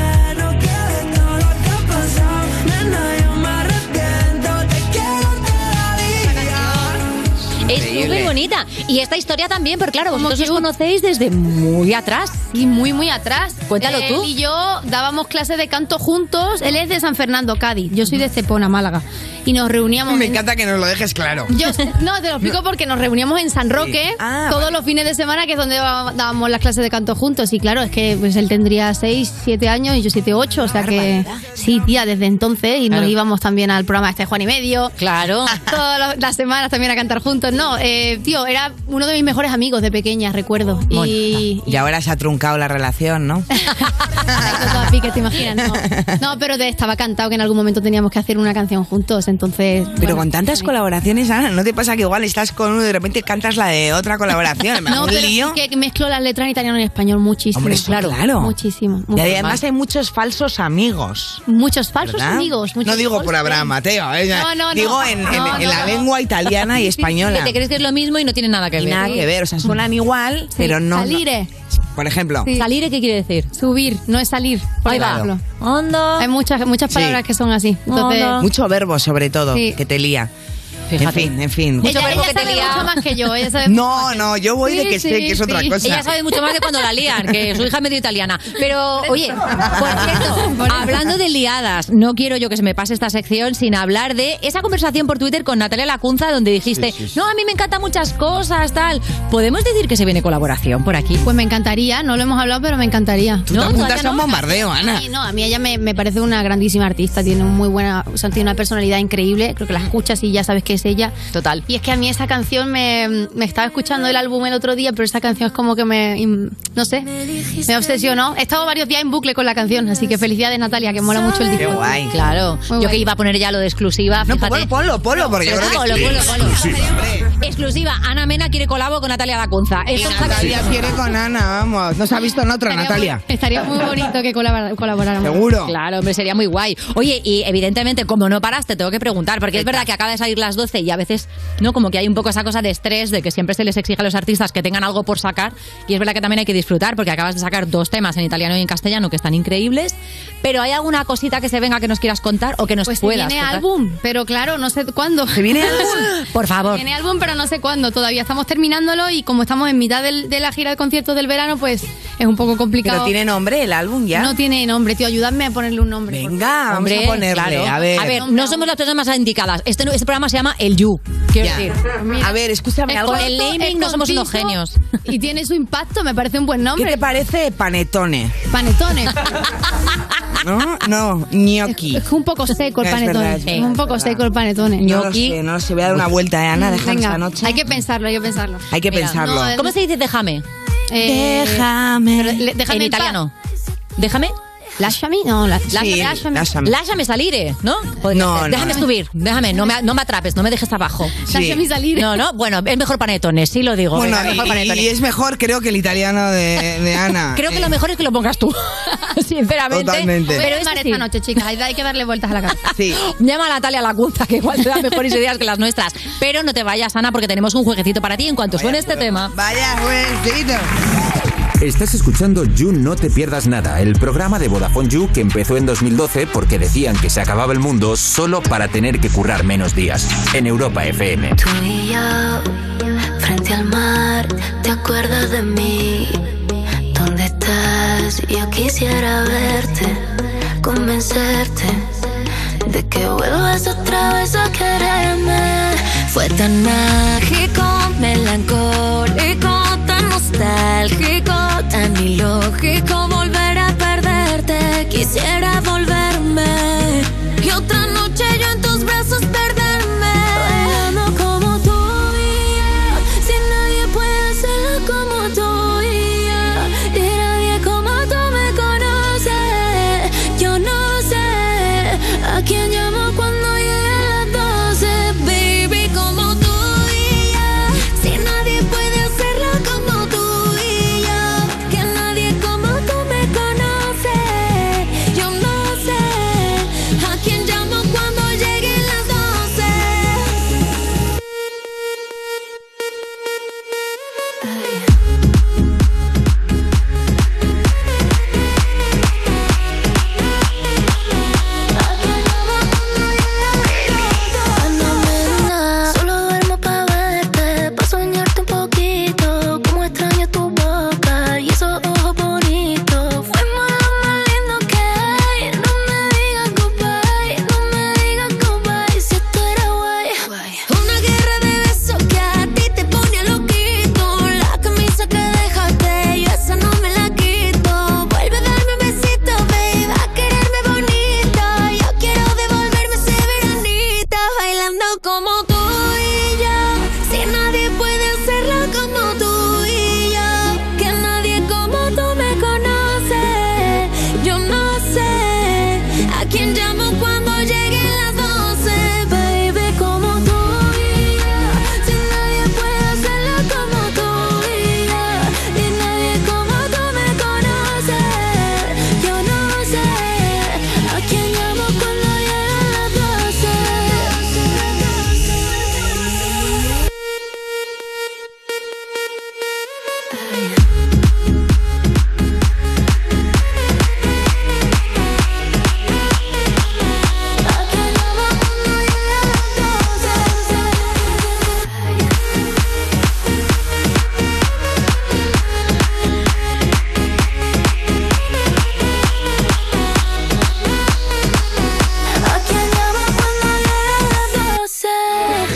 Speaker 4: Es súper bonita. Y esta historia también, porque claro, vosotros os conocéis desde muy atrás.
Speaker 20: Y muy, muy atrás.
Speaker 4: Cuéntalo
Speaker 20: Él
Speaker 4: tú.
Speaker 20: y yo dábamos clases de canto juntos. Él es de San Fernando, Cádiz. Yo soy de Cepona, Málaga. Y nos reuníamos.
Speaker 6: (laughs) Me
Speaker 20: en-
Speaker 6: encanta que nos lo dejes claro.
Speaker 20: Yo, no, te lo explico porque nos reuníamos en San Roque
Speaker 6: Sí. Ah,
Speaker 20: todos
Speaker 6: vale.
Speaker 20: los fines de semana, que es donde daba- dábamos las clases de canto juntos. Y claro, es que pues él tendría 6, 7 años y yo 7, 8. O sea que. Sí, tía, desde entonces. Y
Speaker 4: Claro.
Speaker 20: nos íbamos también al programa este Juan y Medio.
Speaker 4: Claro.
Speaker 20: Todas las- las semanas también a cantar juntos. No, eh, tío, era uno de mis mejores amigos de pequeña, recuerdo. Y,
Speaker 6: Y ahora se ha truncado la relación, ¿no?
Speaker 20: Todo a pique, te imaginas, no. No, pero de- estaba cantado que en algún momento teníamos que hacer una canción juntos, entonces.
Speaker 6: Pero
Speaker 20: bueno.
Speaker 6: con tantas colaboraciones, Ana, ¿no te pasa que igual estás con uno y de repente cantas la de
Speaker 4: (laughs)
Speaker 6: otra colaboración? Me hago
Speaker 20: No,
Speaker 6: un
Speaker 20: pero
Speaker 6: lío.
Speaker 20: sí que mezcló las letras en italiano y español muchísimo.
Speaker 6: Hombre, eso, claro.
Speaker 20: Muchísimo.
Speaker 6: Y
Speaker 20: mucho.
Speaker 6: además hay muchos falsos amigos.
Speaker 20: muchos falsos
Speaker 6: ¿verdad?
Speaker 20: amigos. muchos
Speaker 6: No digo por
Speaker 20: falsos.
Speaker 6: Abraham Mateo, eh,
Speaker 20: No, no, no.
Speaker 6: digo en, en-
Speaker 20: No,
Speaker 6: en
Speaker 20: no,
Speaker 6: la
Speaker 20: no.
Speaker 4: (laughs)
Speaker 6: lengua italiana y
Speaker 4: Que
Speaker 6: española.
Speaker 4: te crees que es lo mismo y no tiene nada que
Speaker 6: Y
Speaker 4: ver.
Speaker 6: nada que ver, o sea, suenan igual, pero no.
Speaker 20: Salire.
Speaker 6: Por ejemplo,
Speaker 20: Sí.
Speaker 4: ¿Salire qué quiere decir?
Speaker 20: Subir, no es salir, por
Speaker 4: Ahí va.
Speaker 20: ejemplo.
Speaker 4: Onda.
Speaker 20: Hay muchas, muchas
Speaker 6: Sí.
Speaker 20: palabras que son así. Entonces,
Speaker 4: No, no.
Speaker 6: mucho verbo sobre todo
Speaker 20: Sí.
Speaker 6: que te lía. En fin, en fin.
Speaker 4: Mucho
Speaker 20: ella
Speaker 4: verbo
Speaker 20: ella
Speaker 4: que te
Speaker 20: sabe
Speaker 4: lía.
Speaker 20: mucho más que yo. Ella sabe mucho
Speaker 6: No,
Speaker 20: más que-
Speaker 6: no, yo voy de que sé que es otra cosa.
Speaker 4: Ella sabe mucho más de cuando la lían,
Speaker 6: (laughs)
Speaker 4: que su hija es medio italiana. Pero, oye, (laughs) pues, por
Speaker 6: (laughs)
Speaker 4: cierto, hablando de liadas, no quiero yo que se me pase esta sección sin hablar de esa conversación por Twitter con Natalia Lacunza, donde dijiste,
Speaker 20: Sí, sí, sí.
Speaker 4: no, a mí me encantan muchas cosas, tal. ¿Podemos decir que se viene colaboración por aquí?
Speaker 20: Pues me encantaría, no lo hemos hablado, pero me encantaría.
Speaker 4: Tú te apuntas
Speaker 20: todavía
Speaker 4: a un bombardeo, Ana.
Speaker 20: Sí, no, a mí ella me, me parece una grandísima artista, tiene un muy buena, o sea, tiene una personalidad increíble, creo que la escuchas y ya sabes que es ella.
Speaker 4: Total.
Speaker 20: Y es que a mí esa canción me, me estaba escuchando el álbum el otro día, pero esa canción es como que me, im- no sé, me obsesionó. He estado varios días en bucle con la canción, así que felicidades Natalia, que mola mucho el disco.
Speaker 4: Claro. Yo que iba a poner ya lo de exclusiva. fíjate. No,
Speaker 6: pues ponlo, ponlo, porque yo creo que
Speaker 4: ponlo,
Speaker 6: sí.
Speaker 4: ponlo, ponlo. Exclusiva. Ana Mena quiere colabo con Natalia Lacunza. Eso está
Speaker 6: Natalia
Speaker 4: clarísimo.
Speaker 6: quiere con Ana, vamos. Nos ha visto en otra, Natalia.
Speaker 20: Estaría muy bonito que colabora- colaboráramos.
Speaker 6: Seguro.
Speaker 4: Claro, hombre, sería muy guay. Oye, y evidentemente, como no paras, te tengo que preguntar, porque es verdad que acaba de salir las 12 y a veces, ¿no? Como que hay un poco esa cosa de estrés, de que siempre se les exige a los artistas que tengan algo por sacar. Y es verdad que también hay que disfrutar, porque acabas de sacar dos temas en italiano y en castellano que están increíbles. Pero ¿hay alguna cosita que se venga que nos quieras contar o que nos
Speaker 20: Pues se
Speaker 4: puedas
Speaker 20: viene
Speaker 4: contar?
Speaker 20: álbum, pero claro, no sé cuándo.
Speaker 4: ¿Se
Speaker 20: (laughs)
Speaker 4: viene álbum? Por favor.
Speaker 20: Viene álbum, pero no sé cuándo. Todavía estamos terminándolo y como estamos en mitad del- de la gira de conciertos del verano, pues es un poco complicado.
Speaker 6: Pero tiene nombre el álbum ya.
Speaker 20: No tiene nombre, tío. Ayúdame a ponerle un nombre.
Speaker 6: Venga, Ah, vamos a ponerle. A ver.
Speaker 4: no somos las personas más indicadas. Este, no- este programa se llama El You. Quiero
Speaker 6: Ya.
Speaker 4: decir.
Speaker 6: A ver, escúchame algo.
Speaker 4: Con el naming no somos unos genios.
Speaker 20: Y tiene su impacto, me parece un buen nombre.
Speaker 6: ¿Qué te parece panetone?
Speaker 20: Panetone.
Speaker 6: ¿No? No, gnocchi.
Speaker 20: Es un poco seco el
Speaker 6: Es
Speaker 20: panetone.
Speaker 6: verdad, es verdad,
Speaker 20: un poco seco el ¿eh? panetone.
Speaker 6: No lo sé, no lo sé. Voy a dar una vuelta, eh,
Speaker 4: Mm,
Speaker 6: Ana. Deja
Speaker 20: Mm, Venga,
Speaker 6: esa noche.
Speaker 20: Hay que pensarlo, hay que pensarlo. eh,
Speaker 6: Hay que pensarlo.
Speaker 4: ¿Cómo se dice déjame?
Speaker 20: déjame. eh, déjame
Speaker 4: en
Speaker 20: en paz.
Speaker 4: italiano. Déjame.
Speaker 20: Lásciami, no, la-
Speaker 4: lásciami.
Speaker 20: lásciami.
Speaker 4: lásciami. salire, ¿no? Podría
Speaker 6: No,
Speaker 4: ser.
Speaker 6: no,
Speaker 4: déjame
Speaker 6: no.
Speaker 4: subir, déjame, no me, no me atrapes, no me dejes abajo.
Speaker 6: Sí. Lásciami
Speaker 20: salire.
Speaker 4: No, no, bueno, es mejor panetones, sí lo digo.
Speaker 6: Bueno,
Speaker 4: venga, mejor
Speaker 6: y,
Speaker 4: panetones.
Speaker 6: y es mejor creo que el italiano de, de Ana. eh.
Speaker 4: Creo que lo mejor es que lo pongas tú, (laughs) sinceramente.
Speaker 6: Totalmente. Voy a
Speaker 4: Pero es
Speaker 20: Mar esta noche, chicas, hay, hay que darle vueltas a la cabeza.
Speaker 6: Sí.
Speaker 4: (laughs) Llama a Natalia Lacunza, que igual te da mejores ideas que las nuestras. Pero no te vayas, Ana, porque tenemos un jueguecito para ti en cuanto suene este tema.
Speaker 6: Vaya jueguecito.
Speaker 19: Estás escuchando You No Te Pierdas Nada, el programa de Vodafone You que empezó en 2012 porque decían que se acababa el mundo solo para tener que currar menos días. En Europa FM.
Speaker 2: Tú y yo, frente al mar, ¿te acuerdas de mí? ¿Dónde estás? Yo quisiera verte, convencerte de que vuelvas otra vez a quererme. Fue tan mágico, melancólico, tan nostálgico, tan ilógico volver a perderte. Quisiera volverme y otra noche yo en tus brazos perderme. Bailando como tú y yo, si nadie puede hacerlo como tú y yo, y nadie como tú me conoce. Yo no sé a quién llamo cuando llegan las 12, baby, como tú y yo, si nadie puede hacerlo como tú y yo, que nadie como tú me conoce. Yo no sé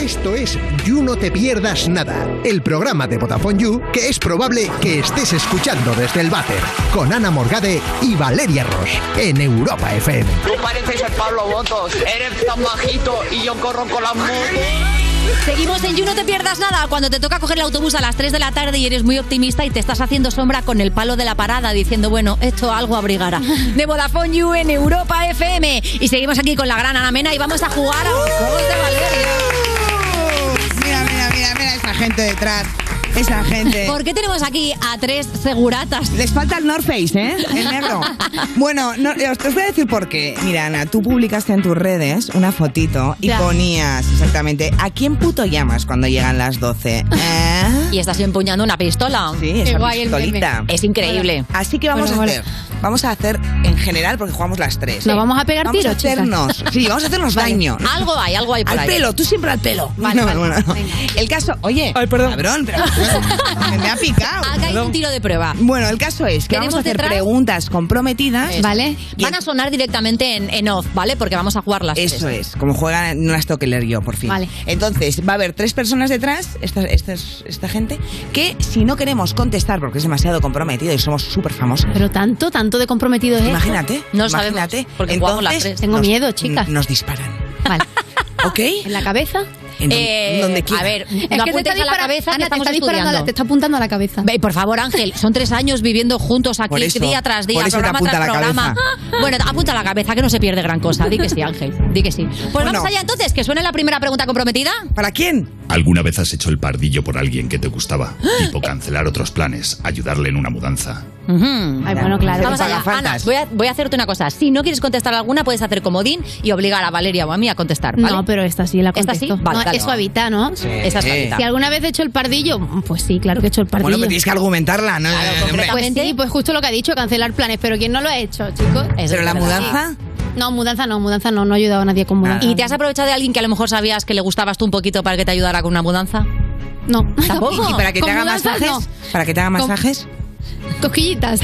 Speaker 5: Esto es You No Te Pierdas Nada, el programa de Vodafone You que es probable que estés escuchando desde el váter, con Ana Morgade y Valeria Ross, en Europa FM.
Speaker 8: Tú pareces el Pablo Botos, eres tan bajito y yo corro con las motos.
Speaker 4: Seguimos en You, no te pierdas nada. Cuando te toca coger el autobús a las 3 de la tarde y eres muy optimista y te estás haciendo sombra con el palo de la parada diciendo, bueno, esto algo
Speaker 6: (laughs)
Speaker 4: abrigará. De Vodafone You en Europa FM. Y seguimos aquí con la gran Ana Mena y vamos a jugar a los juegos de Valeria.
Speaker 6: Mira, mira, mira, mira esa gente detrás. Esa
Speaker 4: (laughs)
Speaker 6: gente.
Speaker 4: ¿Por qué tenemos aquí a tres seguratas?
Speaker 6: Les falta el North Face, ¿eh? El negro. Bueno, no, os, os voy a decir por qué. Mira, Ana, tú publicaste en tus redes una fotito y
Speaker 4: Ya.
Speaker 6: ponías exactamente ¿a quién puto llamas cuando llegan las 12?
Speaker 4: Y estás empuñando una pistola. Sí,
Speaker 6: esa pistolita.
Speaker 4: Es increíble.
Speaker 6: Así que vamos
Speaker 4: Bueno,
Speaker 6: a hacer. Vamos a hacer en general porque jugamos las tres. ¿eh?
Speaker 4: ¿Nos vamos a pegar
Speaker 6: vamos
Speaker 4: tiros,
Speaker 6: A hacernos,
Speaker 4: chicas?
Speaker 6: sí, vamos a hacernos
Speaker 4: Vale.
Speaker 6: daño.
Speaker 4: Algo hay, algo hay por
Speaker 6: al
Speaker 4: ahí.
Speaker 6: pelo, tú siempre al pelo.
Speaker 4: Vale,
Speaker 6: No,
Speaker 4: vale.
Speaker 6: bueno, no. El caso, oye,
Speaker 4: (laughs)
Speaker 6: cabrón, pero me ha picado.
Speaker 4: Acá hay un tiro de prueba.
Speaker 6: Bueno, el caso es que
Speaker 4: Tenemos
Speaker 6: vamos a hacer
Speaker 4: detrás-
Speaker 6: preguntas comprometidas.
Speaker 4: ¿Vale? Van a sonar directamente en, en off, ¿vale? Porque vamos a jugar las
Speaker 6: Eso
Speaker 4: tres.
Speaker 6: es, como juegan, no las tengo que leer yo, por fin.
Speaker 4: Vale.
Speaker 6: Entonces, va a haber tres personas detrás, esta, esta, esta gente, que si no queremos contestar porque es demasiado comprometido y somos súper famosos.
Speaker 20: Pero tanto, tanto de comprometido es.
Speaker 6: Imagínate.
Speaker 20: No
Speaker 6: imagínate.
Speaker 20: sabemos. Porque jugamos las tres. Tengo miedo, chicas.
Speaker 6: Nos Mm, disparan.
Speaker 20: Vale.
Speaker 6: ¿Ok?
Speaker 20: ¿En la cabeza? Eh,
Speaker 6: En donde- en donde quiera.
Speaker 4: a ver,
Speaker 20: Es
Speaker 4: no
Speaker 20: que te
Speaker 4: apuntes
Speaker 20: está
Speaker 4: a la
Speaker 20: dispara-
Speaker 4: cabeza que
Speaker 20: Ana, te
Speaker 4: estamos
Speaker 20: está disparando a la-
Speaker 4: estudiando.
Speaker 20: te está apuntando a la cabeza.
Speaker 4: Ve, por favor, Ángel, son tres años viviendo juntos aquí
Speaker 20: Por eso,
Speaker 4: día tras día,
Speaker 20: por eso te
Speaker 4: programa
Speaker 20: apunta
Speaker 4: tras
Speaker 20: la
Speaker 4: programa. Ah, Bueno, apunta la cabeza, que no se pierde gran cosa. Di que sí, Ángel, di que sí. Pues vamos allá entonces, que suene la primera pregunta comprometida.
Speaker 6: ¿Para quién?
Speaker 30: ¿Alguna vez has hecho el pardillo por alguien que te gustaba? Tipo cancelar otros planes, ayudarle en una mudanza.
Speaker 4: Ay,
Speaker 20: bueno, claro.
Speaker 4: Vamos allá, Ana, voy a, voy a hacerte una cosa. Si no quieres contestar alguna, puedes hacer comodín y obligar a Valeria o a mí a contestar, ¿vale?
Speaker 20: No, pero esta sí la
Speaker 4: ¿Esta
Speaker 20: contesto.
Speaker 4: sí? Vale,
Speaker 20: No,
Speaker 4: dale.
Speaker 20: es suavita, ¿no?
Speaker 4: Sí. Esa es suavita.
Speaker 20: Si alguna vez he hecho el pardillo, pues sí, claro que he hecho el pardillo.
Speaker 6: Bueno, pero tienes que argumentarla, ¿no? Eh, Hombre,
Speaker 20: Pues sí, pues justo lo que ha dicho, cancelar planes. Pero ¿quién no lo ha hecho, chicos?
Speaker 6: Pero la mudanza.
Speaker 20: No, mudanza no, mudanza no, no he ayudado a nadie
Speaker 4: Ah.
Speaker 20: con mudanza.
Speaker 4: ¿Y te has aprovechado de alguien que a lo mejor sabías que le gustabas tú un poquito para que te ayudara con una mudanza?
Speaker 20: pues, No.
Speaker 4: ¿Tampoco?
Speaker 6: (laughs) ¿Y para que te haga masajes? ¿Para que te haga masajes?
Speaker 20: Cosquillitas.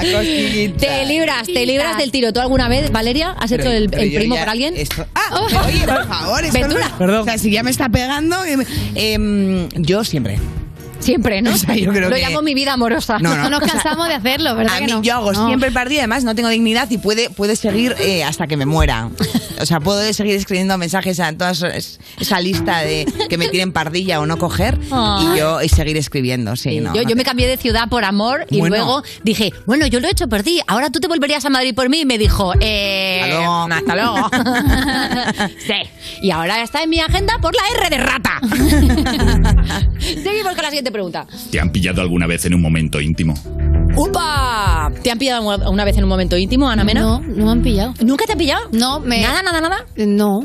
Speaker 20: (laughs)
Speaker 6: cosquillitas.
Speaker 4: Te libras, te libras del tiro. ¿Tú alguna vez, Valeria, has
Speaker 6: Pero-
Speaker 4: hecho el,
Speaker 6: pero
Speaker 4: el
Speaker 6: yo
Speaker 4: primo
Speaker 6: ya-
Speaker 4: por alguien?
Speaker 6: esto- Ah, pero (laughs) oye, por favor, esto
Speaker 4: Ventura.
Speaker 6: no- O sea, si ya me está pegando. eh, em, yo siempre.
Speaker 4: Siempre, ¿no?
Speaker 6: (laughs) (laughs) O sea, yo creo
Speaker 4: Lo
Speaker 6: que-
Speaker 4: llamo mi vida amorosa.
Speaker 20: (laughs)
Speaker 6: No, no. Nos
Speaker 20: cansamos de hacerlo,
Speaker 6: A mí yo hago siempre el partido, además no tengo dignidad y puede, puede seguir eh, hasta que me muera. O sea, puedo seguir escribiendo mensajes a toda esa lista de que me tienen pardilla o no coger
Speaker 4: Ah.
Speaker 6: y yo y seguir escribiendo, sí, (laughs) no.
Speaker 4: yo,
Speaker 6: no
Speaker 4: yo me cambié de ciudad por amor y
Speaker 6: Bueno.
Speaker 4: luego dije, bueno, yo lo he hecho por ti, ahora tú te volverías a Madrid por mí. Y me dijo, eh,
Speaker 6: Hasta
Speaker 4: (laughs)
Speaker 6: luego.
Speaker 4: hasta
Speaker 6: (laughs)
Speaker 4: luego. sí. Y ahora está en mi agenda por la R de
Speaker 6: (laughs)
Speaker 4: rata. Seguimos con la siguiente pregunta.
Speaker 30: ¿Te han pillado alguna vez en un momento íntimo?
Speaker 4: ¡Upa! ¿Te han pillado mu- una vez en un momento íntimo, Ana Mena?
Speaker 20: No, no me han pillado.
Speaker 4: ¿Nunca te han pillado?
Speaker 20: No, me... Eh,
Speaker 4: ¿Nada, nada, nada? Mm.
Speaker 20: No.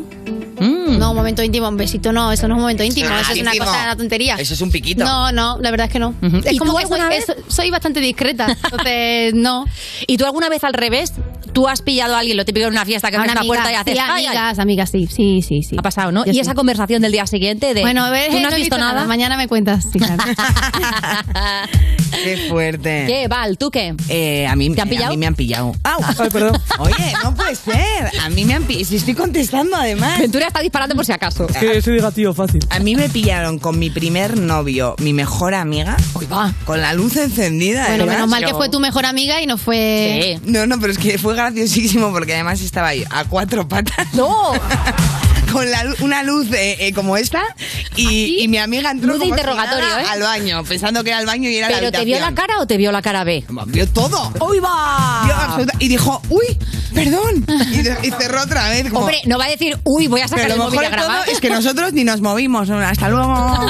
Speaker 20: No, un momento íntimo, un besito, no, eso no es un momento íntimo,
Speaker 6: Ah,
Speaker 20: eso es una
Speaker 6: íntimo.
Speaker 20: cosa, una tontería.
Speaker 6: Eso es un piquito.
Speaker 20: No, no, la verdad es que no. Es
Speaker 4: ¿Y
Speaker 20: como
Speaker 4: tú
Speaker 20: que soy,
Speaker 4: alguna vez?
Speaker 20: eso- soy
Speaker 4: (laughs)
Speaker 20: bastante discreta, entonces no.
Speaker 4: ¿Y tú alguna vez al revés? ¿Tú has pillado a alguien, lo típico en una fiesta que
Speaker 20: Ahora
Speaker 4: abres la puerta y haces...
Speaker 20: sí,
Speaker 4: "Ay, ay"?
Speaker 20: amigas, amigas, sí, sí, sí, sí.
Speaker 4: Ha pasado, ¿no?
Speaker 20: Yo
Speaker 4: y
Speaker 20: sí.
Speaker 4: esa conversación del día siguiente de...
Speaker 20: Bueno, a ver,
Speaker 4: ¿tú
Speaker 20: eh,
Speaker 4: no has
Speaker 20: he
Speaker 4: visto nada?
Speaker 20: Mañana me cuentas. sí, claro.
Speaker 6: Qué fuerte.
Speaker 4: (laughs) ¿Qué, Val? ¿Tú qué?
Speaker 6: Eh, a mí,
Speaker 4: ¿Te han
Speaker 6: a
Speaker 4: pillado?
Speaker 6: mí me han pillado. Au. (laughs) Oye, no puede ser. A mí me han pillado. Si estoy contestando, además.
Speaker 4: Ventura está disparando por si acaso.
Speaker 6: soy fácil. A mí me pillaron con mi primer novio, mi mejor amiga. Con la luz encendida.
Speaker 20: Bueno,
Speaker 6: además.
Speaker 20: menos mal que fue tu mejor amiga y no fue...
Speaker 6: Eh, No, no, pero es que fue graciosísimo porque además estaba yo a cuatro patas.
Speaker 4: ¡No!
Speaker 6: (laughs) Con la lu- una luz eh, eh, como esta y, y mi amiga entró
Speaker 4: Luz de
Speaker 6: como si
Speaker 4: interrogatorio,
Speaker 6: nada
Speaker 4: ¿eh?
Speaker 6: al baño, pensando que era el baño y era la
Speaker 4: ¿Pero te vio la
Speaker 6: habitación.
Speaker 4: cara o te vio la cara B?
Speaker 6: Vio todo.
Speaker 4: ¡Uy, va!
Speaker 6: Vio absoluta- y dijo, uy,
Speaker 4: (laughs)
Speaker 6: perdón. Y, de- y cerró otra vez. Como,
Speaker 4: Hombre, no va a decir, uy, voy a sacar
Speaker 6: pero
Speaker 4: el
Speaker 6: lo
Speaker 4: móvil
Speaker 6: mejor
Speaker 4: a
Speaker 6: de todo
Speaker 4: grabar.
Speaker 6: es que nosotros ni nos movimos. ¿no?
Speaker 4: (laughs)
Speaker 6: Hasta luego.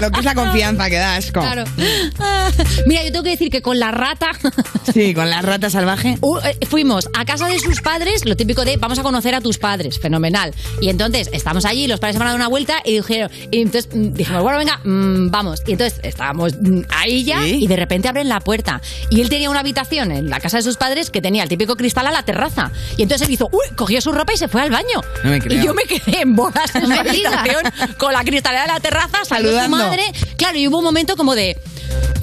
Speaker 6: Lo que es la confianza que da
Speaker 20: (laughs)
Speaker 6: asco.
Speaker 4: Claro. Ah, Mira, yo tengo que decir que con la rata
Speaker 6: Sí, con la rata salvaje.
Speaker 4: u- eh, fuimos a casa de sus padres, lo típico de vamos a conocer a tus padres, fenomenal. Y entonces estamos allí, los padres se van a dar una vuelta y dijeron, y entonces mm, dijimos, bueno, venga, mm, vamos. Y entonces estábamos mm, ahí ya y de repente abren la puerta. Y él tenía una habitación en la casa de sus padres que tenía el típico cristal a la terraza. Y entonces él hizo, uy, cogió su ropa y se fue al baño.
Speaker 6: No me creo.
Speaker 4: Y yo me quedé en bolas en
Speaker 6: (laughs)
Speaker 20: No
Speaker 4: la
Speaker 20: me digas.
Speaker 4: habitación con la cristalera de la terraza, saludando a su
Speaker 6: Saludando.
Speaker 4: madre. Claro, y hubo un momento como de.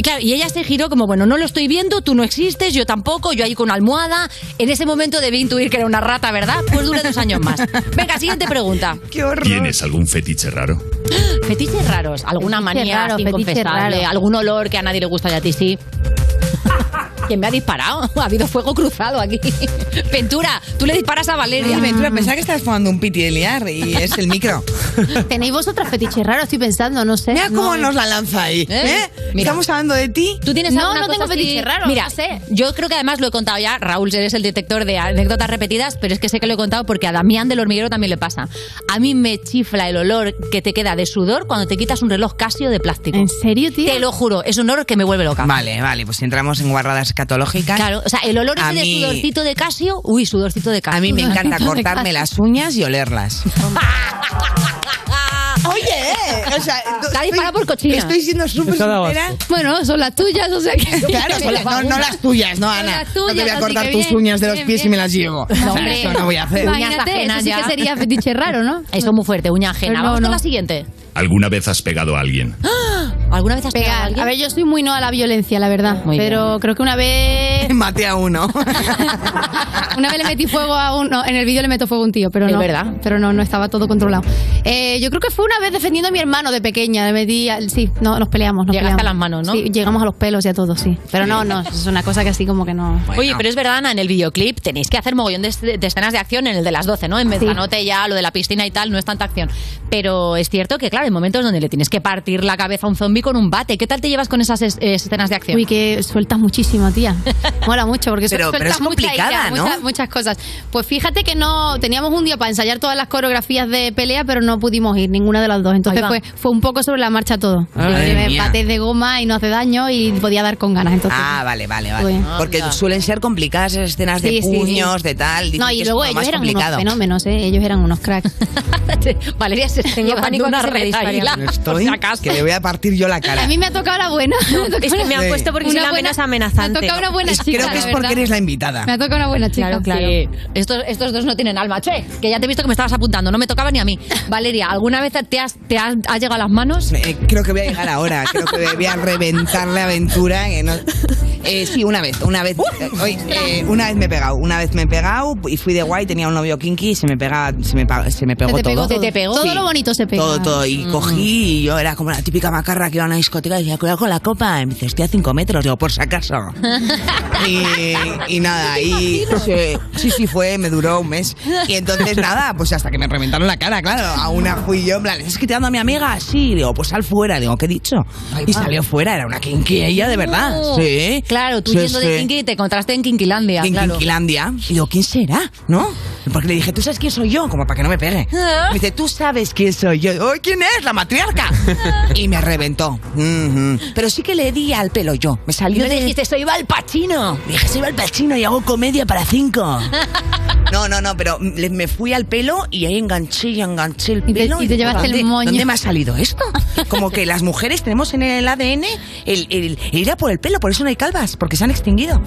Speaker 4: claro, y ella se giró como, bueno, no lo estoy viendo, tú no existes, yo tampoco, yo ahí con una almohada. En ese momento debí intuir que era una rata, ¿verdad? Pues dura dos años más. Venga, siguiente pregunta.
Speaker 6: Qué horror.
Speaker 30: ¿Tienes algún fetiche raro?
Speaker 4: Fetiches raros, alguna
Speaker 20: Fetiche
Speaker 4: manía
Speaker 20: raro, fetiche
Speaker 4: inconfesable,
Speaker 20: raro.
Speaker 4: algún olor que a nadie le gusta y a ti sí. (laughs) ¿Quién me ha disparado? (laughs) Ha habido fuego cruzado aquí. (laughs) Ventura, tú le disparas a Valeria.
Speaker 6: Ay, Ventura, pues pensaba que estabas fumando un piti de liar y es el micro.
Speaker 20: (laughs) ¿Tenéis vosotros fetiches raros? Estoy pensando, no sé.
Speaker 6: Mira cómo nos la lanza ahí. ¿eh? Estamos hablando de ti.
Speaker 4: ¿Tú tienes
Speaker 20: No,
Speaker 4: alguna
Speaker 20: no
Speaker 4: cosa
Speaker 20: tengo
Speaker 4: así?
Speaker 20: fetiche raro,
Speaker 4: Mira,
Speaker 20: no sé.
Speaker 4: yo creo que además lo he contado ya. Raúl, eres el detector de anécdotas repetidas, pero es que sé que lo he contado porque a Damián del hormiguero también le pasa. A mí me chifla el olor que te queda de sudor cuando te quitas un reloj casio de plástico. ¿En
Speaker 20: serio, tío?
Speaker 4: Te lo juro, es un olor que me vuelve loca.
Speaker 6: Vale, vale, pues entramos en guarradas escatológicas.
Speaker 4: Claro, o sea, el olor
Speaker 6: A
Speaker 4: ese
Speaker 6: mí-
Speaker 4: de sudorcito de casio, uy, sudorcito de casio.
Speaker 6: A mí me
Speaker 4: (laughs)
Speaker 6: encanta cortarme las uñas y olerlas.
Speaker 4: Ah.
Speaker 20: Oye,
Speaker 6: o sea,
Speaker 20: está disparada por cochina.
Speaker 6: estoy siendo súper Está dado sincera. asco.
Speaker 20: Bueno, son las tuyas, o sea que.
Speaker 6: Claro, son las- no, no las tuyas, no,
Speaker 20: Son
Speaker 6: Ana.
Speaker 20: las
Speaker 6: no te voy
Speaker 20: tuyas,
Speaker 6: a
Speaker 20: así
Speaker 6: cortar
Speaker 20: que
Speaker 6: tus
Speaker 20: bien,
Speaker 6: uñas de los
Speaker 20: bien,
Speaker 6: pies y me las llevo. O sea,
Speaker 4: hombre.
Speaker 6: eso no voy a hacer.
Speaker 20: Imagínate, eso sí que sería fetiche raro, ¿no?
Speaker 4: Eso muy fuerte, uña ajena.
Speaker 20: Pero
Speaker 4: Vamos
Speaker 20: no,
Speaker 4: con la
Speaker 20: no.
Speaker 4: siguiente.
Speaker 30: ¿Alguna vez has pegado a alguien?
Speaker 4: ¿Alguna vez has
Speaker 20: pegado a alguien? A ver, yo soy muy no a la violencia, la verdad. pero creo que una
Speaker 6: (laughs)
Speaker 20: vez.
Speaker 6: Maté a uno.
Speaker 20: (laughs) Una vez le metí fuego a uno. En el vídeo le meto fuego a un tío, pero
Speaker 4: Es
Speaker 20: no.
Speaker 4: verdad.
Speaker 20: Pero no, no estaba todo controlado. Eh, yo creo que fue una vez defendiendo a mi hermano de pequeña. Le metí. al- Sí, no, nos peleamos. Nos
Speaker 4: Llegaste
Speaker 20: peleamos.
Speaker 4: a las manos, ¿no?
Speaker 20: Sí, llegamos a los pelos y a todo, sí. Pero no, no, es una cosa que así como que no.
Speaker 4: Oye, pero es verdad, Ana, en el videoclip tenéis que hacer mogollón de, de escenas de acción en el de las 12, ¿no? En Mezanote ya, lo de la piscina y tal, no es tanta acción. Pero es cierto que, claro, hay momentos donde le tienes que partir la cabeza a un zombi con un bate. ¿Qué tal te llevas con esas es- eh, escenas de acción?
Speaker 20: Uy, que sueltas
Speaker 4: (laughs)
Speaker 20: muchísimo, tía. Mola mucho porque
Speaker 4: Pero-
Speaker 20: sueltas
Speaker 4: pero es
Speaker 20: mucha
Speaker 4: complicada,
Speaker 20: idea,
Speaker 4: ¿no?
Speaker 20: muchas, muchas cosas. Pues fíjate que no teníamos un día para ensayar todas las coreografías de pelea, pero no pudimos ir ninguna de las dos. Entonces
Speaker 4: Ahí va.
Speaker 20: fue, fue un poco sobre la marcha todo.
Speaker 6: Madre
Speaker 20: Porque me
Speaker 6: mía.
Speaker 20: paté de goma y no hace daño y podía dar con ganas. Entonces,
Speaker 6: Ah, vale, vale,
Speaker 20: Uy.
Speaker 6: vale. Porque suelen ser complicadas esas escenas de
Speaker 20: Sí, sí, sí.
Speaker 6: puños, de tal. dicen
Speaker 20: no,
Speaker 6: que
Speaker 20: y
Speaker 6: es
Speaker 20: luego
Speaker 6: lo
Speaker 20: ellos
Speaker 6: más
Speaker 20: eran
Speaker 6: complicado.
Speaker 20: unos fenómenos, ¿eh? ellos eran unos
Speaker 6: (laughs)
Speaker 20: cracks.
Speaker 4: Valeria, se tengo
Speaker 20: pánico a que se me disparen.
Speaker 6: Estoy que le voy a partir yo la
Speaker 4: (laughs)
Speaker 6: cara.
Speaker 20: A mí me ha tocado la buena.
Speaker 6: es que me han puesto porque soy la menos
Speaker 20: Me ha
Speaker 6: amenazante.
Speaker 20: tocado una buena
Speaker 6: Es-
Speaker 20: chica.
Speaker 6: creo que
Speaker 20: la
Speaker 6: es porque
Speaker 20: verdad.
Speaker 6: eres la invitada.
Speaker 20: Me ha tocado una buena chica.
Speaker 4: Claro, claro. Estos, estos dos no tienen alma. Che, que ya te he visto que me estabas apuntando, no me tocaba ni a mí. Valeria, ¿alguna vez te has, te has, has llegado a las manos?
Speaker 6: Eh, creo que voy a llegar ahora. Creo que voy a reventar la aventura. que no- Eh, sí, una vez, una vez. eh,
Speaker 20: Uh,
Speaker 6: hoy, eh, una vez me he pegado, una vez me he pegado y fui de guay, tenía un novio kinky y se me pegaba, se me, pa- se me pegó
Speaker 20: Se te pegó
Speaker 6: todo.
Speaker 20: todo. Se te pegó. Todo lo bonito se pega.
Speaker 6: Todo, todo. Y
Speaker 20: Mm.
Speaker 6: cogí y yo era como la típica macarra que iba a una discoteca y decía, cuidado con la copa. Y me dice, estoy a cinco metros, digo, por si acaso. Y, y nada, y sí, sí, sí, fue, me duró un mes. Y entonces nada, pues hasta que me reventaron la cara, claro. A una fui yo, en plan, ¿estás quitando a mi amiga? Sí, digo, pues sal fuera, digo, ¿qué he dicho? Y salió fuera, era una kinky ella, de verdad.
Speaker 4: No.
Speaker 6: Sí.
Speaker 4: Claro, tú
Speaker 6: Sí,
Speaker 4: yendo
Speaker 6: sí.
Speaker 4: de Kinky te encontraste en Kinkylandia.
Speaker 6: En
Speaker 4: claro.
Speaker 6: Kinkylandia. Y digo, ¿quién será? ¿No? Porque le dije, ¿tú sabes quién soy yo? Como para que no me pegue.
Speaker 20: Ah.
Speaker 6: Me dice, ¿tú sabes quién soy yo? Digo, "Ay, ¿quién es? La matriarca.
Speaker 20: Ah.
Speaker 6: Y me reventó. Mhm. Pero sí que le di al pelo yo. Me salió
Speaker 4: Y me
Speaker 6: de...
Speaker 4: dijiste,
Speaker 6: soy Val Pacino. Dije, soy Val Pacino y hago comedia para
Speaker 20: (laughs)
Speaker 6: cinco. No, no, no, pero le- me fui al pelo y ahí enganché y enganché el
Speaker 20: te-
Speaker 6: pelo.
Speaker 20: y te llevaste el
Speaker 6: ¿dónde-
Speaker 20: moño.
Speaker 6: ¿Dónde me ha salido esto? Como que las mujeres tenemos en el ADN el, el- el ir a por el pelo, por eso no hay calvas, porque se han extinguido.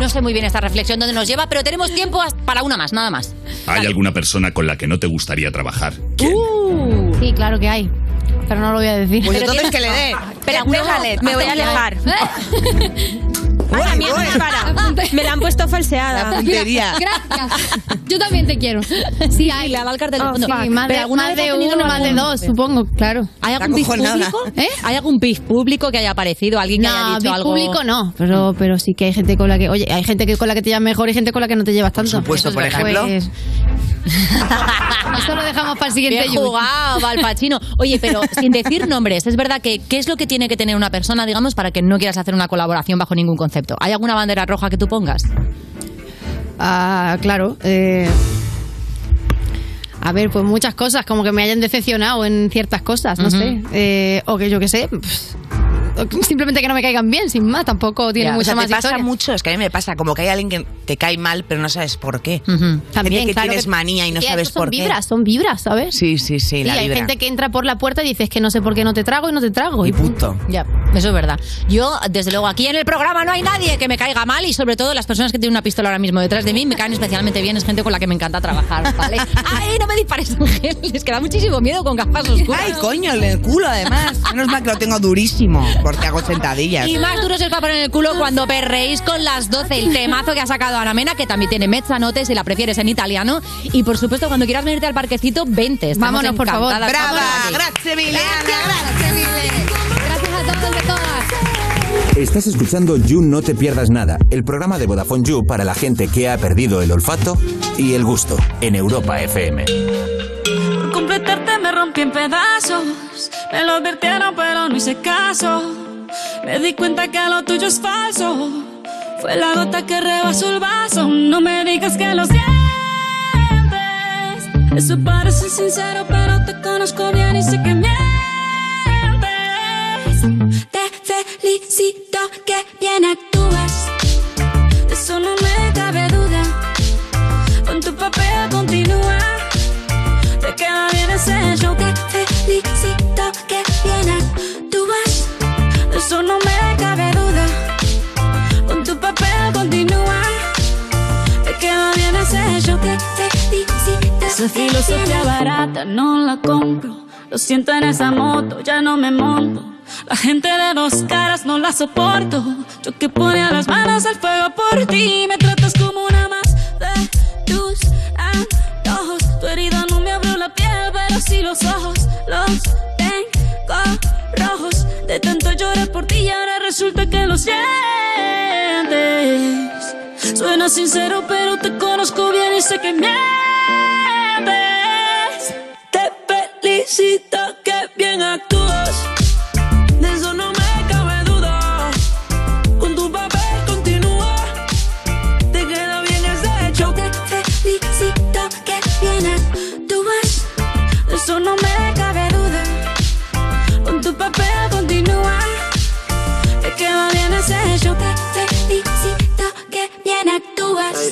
Speaker 4: No sé muy bien esta reflexión dónde nos lleva, pero tenemos tiempo hasta- para una más, nada más.
Speaker 30: ¿Hay alguna persona con la que no te gustaría trabajar?
Speaker 20: Sí, claro que hay. Pero no lo voy a decir.
Speaker 6: Pues entonces que le dé.
Speaker 20: Pero
Speaker 12: Pégale, (laughs) me voy a
Speaker 20: (laughs)
Speaker 12: alejar.
Speaker 6: Ana,
Speaker 12: mía,
Speaker 4: (laughs)
Speaker 12: para. Me la han puesto falseada.
Speaker 20: La puntería. (laughs) Gracias. Yo también te quiero. Sí, hay.
Speaker 4: La va al cartel.
Speaker 20: Oh,
Speaker 4: fondo.
Speaker 20: fuck. Más de- más de uno, más de dos,
Speaker 4: supongo, claro. ¿Hay algún pis
Speaker 20: acojonada.
Speaker 4: público? ¿Eh? (laughs) ¿Hay algún pis público que haya aparecido? ¿Alguien que haya
Speaker 20: No,
Speaker 4: dicho
Speaker 20: big
Speaker 4: algo?
Speaker 20: público no, pero, pero sí que hay gente con la que, oye, hay gente
Speaker 4: (laughs)
Speaker 20: que con la que te llevas mejor y gente con la que no te llevas tanto. Por
Speaker 6: supuesto, por ejemplo.
Speaker 20: (laughs) Esto lo dejamos para el siguiente
Speaker 4: Bien jugado, Val Pacino. Oye, (laughs) pero sin decir nombres, es verdad que ¿qué es lo que tiene que tener una persona, digamos, para que no quieras hacer una colaboración bajo ningún concepto? ¿Hay alguna bandera roja que tú pongas?
Speaker 20: Ah, claro. eh, a ver, pues muchas cosas, como que me hayan decepcionado en ciertas cosas, no
Speaker 4: Ujú.
Speaker 20: sé. eh, o que yo qué sé. pues, o que simplemente que no me caigan bien, sin más, tampoco tiene
Speaker 6: Ya,
Speaker 20: mucha
Speaker 6: o sea,
Speaker 20: más
Speaker 6: te pasa
Speaker 20: historia.
Speaker 6: mucho, es que a mí me pasa, como que hay alguien que te cae mal, pero no sabes por qué.
Speaker 20: También,
Speaker 6: que
Speaker 20: claro
Speaker 6: tienes
Speaker 20: que-
Speaker 6: manía y no
Speaker 20: Tía,
Speaker 6: sabes
Speaker 20: esto son
Speaker 6: por qué.
Speaker 20: vibras, son vibras, ¿sabes?
Speaker 6: Sí, sí, sí,
Speaker 20: Sí,
Speaker 6: la
Speaker 20: hay
Speaker 6: vibra.
Speaker 20: gente que entra por la puerta y dices que no sé por qué no te trago y no te trago. Y, punto.
Speaker 6: Ya.
Speaker 4: Eso es verdad. Yo, desde luego, aquí en el programa no hay nadie que me caiga mal y sobre todo las personas que tienen una pistola ahora mismo detrás de mí me caen especialmente bien. Es gente con la que me encanta trabajar,
Speaker 20: (laughs)
Speaker 4: ¿vale? ¡Ay, no me dispares, Ángel! Les queda muchísimo miedo con gafas oscuras.
Speaker 6: Ay, coño, en el culo además. Menos mal que lo tengo durísimo, porque hago sentadillas.
Speaker 4: Y más duro se os va a poner en el culo cuando perreéis con las 12 el temazo que ha sacado Ana Mena, que también tiene mezzanote si la prefieres en italiano. Y por supuesto, cuando quieras venirte al parquecito, vente. Estamos
Speaker 20: Vámonos, por favor.
Speaker 4: encantadas.
Speaker 20: Brava,
Speaker 4: Vámonos aquí.
Speaker 6: Gracias,
Speaker 20: Gracias a todos y a todas.
Speaker 19: Estás escuchando You No Te Pierdas Nada, el programa de Vodafone You para la gente que ha perdido el olfato y el gusto en Europa FM.
Speaker 31: Por completarte me rompí en pedazos. Me lo advirtieron, pero no hice caso. Me di cuenta que lo tuyo es falso. Fue la gota que rebasó el vaso. No me digas que lo sientes. Eso parece sincero, pero te conozco bien y sé que mientes. Te felicito que bien actúas. De eso no me cabe duda. Con tu papel continúa. Te queda bien ese show Te felicito que bien Tú vas, de eso no me cabe duda Con tu papel continúa Te queda bien ese show Te felicito Esa filosofía barata no la compro. Lo siento en esa moto, ya no me monto. La gente de dos caras no la soporto. Yo que ponía las manos al fuego por ti. Me tratas como una más de tus antojos. Tu herida no me abrió la piel, pero sí los ojos. Los tengo rojos. De tanto llorar por ti y ahora resulta que lo sientes. Suena sincero, pero te conozco bien y sé que mientes. Te felicito que bien actúas. De eso no me cabe duda. Con tu papel continúa. Te queda bien ese hecho. Te felicito que bien actúas. De eso no me cabe duda. Con tu papel continúa. Te queda bien ese hecho. Te felicito que bien actúas.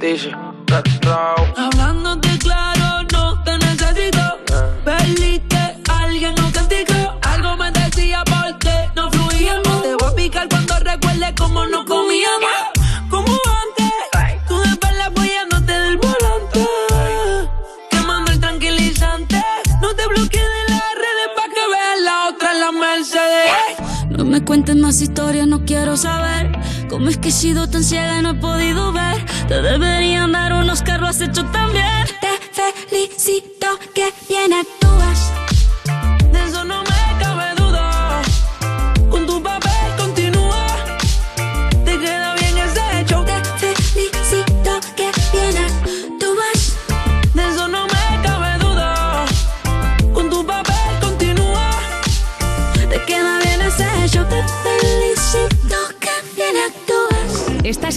Speaker 8: Dice, "Catrao".
Speaker 31: Hablándote claro, no te necesito. Perdiste, alguien no castigó. Algo me decía porque no fluíamos. Te voy a picar cuando recuerde cómo no comíamos. Como antes, tú después la apoyándote del volante. Quemando el tranquilizante. No te bloquees de las redes para que veas la otra en la Mercedes. No me cuentes más historias, no quiero saber. ¿Cómo es que he sido tan ciega y no he podido ver? Te deberían dar un Oscar, lo has hecho tan bien. Te felicito que bien actúas. De eso no me cabe duda. Con tu papel continúa. Te queda bien ese hecho. Te felicito que bien actúas. De eso no me cabe duda. Con tu papel continúa. Te queda bien ese hecho. Te felicito que bien actúas.
Speaker 15: Estás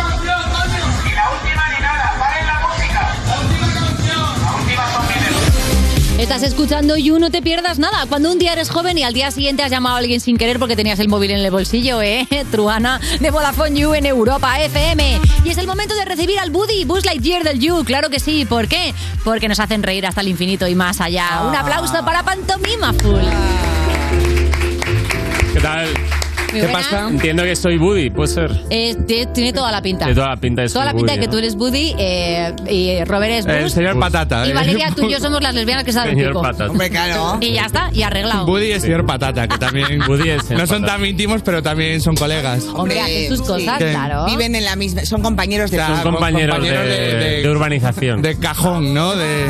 Speaker 4: Estás escuchando You, no te pierdas nada. Cuando un día eres joven y al día siguiente has llamado a alguien sin querer porque tenías el móvil en el bolsillo, ¿eh? (laughs) Truana de Vodafone You en Europa FM. Y es el momento de recibir al Buddy Buzz Lightyear del You, claro que sí. ¿Por qué? Porque nos hacen reír hasta el infinito y más allá. Un aplauso para Pantomima Full.
Speaker 25: Ah. ¿Qué tal?
Speaker 4: Muy
Speaker 25: ¿Qué
Speaker 4: buena.
Speaker 25: pasa? Entiendo que soy Woody, puede ser.
Speaker 4: Eh, ti- tiene toda la pinta.
Speaker 25: Tiene toda la pinta de
Speaker 4: Toda
Speaker 25: ser
Speaker 4: la pinta de
Speaker 25: Woody,
Speaker 4: que
Speaker 25: ¿no?
Speaker 4: tú eres Buddy eh, y Robert es
Speaker 25: El
Speaker 4: Buzz.
Speaker 25: señor Patata.
Speaker 4: Y
Speaker 25: eh. (laughs)
Speaker 4: Valeria, tú y yo somos las lesbianas que saben
Speaker 25: Señor
Speaker 4: pico.
Speaker 25: Patata. Hombre, claro.
Speaker 4: Y ya está, y arreglado.
Speaker 32: Woody es señor patata, que
Speaker 25: (laughs)
Speaker 32: también. no son tan íntimos, pero también son colegas.
Speaker 4: Hombre, hace sus cosas,
Speaker 32: Que-
Speaker 4: claro.
Speaker 6: Viven en la misma, son compañeros de
Speaker 25: Son
Speaker 6: piso.
Speaker 25: compañeros, de, de urbanización.
Speaker 32: De cajón, ¿no? De.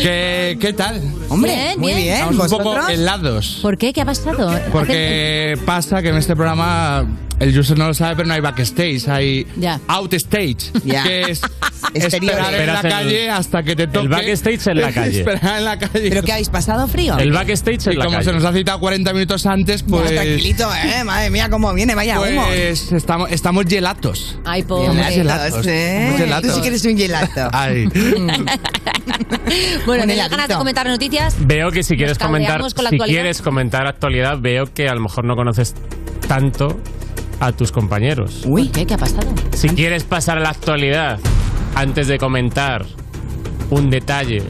Speaker 32: ¿Qué, qué tal?
Speaker 6: Hombre, Bien, muy bien. bien.
Speaker 32: Estamos un poco
Speaker 6: ¿Vosotros?
Speaker 32: helados.
Speaker 4: ¿Por qué? ¿Qué ha pasado?
Speaker 32: Porque pasa que en este programa el user no lo sabe, pero no hay backstage, hay
Speaker 4: Ya.
Speaker 32: outstage,
Speaker 25: Ya.
Speaker 32: que
Speaker 6: (laughs)
Speaker 32: es
Speaker 25: Exterior.
Speaker 32: esperar en la
Speaker 25: Esperas en el-
Speaker 32: calle hasta que te toque.
Speaker 25: backstage en
Speaker 6: (laughs)
Speaker 25: la calle.
Speaker 32: (laughs) esperar en la calle.
Speaker 6: ¿Pero qué habéis pasado frío?
Speaker 32: El
Speaker 25: backstage en
Speaker 32: y
Speaker 25: la
Speaker 32: como
Speaker 25: calle.
Speaker 32: se nos ha citado 40 minutos antes, pues...
Speaker 6: Tranquilito, eh, madre mía, cómo viene, vaya humo.
Speaker 32: Pues estamos, estamos gelatos.
Speaker 4: Ay,
Speaker 32: Somos
Speaker 4: pobre.
Speaker 32: gelatos.
Speaker 6: eh.
Speaker 32: Somos gelatos.
Speaker 6: Tú sí que eres un gelato.
Speaker 32: (laughs) Ay.
Speaker 4: (laughs) Bueno, ¿tenéis ganas de comentar noticias?
Speaker 25: Veo que si quieres
Speaker 4: caldeamos
Speaker 25: comentar,
Speaker 4: con la
Speaker 25: si
Speaker 4: actualidad.
Speaker 25: quieres comentar actualidad, veo que a lo mejor no conoces tanto a tus compañeros.
Speaker 4: Uy, ¿qué? ¿Qué ha pasado?
Speaker 25: Si quieres pasar a la actualidad, antes de comentar un detalle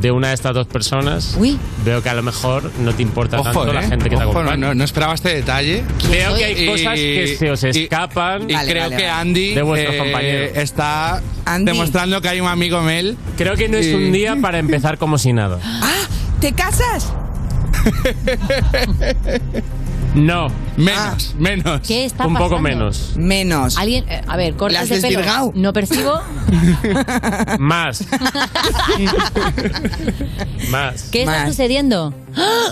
Speaker 25: de una de estas dos personas, veo que a lo mejor no te importa tanto la
Speaker 32: ¿eh?
Speaker 25: gente que te
Speaker 32: Ojo,
Speaker 25: acompaña.
Speaker 32: no, no, no esperaba este detalle.
Speaker 25: Creo que hay cosas que se os escapan.
Speaker 32: Y
Speaker 25: Vale,
Speaker 32: creo
Speaker 25: vale,
Speaker 32: que
Speaker 25: vale.
Speaker 32: Andy
Speaker 25: De vuestros
Speaker 32: eh,
Speaker 25: compañeros.
Speaker 32: está demostrando que hay un amigo Mel.
Speaker 25: Creo que no es un día para empezar como
Speaker 4: (laughs)
Speaker 25: si nada.
Speaker 6: ¿Te casas?
Speaker 25: No.
Speaker 32: Menos,
Speaker 4: Ah.
Speaker 32: menos.
Speaker 4: ¿Qué está
Speaker 25: Un poco
Speaker 4: pasando?
Speaker 25: menos.
Speaker 4: (laughs)
Speaker 6: Menos.
Speaker 4: Alguien, eh, a ver, cortas
Speaker 25: ¿La has
Speaker 4: de pelo.
Speaker 25: desvirgao?
Speaker 4: No
Speaker 6: (laughs)
Speaker 4: percibo.
Speaker 25: Más. Más.
Speaker 4: ¿Qué está sucediendo? (gasps) ¡Ah!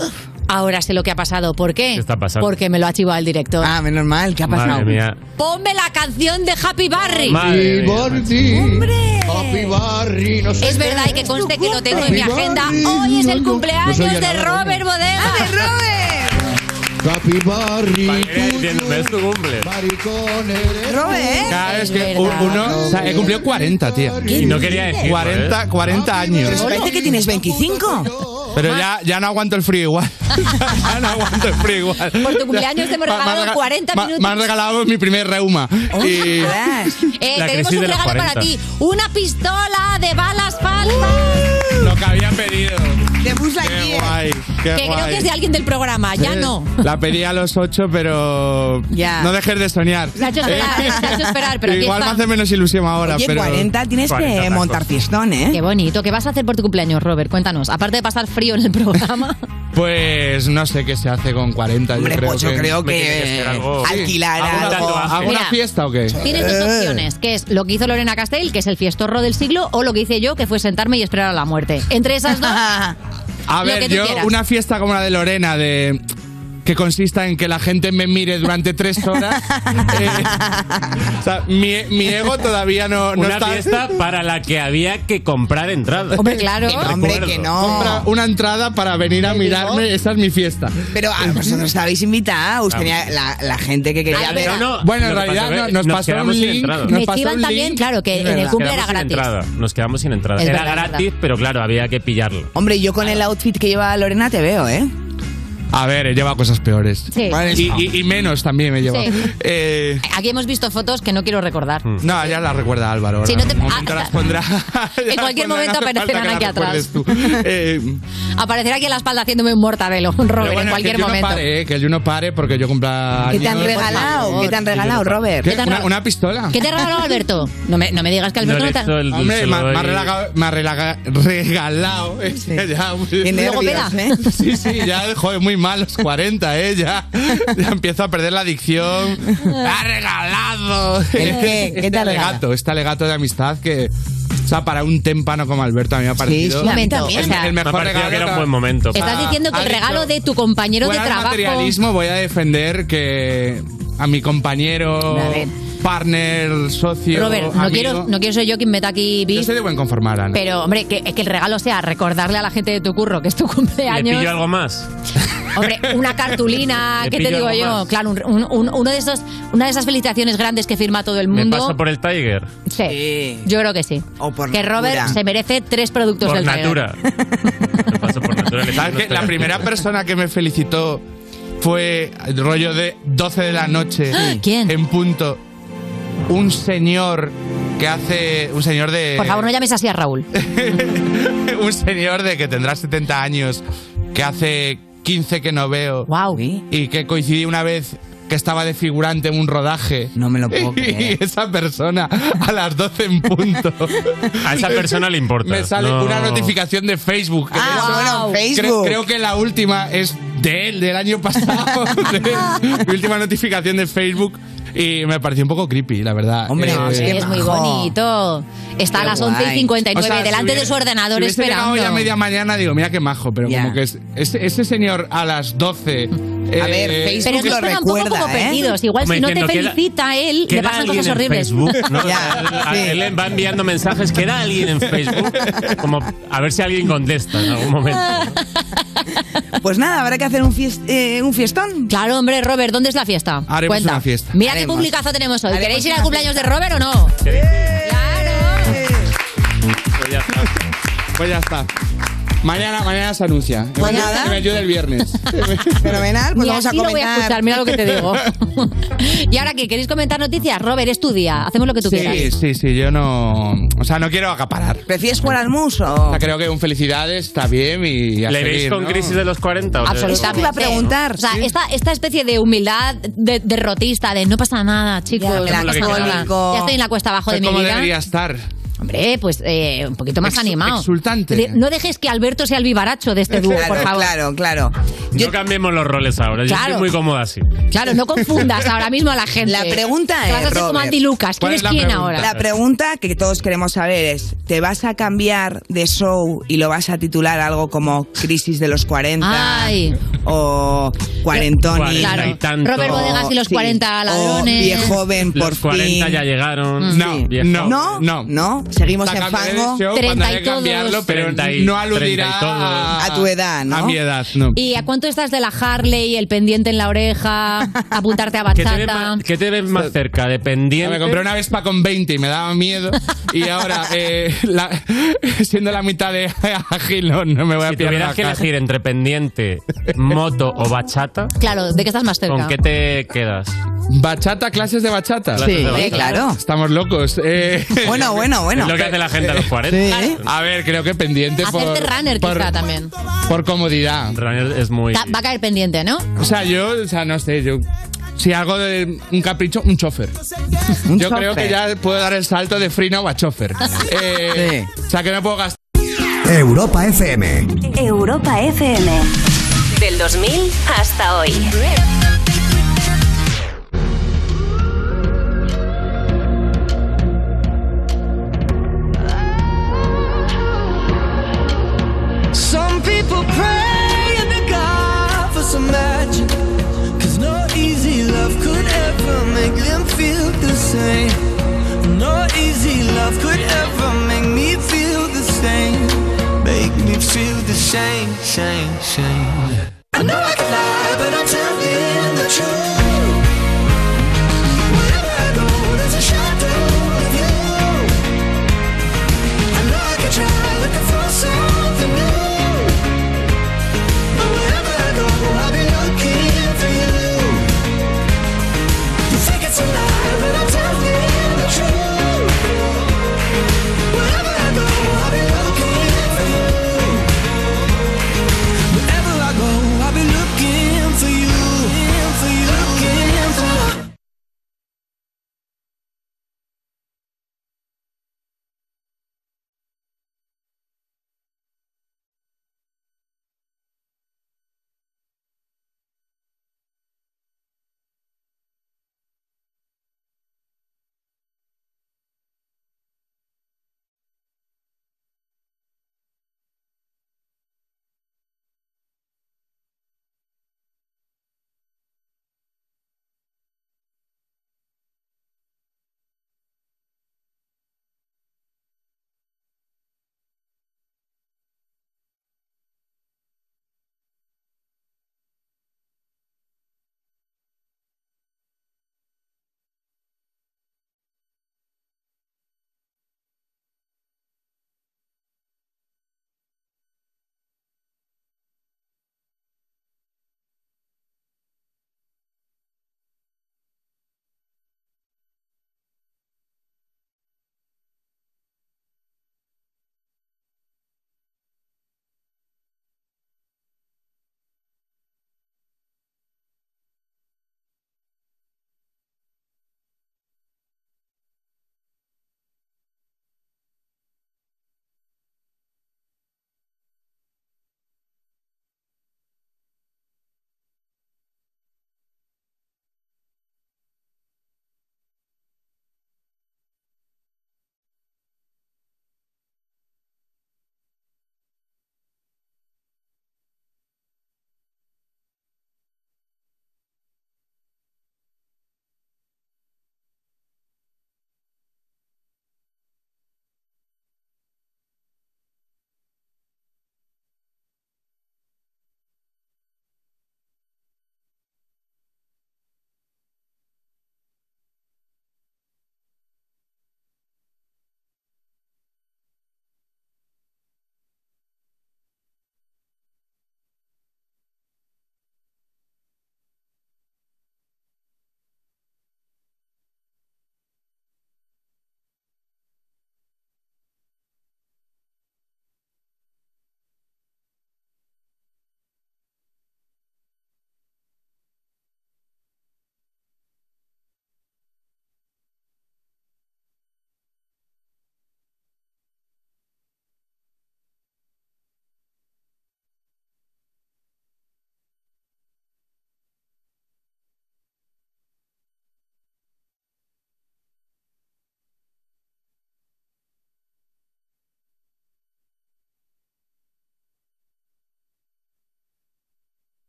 Speaker 4: Ahora sé lo que ha pasado. ¿Por qué?
Speaker 25: ¿Qué está pasando?
Speaker 4: Porque me lo ha chivado el director.
Speaker 6: Ah, menos mal. ¿Qué ha
Speaker 25: Madre mía.
Speaker 4: Ponme la canción de Happy Barry.
Speaker 25: Madre mía,
Speaker 4: ¡Hombre!
Speaker 33: Happy Barry, no sé
Speaker 4: es
Speaker 33: qué.
Speaker 4: verdad y que conste que lo tengo en
Speaker 33: Happy
Speaker 4: mi agenda.
Speaker 33: Barry,
Speaker 4: Hoy es
Speaker 33: no,
Speaker 4: el
Speaker 33: no,
Speaker 4: cumpleaños
Speaker 33: no soy
Speaker 4: de
Speaker 33: nada,
Speaker 4: Robert Bodega.
Speaker 6: Ah,
Speaker 4: de Robert!
Speaker 33: Happy Barry.
Speaker 25: es tu cumple.
Speaker 33: Robert.
Speaker 32: Cada vez que u- uno. o sea, he cumplido 40, tío.
Speaker 25: ¿Qué Y no quería dices? decirlo,
Speaker 32: 40,
Speaker 25: ¿eh?
Speaker 32: 40 años.
Speaker 6: Parece que tienes 25.
Speaker 32: Pero ya, ya no aguanto el frío igual. (laughs) ya (laughs) no aguanto el frío igual.
Speaker 4: Por tu cumpleaños te hemos
Speaker 32: Ma- me han
Speaker 4: regalado
Speaker 32: rega-
Speaker 4: 40
Speaker 32: ma- Me han
Speaker 4: minutos. Oh,
Speaker 32: regalado mi primer reuma. Y-
Speaker 4: Eh,
Speaker 32: La
Speaker 4: tenemos
Speaker 32: crisis
Speaker 4: un
Speaker 32: de los
Speaker 4: regalo para
Speaker 32: 40.
Speaker 4: ti. Una pistola de balas falsas.
Speaker 32: Lo que había pedido.
Speaker 6: De Buzz
Speaker 32: Qué guay. Qué
Speaker 4: que creo
Speaker 32: guay.
Speaker 4: que es de alguien del programa. Ya
Speaker 32: Eh,
Speaker 4: no.
Speaker 32: La pedí a los 8, pero.
Speaker 6: Ya.
Speaker 32: No dejes de soñar.
Speaker 4: Se ha hecho esperar,
Speaker 32: Eh,
Speaker 4: se ha hecho esperar, pero aquí
Speaker 32: Igual me
Speaker 4: está.
Speaker 32: hace menos ilusión ahora.
Speaker 4: Oye,
Speaker 32: pero
Speaker 4: 40, tienes que 40 tacos. montar
Speaker 6: fiestón, ¿eh?
Speaker 4: Qué bonito. ¿Qué vas a hacer por tu cumpleaños, Robert? Cuéntanos. Aparte de pasar frío en el (laughs) programa.
Speaker 32: Pues no sé qué se hace con 40.
Speaker 6: Hombre,
Speaker 32: yo creo
Speaker 6: pues yo
Speaker 32: que,
Speaker 6: creo Me que, tiene que hacer algo. alquilar
Speaker 32: ¿Alguna-
Speaker 6: algo.
Speaker 32: ¿Alguna
Speaker 4: Mira, Eh.
Speaker 32: fiesta o qué?
Speaker 4: Tienes dos opciones, que es lo que hizo Lorena Castell, que es el fiestorro del siglo, o lo que hice yo, que fue sentarme y esperar a la muerte. Entre esas (laughs) dos,
Speaker 32: A
Speaker 4: lo que
Speaker 32: ver,
Speaker 4: tú
Speaker 32: yo
Speaker 4: quieras.
Speaker 32: una fiesta como la de Lorena de que consista en que la gente me mire durante tres horas.
Speaker 4: (laughs)
Speaker 32: eh, o sea, mi, mi ego todavía no, no
Speaker 25: Una
Speaker 32: está. (laughs)
Speaker 25: fiesta para la Ah, que había que comprar entradas.
Speaker 4: Hombre, claro.
Speaker 25: Recuerdo.
Speaker 32: Compra una entrada para venir a mirarme. Esa es mi fiesta.
Speaker 6: Pero a vosotros estabais invitados,
Speaker 32: Ah,
Speaker 6: tenía la, la gente que quería
Speaker 32: Ah,
Speaker 6: ver.
Speaker 32: no, no, Bueno, en lo que realidad pasa es que no- nos nos pasó quedamos un sin link, entradas. nos
Speaker 4: me chivan también, claro, que en el cumple era
Speaker 25: Quedamos sin
Speaker 4: gratis.
Speaker 25: entrada, Nos quedamos sin entrada.
Speaker 4: Es
Speaker 25: Era
Speaker 4: verdad, es
Speaker 25: gratis, pero claro, había que pillarlo.
Speaker 6: Hombre, yo con el outfit que lleva Lorena te
Speaker 4: (laughs)
Speaker 6: veo, ¿eh?
Speaker 32: A ver, he llevado cosas peores.
Speaker 4: Sí.
Speaker 32: Y, y- y menos también me he llevado.
Speaker 4: Sí.
Speaker 32: Eh,
Speaker 4: Aquí hemos visto fotos que no quiero recordar.
Speaker 32: Hmm. no, ya la recuerda Álvaro.
Speaker 4: Sí,
Speaker 32: ahora
Speaker 4: no te-
Speaker 32: en un (laughs) momento
Speaker 4: ah,
Speaker 32: las pondrá.
Speaker 4: en cualquier momento
Speaker 32: hace falta
Speaker 4: aparecerán
Speaker 32: que la
Speaker 4: aquí atrás.
Speaker 32: recuerdes tú. (laughs) Eh,
Speaker 4: Aparecerá aquí en la espalda haciéndome un mortadelo, un Robert,
Speaker 32: Pero bueno,
Speaker 4: en cualquier
Speaker 32: que el Juno
Speaker 4: momento.
Speaker 32: pare, eh, que el Juno pare porque yo cumpla
Speaker 4: ¿Qué te han
Speaker 32: años.
Speaker 4: regalado? Por favor. ¿Qué te han regalado, Robert?
Speaker 32: ¿Qué?
Speaker 4: ¿Qué te han
Speaker 32: ¿Una,
Speaker 4: regalado?
Speaker 32: una pistola.
Speaker 4: ¿Qué te regaló Alberto? No me, no me digas que Alberto no, te
Speaker 32: Hombre, me ha me ha regalado. Me ha relaga- regalado.
Speaker 4: eh,
Speaker 32: Es que ya,
Speaker 4: pues, Luego nervios, pega. ¿eh?
Speaker 32: Sí, sí, ya, joder, muy mal los 40, ¿eh? Ya, (laughs) ya empiezo a perder la adicción. Me ha regalado.
Speaker 6: ¿El qué? ¿Qué te ha
Speaker 32: Este
Speaker 6: regalado?
Speaker 32: alegato, este alegato de amistad que. O sea, para un témpano como Alberto, a mí me ha parecido.
Speaker 4: sí, a mí también,
Speaker 32: el,
Speaker 4: o sea-
Speaker 32: el
Speaker 25: Me ha
Speaker 32: mejor
Speaker 25: parecido
Speaker 32: regalo
Speaker 25: que era un
Speaker 32: ha-
Speaker 25: buen momento.
Speaker 32: o sea,
Speaker 4: Estás diciendo que
Speaker 32: Ah, ha
Speaker 4: el
Speaker 32: dicho,
Speaker 4: regalo de tu compañero de
Speaker 32: Fuera del
Speaker 4: trabajo.
Speaker 32: materialismo voy a defender que a mi compañero,
Speaker 4: A ver.
Speaker 32: partner, socio,
Speaker 4: Robert, no
Speaker 32: amigo-
Speaker 4: quiero, no quiero ser yo quien meta aquí
Speaker 32: Yo
Speaker 4: bis.
Speaker 32: soy de buen conformar, Ana.
Speaker 4: Pero, hombre, que, es que el regalo sea recordarle a la gente de tu curro que es tu
Speaker 25: ¿Le
Speaker 4: cumpleaños.
Speaker 25: pillo algo más?
Speaker 4: Hombre, una cartulina,
Speaker 32: (laughs)
Speaker 25: Le
Speaker 4: ¿qué te
Speaker 25: pillo
Speaker 4: digo
Speaker 25: algo
Speaker 4: yo?
Speaker 25: más.
Speaker 4: Claro, un- un- un- uno de esos, una de esas felicitaciones grandes que firma todo el
Speaker 25: ¿Me
Speaker 4: mundo.
Speaker 25: paso por el Tiger?
Speaker 4: Sí, yo creo que sí. que
Speaker 25: Natura.
Speaker 4: Robert se merece tres productos
Speaker 25: Por
Speaker 4: del Tiger.
Speaker 25: Natura. Me paso por Natura. le
Speaker 32: ¿Sabes
Speaker 25: pido
Speaker 32: qué? La
Speaker 25: unos
Speaker 32: primera persona que me felicitó fue el rollo de 12 de la noche.
Speaker 4: ¿Quién?
Speaker 32: En punto. Un señor que hace. Un señor de.
Speaker 4: Por favor, no llames así a Raúl.
Speaker 32: eh, (laughs) un señor de que tendrá 70 años, que hace 15 que no veo. Y que coincidí una vez que estaba de figurante en un rodaje. No me lo
Speaker 6: puedo creer.
Speaker 32: (laughs) Y esa persona a las 12 en punto.
Speaker 25: A esa persona le importa.
Speaker 32: Me sale
Speaker 25: No.
Speaker 32: una notificación de Facebook. que
Speaker 6: Ah,
Speaker 32: de
Speaker 6: bueno,
Speaker 32: cre-
Speaker 6: Facebook.
Speaker 32: creo que la última es de él, del año
Speaker 4: (laughs)
Speaker 32: pasado. (laughs) De- mi última notificación de Facebook. Y me pareció un poco creepy, la verdad.
Speaker 6: Hombre,
Speaker 4: No,
Speaker 32: Eh,
Speaker 4: sí, es muy bonito. Está a
Speaker 32: Qué
Speaker 4: las 11 y
Speaker 32: guay.
Speaker 4: 59
Speaker 32: O sea,
Speaker 4: delante
Speaker 32: si
Speaker 4: de su
Speaker 32: hubiese-
Speaker 4: ordenador
Speaker 32: si hubiese
Speaker 4: esperando.
Speaker 32: llegado ya media mañana, digo, mira qué majo, pero como que es, ese, ese señor a las eh, 12.
Speaker 4: A ver, Facebook Eh, Pero es que lo están un poco recuerda, como ¿eh? perdidos. Igual
Speaker 25: Como
Speaker 4: si no te
Speaker 25: diciendo, queda-
Speaker 4: felicita él, le
Speaker 25: ¿Queda
Speaker 4: pasan
Speaker 25: alguien
Speaker 4: cosas
Speaker 25: en
Speaker 4: horribles. (laughs)
Speaker 25: Facebook? ¿no? Ah, A- a- Él le va enviando mensajes. ¿Queda alguien en Facebook? Como a ver si alguien contesta en algún momento.
Speaker 4: Ah.
Speaker 6: Pues nada, habrá que hacer un, fies-
Speaker 32: (laughs)
Speaker 6: eh, un fiestón.
Speaker 4: Claro, hombre, Robert, ¿dónde es la fiesta?
Speaker 32: Haremos
Speaker 4: Cuenta.
Speaker 32: una fiesta.
Speaker 4: Mira qué
Speaker 32: Haremos.
Speaker 4: publicazo tenemos hoy.
Speaker 32: Haremos
Speaker 4: ¿Queréis ir al
Speaker 32: una
Speaker 4: cumpleaños de Robert o no?
Speaker 25: Pues ya está.
Speaker 32: Pues ya está. Mañana, mañana se anuncia.
Speaker 6: Pues nada.
Speaker 32: Que me ayude el viernes.
Speaker 6: Fenomenal, pues
Speaker 4: Ni
Speaker 6: vamos a
Speaker 4: así lo voy a
Speaker 6: comentar.
Speaker 4: escuchar, mira lo que (laughs) te digo. y ahora que queréis comentar noticias, Robert, es tu día. Hacemos lo que tú quieras.
Speaker 32: Sí, sí, sí, yo no. O sea, no quiero acaparar.
Speaker 6: ¿Prefieres jugar al mus
Speaker 32: O sea, creo que un felicidades está bien y. a
Speaker 25: ¿Le veis
Speaker 32: seguir,
Speaker 25: con
Speaker 32: ¿no?
Speaker 25: crisis de los 40? o sea?
Speaker 4: Absolutamente. O sea, esta, esta especie de humildad de- derrotista, de no pasa nada, chicos.
Speaker 32: Ya,
Speaker 4: no
Speaker 32: lo que
Speaker 4: pasa nada.
Speaker 32: quieras.
Speaker 4: Ya estoy en la cuesta abajo de mi
Speaker 32: ¿Cómo
Speaker 4: vida.
Speaker 32: debería estar?
Speaker 4: Hombre, pues eh, un poquito más
Speaker 32: Exu-
Speaker 4: animado.
Speaker 32: exultante.
Speaker 4: De- no dejes que Alberto sea el vivaracho de este dúo, por favor.
Speaker 6: Claro, claro.
Speaker 25: No cambiemos los roles ahora. Yo
Speaker 4: Claro.
Speaker 25: estoy muy cómoda así.
Speaker 4: Claro, no
Speaker 6: (laughs)
Speaker 4: confundas ahora mismo a la gente.
Speaker 6: La pregunta
Speaker 4: Te
Speaker 6: es.
Speaker 4: vas a hacer como
Speaker 6: Robert,
Speaker 4: Andy Lucas. ¿Quién es, quién ahora?
Speaker 6: La pregunta que todos queremos saber es: ¿te vas a cambiar de show y lo vas a titular algo como Crisis de los 40?
Speaker 4: Ay.
Speaker 6: O Cuarentones.
Speaker 4: Claro. y tanto. Robert Bodegas y los 40 ladrones.
Speaker 6: O Viejo joven, por
Speaker 25: Los 40
Speaker 6: fin.
Speaker 25: ya llegaron.
Speaker 6: No,
Speaker 25: Viejo.
Speaker 6: no, no, no, Seguimos en fango.
Speaker 32: no aludirá a-
Speaker 6: a tu edad, ¿no?
Speaker 32: A mi edad, no.
Speaker 4: ¿Y a cuánto estás de la Harley, el pendiente en la oreja, apuntarte a
Speaker 25: ¿Qué te ves
Speaker 4: bachata?
Speaker 25: más, qué te ves más cerca? Dependiente.
Speaker 32: Me compré una Vespa con 20 y me daba miedo. Y
Speaker 25: (laughs)
Speaker 32: ahora, eh, la- siendo la mitad de Agilón, no me voy a
Speaker 25: Si
Speaker 32: pillar la
Speaker 25: tuvieras que
Speaker 32: cara.
Speaker 25: elegir entre pendiente, moto o bachata,
Speaker 4: Claro, ¿de qué estás más cerca?
Speaker 25: ¿con qué te quedas?
Speaker 32: Bachata, clases de bachata.
Speaker 25: Clases de Sí, bachata. claro.
Speaker 32: Estamos locos. eh.
Speaker 25: Bueno, bueno, bueno. Es lo que hace la gente a los 40. Sí.
Speaker 32: A ver, creo que pendiente por,
Speaker 4: Hacerte runner quizá también.
Speaker 32: por comodidad.
Speaker 25: Runner es muy.
Speaker 4: Ta- Va a caer pendiente, ¿no?
Speaker 32: O sea, yo, o sea, no sé, yo. Si hago de un capricho, un chofer. yo creo
Speaker 34: chofer.
Speaker 32: que ya puedo dar el salto de free now a chofer. Eh, O sea, que no puedo gastar.
Speaker 34: Europa FM.
Speaker 18: Europa FM. Del 2000 hasta hoy.
Speaker 12: Some people praying to God for some magic. Cause no easy love could ever make them feel the same. No easy love could ever make me feel the same. Make me feel the same, same, same. I know I can lie, but I'm telling the truth. Wherever I go, there's a shadow of you. I know I can try looking for something new. But wherever I go, I'll be looking for you. You think it's a lie, but I'm telling you the truth. Wherever I go, I'll be looking for you. Wherever I go, I'll be looking for you.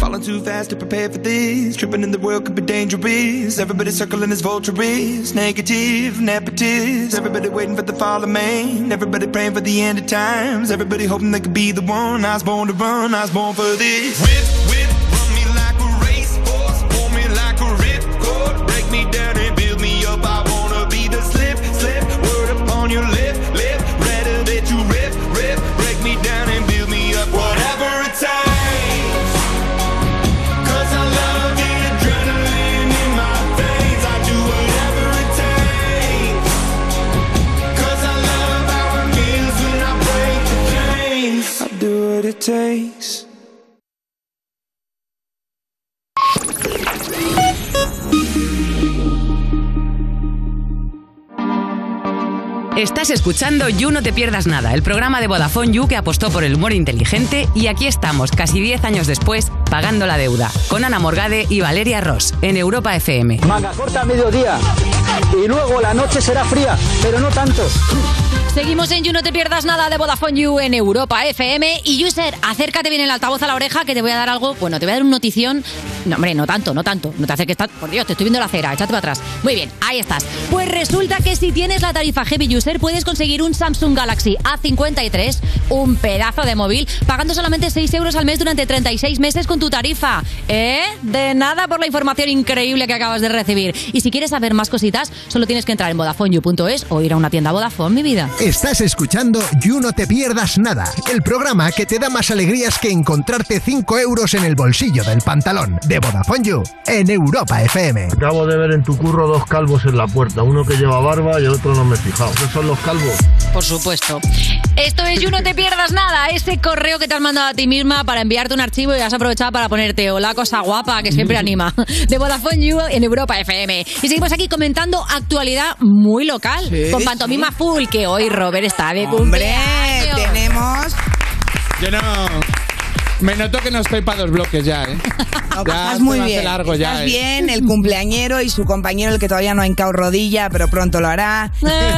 Speaker 35: Falling too fast to prepare for these. Tripping in the world could be dangerous. Everybody circling as vultures. Negative, nepotist. Everybody waiting for the fall of man. Everybody praying for the end of times. Everybody hoping they could be the one. I was born to run. I was born for this. Whip, whip, run me like a racehorse. Pull me like a ripcord. Break me down and build me up. I wanna be the slip, slip. Word upon your lip, lip. Rather that you rip, rip. Break me down and build me up. Whatever it takes. Cause I love the adrenaline in my veins. I do whatever it takes. Cause I love how it feels when I break the chains. I do what it takes.
Speaker 15: Estás escuchando You No Te Pierdas Nada, el programa de Vodafone You que apostó por el humor inteligente y aquí estamos, casi 10 años después, pagando la deuda, con Ana Morgade y Valeria Ross, en Europa FM.
Speaker 36: Manga corta a mediodía. Y luego la noche será fría, pero no tanto.
Speaker 4: Seguimos en You No Te Pierdas Nada de Vodafone You en Europa FM. Y User, acércate bien el altavoz a la oreja que te voy a dar algo. Bueno, te voy a dar una notición. No, hombre, no tanto, no tanto. No te acerques tanto. Por Dios, te estoy viendo la cera. Échate para atrás. Muy bien, ahí estás. Pues resulta que si tienes la tarifa Heavy User, puedes conseguir un Samsung Galaxy A53, un pedazo de móvil, pagando solamente 6 euros al mes durante 36 meses con tu tarifa. ¿Eh? De nada por la información increíble que acabas de recibir. Y si quieres saber más cositas, solo tienes que entrar en VodafoneYou.es o ir a una tienda Vodafone, mi vida.
Speaker 5: Estás escuchando You No Te Pierdas Nada, el programa que te da más alegrías que encontrarte 5 euros en el bolsillo del pantalón de Vodafone You en Europa FM.
Speaker 3: Acabo de ver en tu curro dos calvos en la puerta, uno que lleva barba y el otro no me he fijado. ¿Qué son los calvos?
Speaker 4: Por supuesto. Esto es You No Te Pierdas Nada, ese correo que te has mandado a ti misma para enviarte un archivo y has aprovechado para ponerte hola cosa guapa que
Speaker 25: Mm.
Speaker 4: siempre anima de Vodafone You en Europa FM. Y seguimos aquí comentando actualidad muy local
Speaker 6: Sí,
Speaker 4: con Pantomima Full que hoy Robert está de
Speaker 6: Hombre,
Speaker 4: cumpleaños.
Speaker 6: eh, tenemos.
Speaker 32: Yo no. Me noto que no estoy para dos bloques ya, ¿eh?
Speaker 6: (laughs) No, pues
Speaker 32: Ya
Speaker 6: estás
Speaker 32: se
Speaker 6: muy
Speaker 32: me hace
Speaker 6: bien.
Speaker 32: largo ya,
Speaker 6: estás
Speaker 32: ¿eh?
Speaker 6: bien, el cumpleañero y su compañero, el que todavía no ha hincado rodilla, pero pronto lo hará.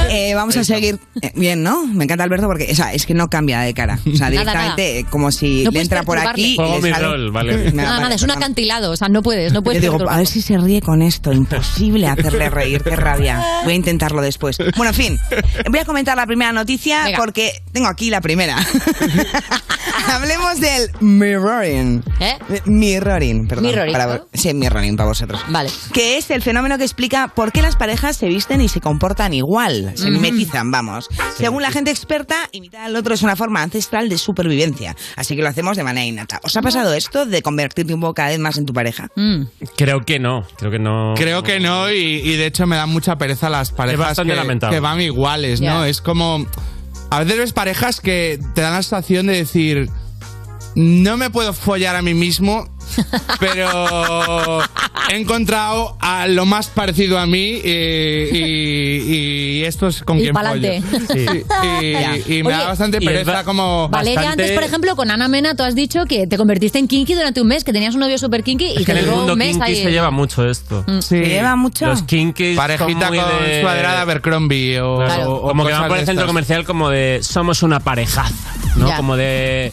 Speaker 6: Eh, vamos a seguir. eh, bien, ¿no? Me encanta Alberto porque o sea, es que no cambia de cara. O
Speaker 4: Nada,
Speaker 6: sea, directamente,
Speaker 4: nada.
Speaker 6: eh, como si
Speaker 4: No
Speaker 6: le
Speaker 4: puedes
Speaker 6: entra por
Speaker 4: perturbarle.
Speaker 6: aquí.
Speaker 4: Juego
Speaker 6: y le
Speaker 4: mi
Speaker 6: sale-
Speaker 4: rol,
Speaker 25: vale.
Speaker 6: Nada,
Speaker 4: Nada, nada, es un acantilado, o sea, no puedes, no
Speaker 6: Yo
Speaker 4: puedes.
Speaker 6: digo, a ver si se ríe con esto. Imposible hacerle reír, qué rabia. Voy a intentarlo después. Bueno, en fin, voy a comentar la primera noticia porque tengo aquí la primera. Hablemos del mirroring. Eh, Mirroring, perdón.
Speaker 4: Mirroring,
Speaker 6: para-
Speaker 4: ¿no?
Speaker 6: sí, mirroring para vosotros.
Speaker 4: Vale.
Speaker 6: Que es el fenómeno que explica por qué las parejas se visten y se comportan igual. Se
Speaker 4: Mm.
Speaker 6: mimetizan, vamos. Según la gente experta, imitar al otro es una forma ancestral de supervivencia. Así que lo hacemos de manera innata. ¿Os ha pasado esto de convertirte un poco cada vez más en
Speaker 4: (laughs)
Speaker 6: tu pareja?
Speaker 4: Mm.
Speaker 25: Creo que no, creo que no.
Speaker 32: Creo que no, y, y de hecho me dan mucha pereza las parejas
Speaker 25: bastante
Speaker 32: que,
Speaker 25: lamentable.
Speaker 32: que van iguales, ¿no?
Speaker 25: Ya.
Speaker 32: Es como. A veces ves parejas que te dan la sensación de decir. No me puedo follar a
Speaker 4: (laughs)
Speaker 32: mí mismo, pero he encontrado a lo más parecido a mí eh, y, y esto es con
Speaker 4: Y
Speaker 32: quien
Speaker 4: pa'lante.
Speaker 32: follo.
Speaker 4: Sí.
Speaker 32: Y- Y, me da
Speaker 4: Oye,
Speaker 32: bastante
Speaker 4: y es
Speaker 32: pereza
Speaker 25: ba-
Speaker 32: como...
Speaker 4: Valeria, antes, por ejemplo, con Ana Mena, tú has dicho que te convertiste en kinky durante un mes, que tenías un novio super kinky y
Speaker 25: Es que
Speaker 4: te
Speaker 25: en el
Speaker 4: duró
Speaker 25: mundo
Speaker 4: un mes
Speaker 25: kinky
Speaker 4: ahí. Mm.
Speaker 25: se lleva mucho esto.
Speaker 4: ¿Se lleva mucho?
Speaker 25: Los kinkies son
Speaker 32: Parejita
Speaker 25: muy
Speaker 32: con
Speaker 25: de-
Speaker 32: sudadera de Abercrombie o,
Speaker 25: Claro.
Speaker 32: o- o
Speaker 25: como que van
Speaker 32: cosas
Speaker 25: por
Speaker 32: de
Speaker 25: el centro
Speaker 32: estas.
Speaker 25: comercial como de somos una parejaza, ¿no?
Speaker 32: Ya.
Speaker 25: Como de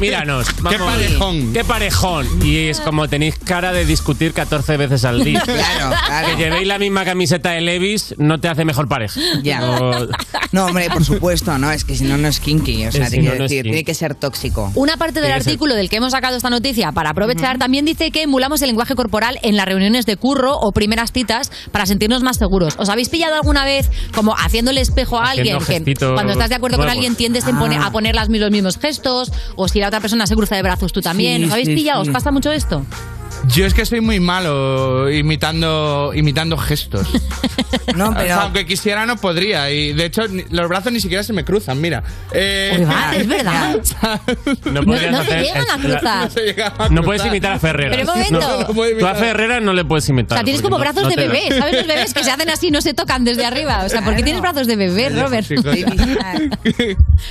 Speaker 25: míranos, vamos,
Speaker 32: (laughs) Qué parejón.
Speaker 25: qué parejón. Y es como tenéis cara de discutir 14 veces
Speaker 4: (laughs)
Speaker 25: al día.
Speaker 6: Claro, claro.
Speaker 25: Que llevéis la misma camiseta de Levis no te hace mejor pareja.
Speaker 6: Ya.
Speaker 25: O-
Speaker 6: No, hombre, por supuesto, no, es que si no, no es kinky. O sea,
Speaker 25: Es
Speaker 6: te
Speaker 25: que
Speaker 6: quiero
Speaker 25: no, no es
Speaker 6: decir,
Speaker 25: kinky.
Speaker 6: tiene que ser tóxico.
Speaker 4: Una parte del
Speaker 6: Tiene que ser-
Speaker 4: artículo del que hemos sacado esta noticia para aprovechar también dice que emulamos el lenguaje corporal en las reuniones de curro o primeras citas para sentirnos más seguros. ¿Os habéis pillado alguna vez como haciendo el espejo a
Speaker 25: Haciendo
Speaker 4: alguien? Que
Speaker 25: gestitos Ah.
Speaker 4: cuando estás de acuerdo con
Speaker 25: nuevos.
Speaker 4: alguien tiendes en pone- a poner las, mis- los mismos gestos o si la otra persona se cruza de brazos tú también.
Speaker 25: Sí,
Speaker 4: ¿Os habéis
Speaker 25: sí,
Speaker 4: pillado?
Speaker 25: sí.
Speaker 4: ¿Os pasa mucho esto?
Speaker 32: Yo es que soy muy malo imitando,
Speaker 4: (laughs)
Speaker 32: imitando gestos.
Speaker 6: No, pero-
Speaker 32: aunque quisiera no podría. Y de hecho, ni- los brazos ni siquiera se me cruzan, mira. Eh,
Speaker 4: Uy, Pues va, es verdad.
Speaker 25: No,
Speaker 4: podrías no se hacer- llegan a es- cruzar. la- no se
Speaker 25: No puedes imitar a Ferreras.
Speaker 4: Pero un momento.
Speaker 25: No, tú a Ferreras no le puedes
Speaker 4: O
Speaker 25: imitar.
Speaker 4: sea, tienes
Speaker 25: porque
Speaker 4: como
Speaker 25: no-
Speaker 4: brazos
Speaker 25: no
Speaker 4: de
Speaker 25: te da.
Speaker 4: bebé, ¿sabes? Los bebés que se hacen así, no se tocan desde arriba. O sea, ¿por qué tienes brazos de bebé, Robert? (laughs)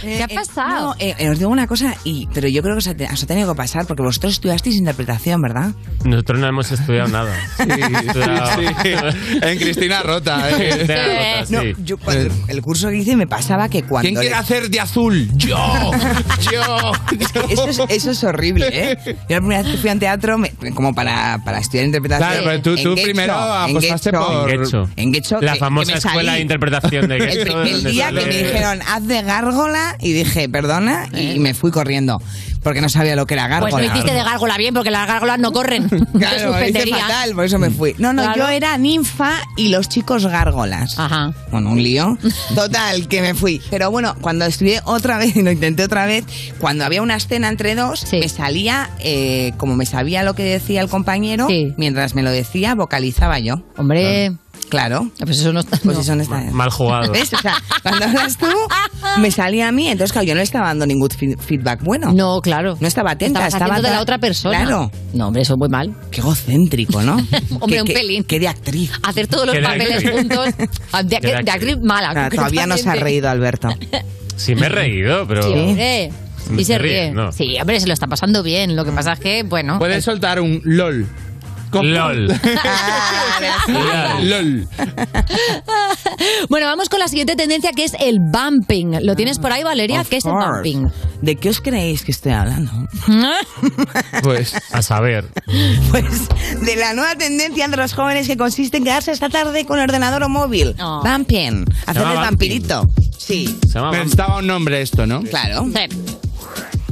Speaker 4: ¿Qué ha pasado?
Speaker 6: Eh, eh, os digo una cosa, y, pero yo creo que os ha, te- os ha tenido que pasar porque vosotros estudiasteis interpretación, ¿verdad?
Speaker 25: Nosotros no hemos estudiado
Speaker 32: (laughs)
Speaker 25: nada.
Speaker 32: En
Speaker 25: (laughs)
Speaker 32: Cristina Rota. eh.
Speaker 25: Cristina Rota,
Speaker 6: No,
Speaker 25: sí.
Speaker 6: yo cuando- el curso que hice me pasaba que cuando.
Speaker 32: ¿Quién quiere hacer de azul? Yo. (laughs) Yo.
Speaker 6: Es que eso, es, eso es horrible, ¿eh? Yo la primera vez que fui a un teatro, me- como para, para estudiar interpretación.
Speaker 32: Claro, pero tú-
Speaker 6: en
Speaker 32: tú
Speaker 6: Getxo,
Speaker 32: primero
Speaker 6: en
Speaker 32: apostaste
Speaker 6: Getxo,
Speaker 32: por-
Speaker 6: en Getxo. En Getxo,
Speaker 25: La
Speaker 6: que-
Speaker 25: famosa
Speaker 6: que me
Speaker 25: escuela
Speaker 6: salí.
Speaker 25: de interpretación de Getxo.
Speaker 6: El primer
Speaker 25: donde
Speaker 6: día que
Speaker 25: sale-
Speaker 6: me dijeron, haz de gárgola, y dije, perdona, y me fui corriendo. Porque no sabía lo que era gárgola.
Speaker 4: Eh. Pues lo hiciste de gárgola bien, porque las gárgolas no corren. Te
Speaker 6: Claro, lo hice
Speaker 4: suspendería.
Speaker 6: fatal, por eso me fui. No, no,
Speaker 4: Claro.
Speaker 6: yo era ninfa y los chicos gárgolas.
Speaker 4: Ajá.
Speaker 6: Bueno, un
Speaker 4: (laughs)
Speaker 6: lío. Total, que me fui. Pero bueno, cuando estudié otra vez (laughs) y lo intenté otra vez, cuando había una escena entre dos, me salía, eh, como me sabía lo que decía el compañero, mientras me lo decía, vocalizaba yo.
Speaker 4: Hombre.
Speaker 6: Claro.
Speaker 4: Pues eso no está.
Speaker 25: Mal jugado.
Speaker 6: ¿Ves? O sea, cuando hablas tú, me salía a mí. Entonces, claro, yo no le estaba dando ningún fi- feedback bueno.
Speaker 4: No, claro.
Speaker 6: No estaba atenta.
Speaker 4: Estabas
Speaker 6: estaba
Speaker 4: haciendo de la
Speaker 6: atra-
Speaker 4: otra persona.
Speaker 6: Claro.
Speaker 4: No, hombre, eso es muy mal.
Speaker 6: Qué
Speaker 4: (laughs)
Speaker 6: egocéntrico, ¿no?
Speaker 4: Hombre,
Speaker 6: Qué-
Speaker 4: un
Speaker 6: qué-
Speaker 4: pelín.
Speaker 6: Qué de actriz.
Speaker 4: Hacer todos los
Speaker 6: Que de
Speaker 4: papeles
Speaker 6: actriz.
Speaker 32: (laughs)
Speaker 4: juntos. Ah, De,
Speaker 6: Que de
Speaker 4: de, de actriz mala.
Speaker 6: Nada, todavía no se ha
Speaker 4: completamente.
Speaker 6: reído Alberto.
Speaker 25: Sí, me he reído, pero.
Speaker 4: Sí, hombre.
Speaker 25: Me
Speaker 4: Y se
Speaker 25: ríe,
Speaker 4: ríe.
Speaker 25: ¿no?
Speaker 4: Sí, hombre, se lo está pasando bien. Lo que pasa es que, bueno.
Speaker 32: Puedes soltar un LOL.
Speaker 25: LOL.
Speaker 32: (laughs) LOL.
Speaker 4: (laughs) Bueno, vamos con la siguiente tendencia que es el bumping. ¿Lo tienes por ahí, Valeria?
Speaker 6: Of
Speaker 4: ¿Qué es el
Speaker 6: course.
Speaker 4: bumping?
Speaker 6: este ¿De qué os creéis que estoy hablando? (laughs)
Speaker 32: Pues.
Speaker 25: A saber.
Speaker 6: Pues de la nueva tendencia entre los jóvenes que consiste en quedarse esta tarde con ordenador o móvil. Vampien. Hacer
Speaker 32: llama
Speaker 6: el
Speaker 32: vamping.
Speaker 6: vampirito. Sí.
Speaker 32: Necesitaba un nombre esto, ¿no?
Speaker 6: Claro.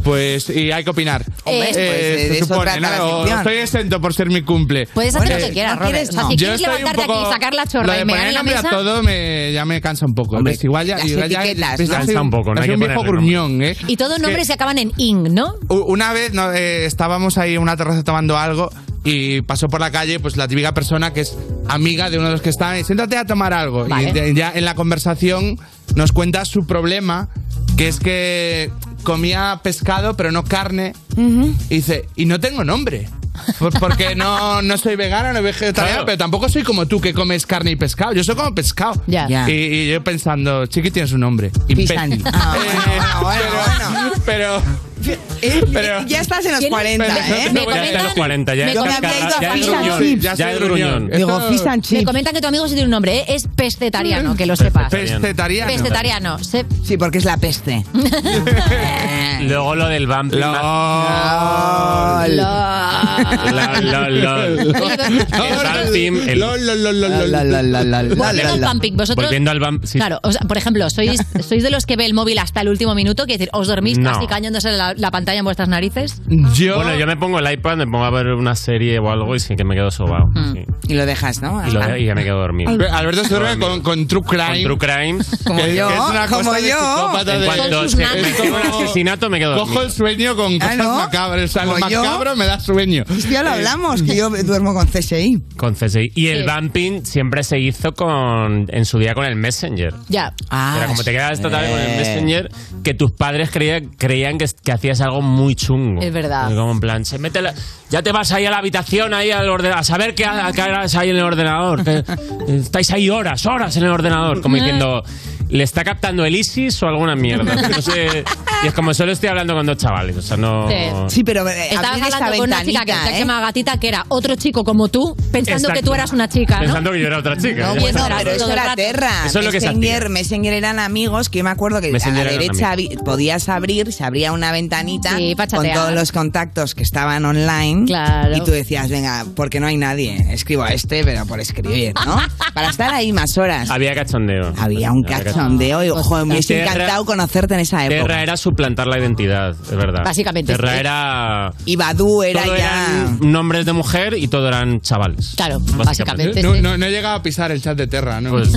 Speaker 32: Pues, y hay que opinar.
Speaker 4: Eh,
Speaker 32: Eh,
Speaker 6: Hombre, pues, de
Speaker 32: se
Speaker 6: eso
Speaker 32: supone,
Speaker 6: trata la
Speaker 32: ¿no? O
Speaker 6: sección.
Speaker 32: Estoy exento por ser mi cumple.
Speaker 4: Puedes hacer
Speaker 32: Eh,
Speaker 4: lo que quieras, Robert. O sea, si
Speaker 32: Yo
Speaker 4: quieres
Speaker 32: estoy un
Speaker 4: levantarte
Speaker 32: poco-
Speaker 4: aquí, sacar la chorra
Speaker 32: lo de
Speaker 4: y mear
Speaker 32: poner
Speaker 4: en la
Speaker 32: nombre
Speaker 4: mesa.
Speaker 32: a todo me, ya me cansa un poco. ¿ves? Igual ya,
Speaker 6: las
Speaker 32: igual ya,
Speaker 6: etiquetas,
Speaker 32: ves, ya
Speaker 6: ¿no?
Speaker 32: soy-
Speaker 6: Cansa un poco, no
Speaker 32: ya
Speaker 6: hay
Speaker 32: soy
Speaker 6: que
Speaker 32: un viejo
Speaker 6: ponerle
Speaker 32: gruñón, ¿eh?
Speaker 4: (laughs) Y todos
Speaker 32: Es que-
Speaker 4: nombres se acaban en ing, ¿no?
Speaker 32: U- Una vez no, eh, estábamos ahí en una terraza tomando algo y pasó por la calle pues la típica persona que es amiga de uno de los que están. Siéntate a tomar algo.
Speaker 9: Vale.
Speaker 32: Y de- ya en la conversación nos cuenta su problema, que es que comía pescado pero no carne. Y dice, y no tengo nombre. Por- Porque no, no soy vegana, no vegetariana,
Speaker 9: Claro.
Speaker 32: pero tampoco soy como tú que comes carne y pescado. Yo soy como pescado.
Speaker 9: Ya. Ya.
Speaker 32: Y, y yo pensando, chiqui, tienes un nombre. Imbécil.
Speaker 25: (laughs)
Speaker 32: Pero. pero
Speaker 6: Eh, Ya estás en los 40, ¿eh?
Speaker 25: Ya está en los 40, ya
Speaker 4: me
Speaker 25: es
Speaker 4: comentan-
Speaker 25: cascarra, ya
Speaker 4: me
Speaker 25: es
Speaker 4: comentan-
Speaker 25: gruñón. Ya es gruñón.
Speaker 4: Me comentan que tu amigo se tiene un nombre, ¿eh? es pestetariano, que lo sepas.
Speaker 25: Mm. Pescetariano.
Speaker 4: Pescetariano, se-
Speaker 6: Sí, porque es la peste. Ah.
Speaker 25: Luego lo del vampiro.
Speaker 6: LOL.
Speaker 25: LOL, LOL,
Speaker 6: (laughs)
Speaker 25: LOL. El vamping, el-
Speaker 4: Volvemos al vamping. Vosotros-
Speaker 25: Volviendo al vamp- sí.
Speaker 4: Claro, o sea, por ejemplo, ¿sois, sois de los que ve el móvil hasta el último minuto, que decir, os dormís
Speaker 25: No.
Speaker 4: casi cañándose la, la pantalla en vuestras narices.
Speaker 25: Bueno, yo me pongo el iPad, me pongo a ver una serie o algo y sí que me quedo sobao. sí.
Speaker 6: Y lo dejas, ¿no? Ah.
Speaker 25: Y, lo- y ya me quedo dormido.
Speaker 32: Alberto se duerme con, con True Crime.
Speaker 25: Con True Crime.
Speaker 32: Como
Speaker 25: Que-
Speaker 32: yo,
Speaker 25: que es una
Speaker 32: como
Speaker 25: cosa de
Speaker 32: yo.
Speaker 25: psicópata
Speaker 32: En
Speaker 25: de-
Speaker 32: cuanto
Speaker 25: Con
Speaker 32: se-
Speaker 25: sus me quedo un asesinato, me quedo
Speaker 32: Cojo
Speaker 25: dormido.
Speaker 32: el sueño con cosas macabras. O sea, lo
Speaker 6: Ah, Como yo.
Speaker 32: macabro me da sueño. Eh,
Speaker 6: Ya lo hablamos, que yo duermo con CSI.
Speaker 25: Con CSI. Y el
Speaker 6: Sí.
Speaker 25: vamping siempre se hizo con en su día con el Messenger.
Speaker 4: Ya.
Speaker 6: Ah,
Speaker 25: Era como te quedabas esta tarde con el Messenger, que tus padres creían, creían que, que hacías algo muy chungo.
Speaker 4: Es verdad.
Speaker 25: Pues Como en plan, se mete la- ya te vas ahí a la habitación, ahí al ordenador, a saber qué ha- qué harás ahí en el ordenador. que- estáis ahí horas, horas en el ordenador, como diciendo, ¿le está captando el ISIS o alguna mierda? No sé. Y es como solo estoy hablando con dos chavales, o sea, no.
Speaker 6: Sí, pero eh,
Speaker 4: Estabas
Speaker 6: abrir esa
Speaker 4: hablando con una chica que
Speaker 6: ventanita,
Speaker 4: se
Speaker 6: ¿eh?
Speaker 4: llama Gatita, que era otro chico como tú, pensando
Speaker 25: Exacto.
Speaker 4: que tú eras una chica, ¿no?
Speaker 25: Pensando que yo era otra chica.
Speaker 6: No,
Speaker 25: Ya
Speaker 6: bueno,
Speaker 25: está.
Speaker 6: pero eso era Terra.
Speaker 25: Eso es lo que se
Speaker 6: Messenger, Messenger eran amigos que yo me acuerdo que a la
Speaker 25: Messenger eran
Speaker 6: derecha
Speaker 25: amigos.
Speaker 6: abi- podías abrir, se abría una ventanita
Speaker 4: Sí, pa'
Speaker 6: con
Speaker 4: chatear.
Speaker 6: todos los contactos que estaban online.
Speaker 4: Claro.
Speaker 6: Y tú decías, venga, porque no hay nadie. Escribo a este, pero por escribir,
Speaker 25: (laughs)
Speaker 6: ¿no? Para estar ahí más horas.
Speaker 25: Había cachondeo.
Speaker 6: Había un Cachondeo y, ojo, me hubiese
Speaker 25: Terra-
Speaker 6: encantado conocerte en esa época.
Speaker 25: Terra era suplantar la identidad, es verdad.
Speaker 4: Básicamente,
Speaker 25: Terra
Speaker 4: sí.
Speaker 25: era.
Speaker 6: Y Badu era
Speaker 25: todo
Speaker 6: ya.
Speaker 25: eran nombres de mujer y todo eran chavales.
Speaker 4: Claro,
Speaker 25: Básicamente.
Speaker 32: No, no, no he llegado a pisar el chat de Terra, ¿no?
Speaker 25: Pues,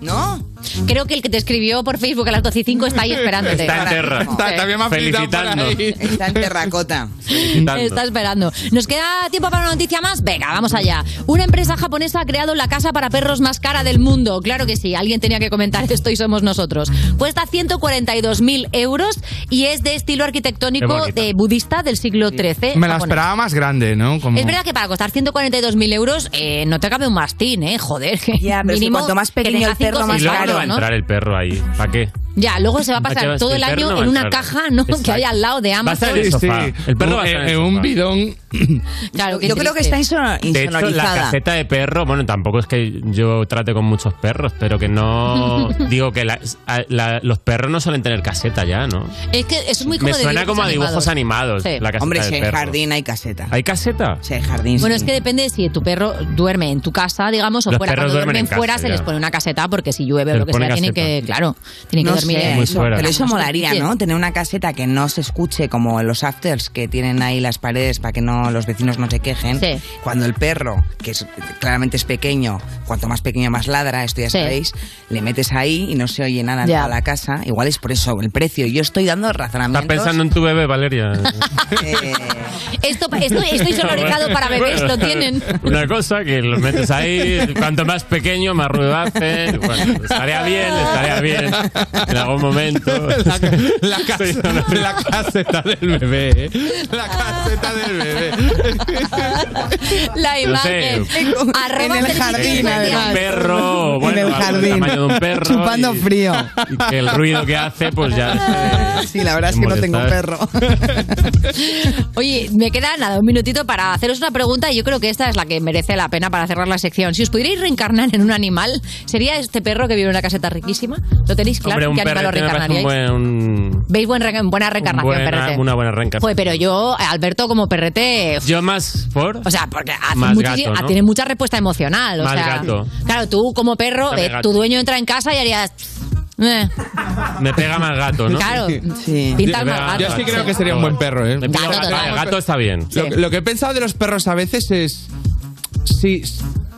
Speaker 6: ¿No?
Speaker 4: Creo que el que te escribió por Facebook a las 12 y 5 está ahí esperándote.
Speaker 25: Está en Terra. Está- también me ha felicitado por ahí. Felicitando.
Speaker 6: Está en terracota.
Speaker 25: Felicitando.
Speaker 4: Está esperando. ¿Nos queda tiempo para una noticia más? Venga, vamos allá. Una empresa japonesa ha creado la casa para perros más cara del mundo. Claro que sí, alguien tenía que comentar (laughs) esto y somos nosotros. Cuesta 142.000 euros y es de estilo
Speaker 32: Qué
Speaker 4: arquitectónico
Speaker 32: bonita.
Speaker 4: de budista del siglo XIII.
Speaker 32: Me la
Speaker 4: japonés.
Speaker 32: esperaba más grande, ¿no? Como...
Speaker 4: Es verdad que para costar 142.000 euros eh, no te cabe un mastín, ¿eh? Joder.
Speaker 6: Ya, pero si cuanto más pequeño el perro, más
Speaker 25: y luego no va a entrar el perro ahí. ¿Para qué?
Speaker 4: Ya, luego se va a
Speaker 25: Va a
Speaker 4: pasar
Speaker 25: llevar
Speaker 4: todo
Speaker 25: este
Speaker 4: el
Speaker 25: perro,
Speaker 4: año
Speaker 25: va a
Speaker 4: en una
Speaker 25: entrar.
Speaker 4: caja ¿no? que hay al lado de
Speaker 25: Va a este estar
Speaker 4: Amazon.
Speaker 25: en el sofá. El perro va a estar en el
Speaker 32: En un
Speaker 25: sofá.
Speaker 32: bidón.
Speaker 4: Claro,
Speaker 6: Yo creo que está
Speaker 25: De hecho, la
Speaker 6: insonorizada.
Speaker 25: caseta de perro, bueno, tampoco es que yo trate con muchos perros, pero que no. (laughs) Digo que la- a- la- los perros no suelen tener caseta ya, ¿no?
Speaker 4: Es que eso es muy como
Speaker 25: Me
Speaker 4: de
Speaker 25: suena como a dibujos animados.
Speaker 4: Sí.
Speaker 25: La caseta
Speaker 6: Hombre,
Speaker 25: del
Speaker 6: si hay
Speaker 25: perro.
Speaker 6: jardín hay caseta.
Speaker 25: ¿Hay caseta?
Speaker 6: Sí, hay jardín.
Speaker 4: Bueno, es que depende de si tu perro duerme en tu casa, digamos, o
Speaker 25: Los
Speaker 4: fuera.
Speaker 25: perros
Speaker 4: Cuando
Speaker 25: duermen
Speaker 4: duermen
Speaker 25: en casa,
Speaker 4: fuera se
Speaker 25: ya.
Speaker 4: les pone una caseta porque si llueve o
Speaker 25: Se
Speaker 4: lo
Speaker 25: les
Speaker 4: que
Speaker 25: pone
Speaker 4: sea, tienen que, claro, tienen que
Speaker 6: No
Speaker 4: dormir
Speaker 6: sé,
Speaker 4: en
Speaker 6: eso-
Speaker 4: en
Speaker 6: pero eso
Speaker 4: algunos
Speaker 6: molaría,
Speaker 4: sitios.
Speaker 6: ¿no? Tener una caseta que no se escuche como en los afters que tienen ahí las paredes para que no los vecinos no se quejen. Cuando el perro, que es- claramente es pequeño, cuanto más pequeño más ladra, esto ya
Speaker 4: Sí.
Speaker 6: sabéis, le metes ahí y no se oye nada en
Speaker 4: Ya.
Speaker 6: toda la casa. Igual es por eso el precio. Yo estoy dando razonamientos.
Speaker 25: Estás pensando en tu bebé, Valeria.
Speaker 4: Esto, esto,
Speaker 25: (laughs)
Speaker 4: esto insonorizado para bebés lo tienen.
Speaker 25: Una cosa que lo metes ahí, cuanto más pequeño, más ruido hace. Bueno, estaría bien, estaría bien. En algún momento.
Speaker 32: (laughs)
Speaker 25: La,
Speaker 32: caseta del bebé. ¿eh? La caseta del bebé.
Speaker 4: La
Speaker 25: No sé.
Speaker 4: imagen. Arroba
Speaker 6: En el
Speaker 4: servicios
Speaker 6: jardín,
Speaker 4: media.
Speaker 6: además.
Speaker 25: perro, bueno,
Speaker 6: en el
Speaker 25: algo del
Speaker 6: jardín.
Speaker 25: tamaño de un perro
Speaker 6: chupando frío.
Speaker 25: Y que el ruido que hace, pues ya.
Speaker 6: Sí, la verdad es que no tengo
Speaker 25: Molestar.
Speaker 6: perro.
Speaker 4: Oye, me queda nada, un minutito para haceros una pregunta y yo creo que esta es la que merece la pena para cerrar la sección. Si os pudierais reencarnar en un animal, ¿sería este perro que vive en una caseta riquísima? ¿Lo tenéis
Speaker 25: Hombre,
Speaker 4: claro?
Speaker 25: un
Speaker 4: ¿Qué animal lo
Speaker 25: perrete me parece un
Speaker 4: reencarnaríais?
Speaker 25: buen. un-
Speaker 4: ¿Veis buen re- buena reencarnación,
Speaker 25: buena-
Speaker 4: perrete?
Speaker 25: una buena reencarnación.
Speaker 4: Joder, pero yo, Alberto, como perrete...
Speaker 25: Yo más por.
Speaker 4: O sea, porque hace
Speaker 25: Más
Speaker 4: muchísimo-
Speaker 25: gato, ¿no?
Speaker 4: tiene mucha respuesta emocional. O
Speaker 25: Más
Speaker 4: sea,
Speaker 25: gato.
Speaker 4: Claro, tú como perro,
Speaker 25: Dame
Speaker 4: eh,
Speaker 25: gato.
Speaker 4: tu dueño entra en casa y harías... eh,
Speaker 25: Me pega más gato, ¿no?
Speaker 4: Claro,
Speaker 25: sí.
Speaker 4: pintas más gato.
Speaker 32: Yo sí creo que sería un buen perro, ¿eh?
Speaker 25: Gato, gato, gato. gato está bien.
Speaker 32: Lo, lo que he pensado de los perros a veces es. Si.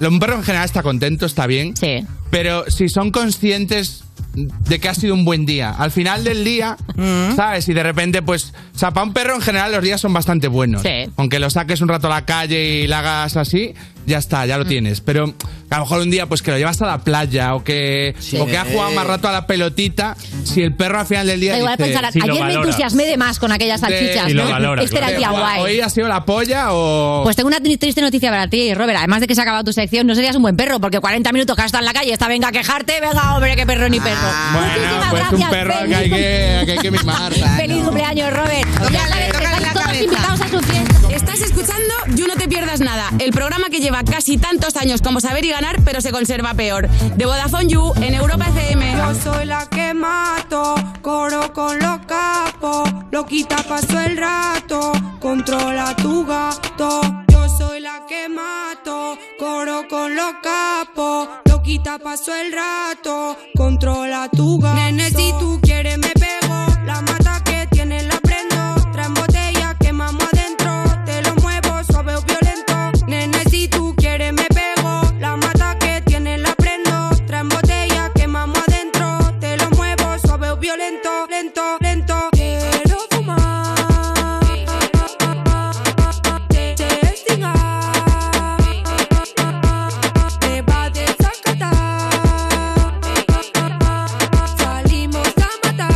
Speaker 32: lo- Un perro en general está contento, está bien.
Speaker 4: Sí.
Speaker 32: Pero si son conscientes de que ha sido un buen día. Al final del día,
Speaker 4: Mm.
Speaker 32: ¿sabes? Y de repente, pues. O sea, para un perro en general los días son bastante buenos.
Speaker 4: Sí.
Speaker 32: Aunque lo saques un rato a la calle y lo hagas así, ya está,
Speaker 4: Mm.
Speaker 32: ya lo tienes. Pero a lo mejor un día, pues que lo llevas a la playa o que. O que ha jugado más rato a la pelotita. Si el perro al final del día.
Speaker 4: Da igual
Speaker 32: dice,
Speaker 4: pensar, ayer me entusiasmé de más con aquellas salchichas,
Speaker 32: Sí,
Speaker 4: ¿no? este era el día
Speaker 32: Guau,
Speaker 4: guay.
Speaker 32: Hoy ha sido la polla o.
Speaker 4: Pues tengo una tri- triste noticia para ti, Robert. Además de que se ha acabado tu sección, no serías un buen perro, porque 40 minutos que has estado en la calle, está venga a quejarte, venga, hombre, qué perro ni perro.
Speaker 32: bueno, pues un perro que hay que, que hay que mimar.
Speaker 4: (laughs) Feliz cumpleaños, Robert. Ya sabes, estáis todos invitados a su fiesta.
Speaker 9: Estás escuchando You No Te Pierdas Nada, el programa que lleva casi tantos años como saber y ganar, pero se conserva peor. De Vodafone You en Europa FM.
Speaker 23: Yo soy la que mato, coro con los capos, loquita pasó el rato, controla tu gato. Yo soy la que mato, coro con los capos, loquita pasó el rato, controla tu gato. Nene, si tú quieres me pego, la mata que tiene la prendo, traen botella, quemamos adentro, te lo muevo suave o violento. Nene, si tú quieres me pego, la mata que tiene la prendo, traen botella, quemamos adentro, te lo muevo suave o violento, lento, lento. Quiero fumar, te, te estirar, te va a desacatar, salimos a matar.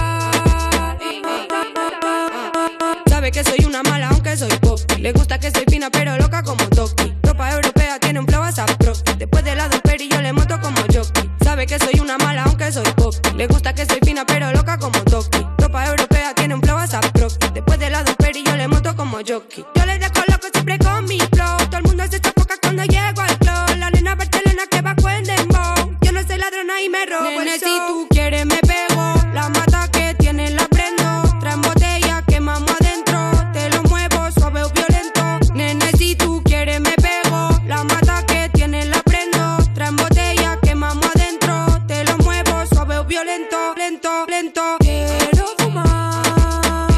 Speaker 23: Sabe que soy una mala aunque soy pop, le gusta que soy fina pero loca como Toki. Ropa europea tiene un flow hasta pro, después de la peri yo le moto como jockey. Sabe que soy una mala aunque soy pop, le gusta que soy fina pero loca como Toki. Ropa europea tiene un flow hasta pro, después de la peri yo le moto como jockey. Yo le dejo loco siempre con mi flow, todo el mundo se chapoca cuando llego al flow. La nena Barcelona que bajo el dembow, yo no soy ladrona y me robo Nene, el si show. tú quieres me pego, la mata que tiene la prendo, traen botella, quemamos adentro, te lo muevo suave o violento. Nene, si tú quieres me pego, la mata que tiene la prendo, traen botella, quemamos adentro, te lo muevo suave o violento, lento, lento. Quiero fumar,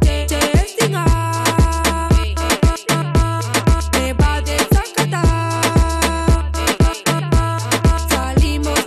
Speaker 23: te, te estirar, te va a desacatar. Salimos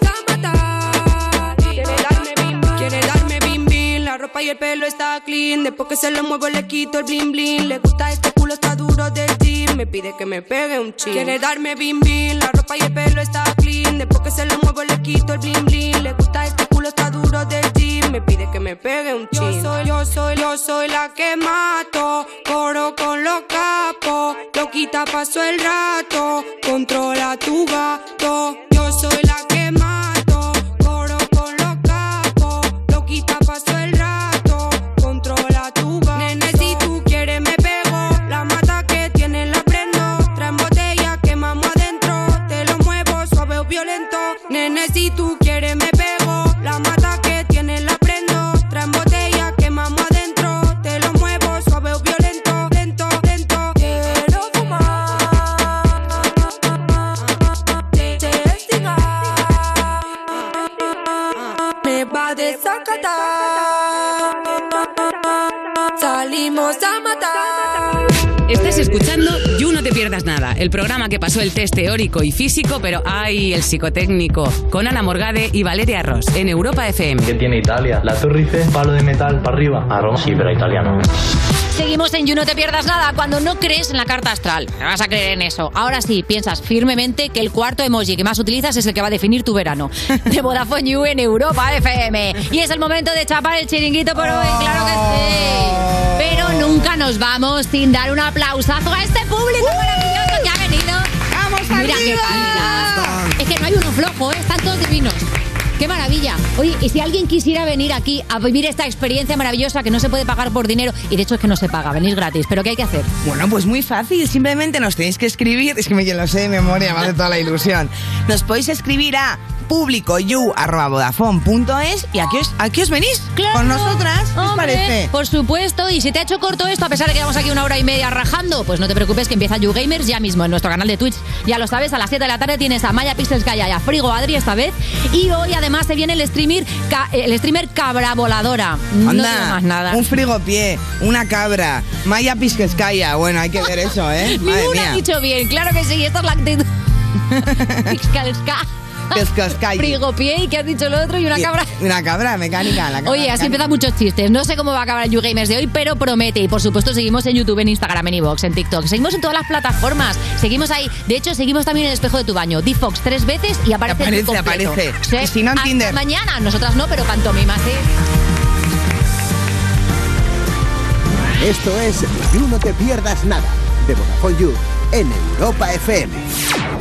Speaker 23: Después que se lo muevo le quito el blin blin. Le gusta este culo, está duro de decir. Me pide que me pegue un chin. Quiere darme bim bim, la ropa y el pelo está clean. Después que se lo muevo le quito el blin blin. Le gusta este culo, está duro de decir. Me pide que me pegue un chin. Yo soy, yo soy, yo soy la que mato. Coro con los capos. Loquita paso el rato. Controla tu gato. Yo soy la que mato. Coro con los capos. Loquita paso el rato. Controla tu gato. Nene, si tú quieres me pego. La mata que tiene la prendo. Traen botella, quemamos adentro. Te lo muevo suave o violento. Nene, si tú quieres me pego. La mata que tiene la prendo. Traen botella, quemamos adentro. Te lo muevo suave o violento. Lento, lento. Quiero fumar. Te- te me va a desacatar. Salimos a matar.
Speaker 15: Estás escuchando You No Te Pierdas Nada, el programa que pasó el test teórico y físico, pero ¡ay! el psicotécnico, con Ana Morgade y Valeria Ross, en Europa FM.
Speaker 10: ¿Qué tiene Italia? La Torre Eiffel, palo de metal para arriba. A Roma. Sí, pero italiano.
Speaker 4: Seguimos en You, no te pierdas nada. Cuando no crees en la carta astral, te vas a creer en eso. Ahora sí, piensas firmemente que el cuarto emoji que más utilizas es el que va a definir tu verano. De Vodafone You en Europa FM. Y es el momento de chapar el chiringuito por hoy, claro que sí. Pero nunca nos vamos sin dar un aplausazo a este público maravilloso que ha venido. ¡Vamos Mira qué calidad. Es que no hay uno flojo, ¿eh? están todos divinos. ¡Qué maravilla! Oye, y si alguien quisiera venir aquí a vivir esta experiencia maravillosa que no se puede pagar por dinero, y de hecho es que no se paga, venís gratis, pero ¿qué hay que hacer?
Speaker 6: Bueno, pues muy fácil, simplemente nos tenéis que escribir, es que me lo sé de memoria, me hace toda la ilusión. Nos podéis escribir a publicoyu.vodafone.es y aquí os, aquí os venís con nosotras, ¿qué os
Speaker 4: Hombre,
Speaker 6: parece?
Speaker 4: Por supuesto, y si te ha hecho corto esto, a pesar de que llevamos aquí una hora y media rajando, pues no te preocupes que empieza YouGamers ya mismo en nuestro canal de Twitch. Ya lo sabes, a las 7 de la tarde tienes a Maya Pixels Gaya y a Frigo Adri esta vez. Y hoy además se viene el streamer, ca- el streamer Cabra Voladora. No
Speaker 6: Anda,
Speaker 4: digo más nada.
Speaker 6: un frigopié, una cabra, Maya Pisquescaya, bueno, hay que ver eso, ¿eh?
Speaker 4: (laughs) Ni
Speaker 6: Madre
Speaker 4: una
Speaker 6: mía.
Speaker 4: ha dicho bien, claro que sí, esta es la
Speaker 6: (laughs)
Speaker 4: actitud. Pixelsca.
Speaker 6: Pisquescaya.
Speaker 4: Frigopié, ¿qué has dicho el otro? Y una cabra.
Speaker 6: Una cabra mecánica, la cabra
Speaker 4: Oye, así empiezan muchos chistes. No sé cómo va a acabar el YouGamers de hoy, pero promete. Y por supuesto, seguimos en YouTube, en Instagram, en Evox, en TikTok. Seguimos en todas las plataformas. Seguimos ahí. De hecho, seguimos también en el espejo de tu baño. Difox tres veces y aparece.
Speaker 6: Aparece,
Speaker 4: el look completo.
Speaker 6: aparece.
Speaker 4: Sí.
Speaker 6: Y si no, en
Speaker 4: Hasta
Speaker 6: Tinder.
Speaker 4: Mañana, nosotras no, pero pantomima, sí.
Speaker 37: Esto es You No Te Pierdas Nada de Vodafone You en Europa FM.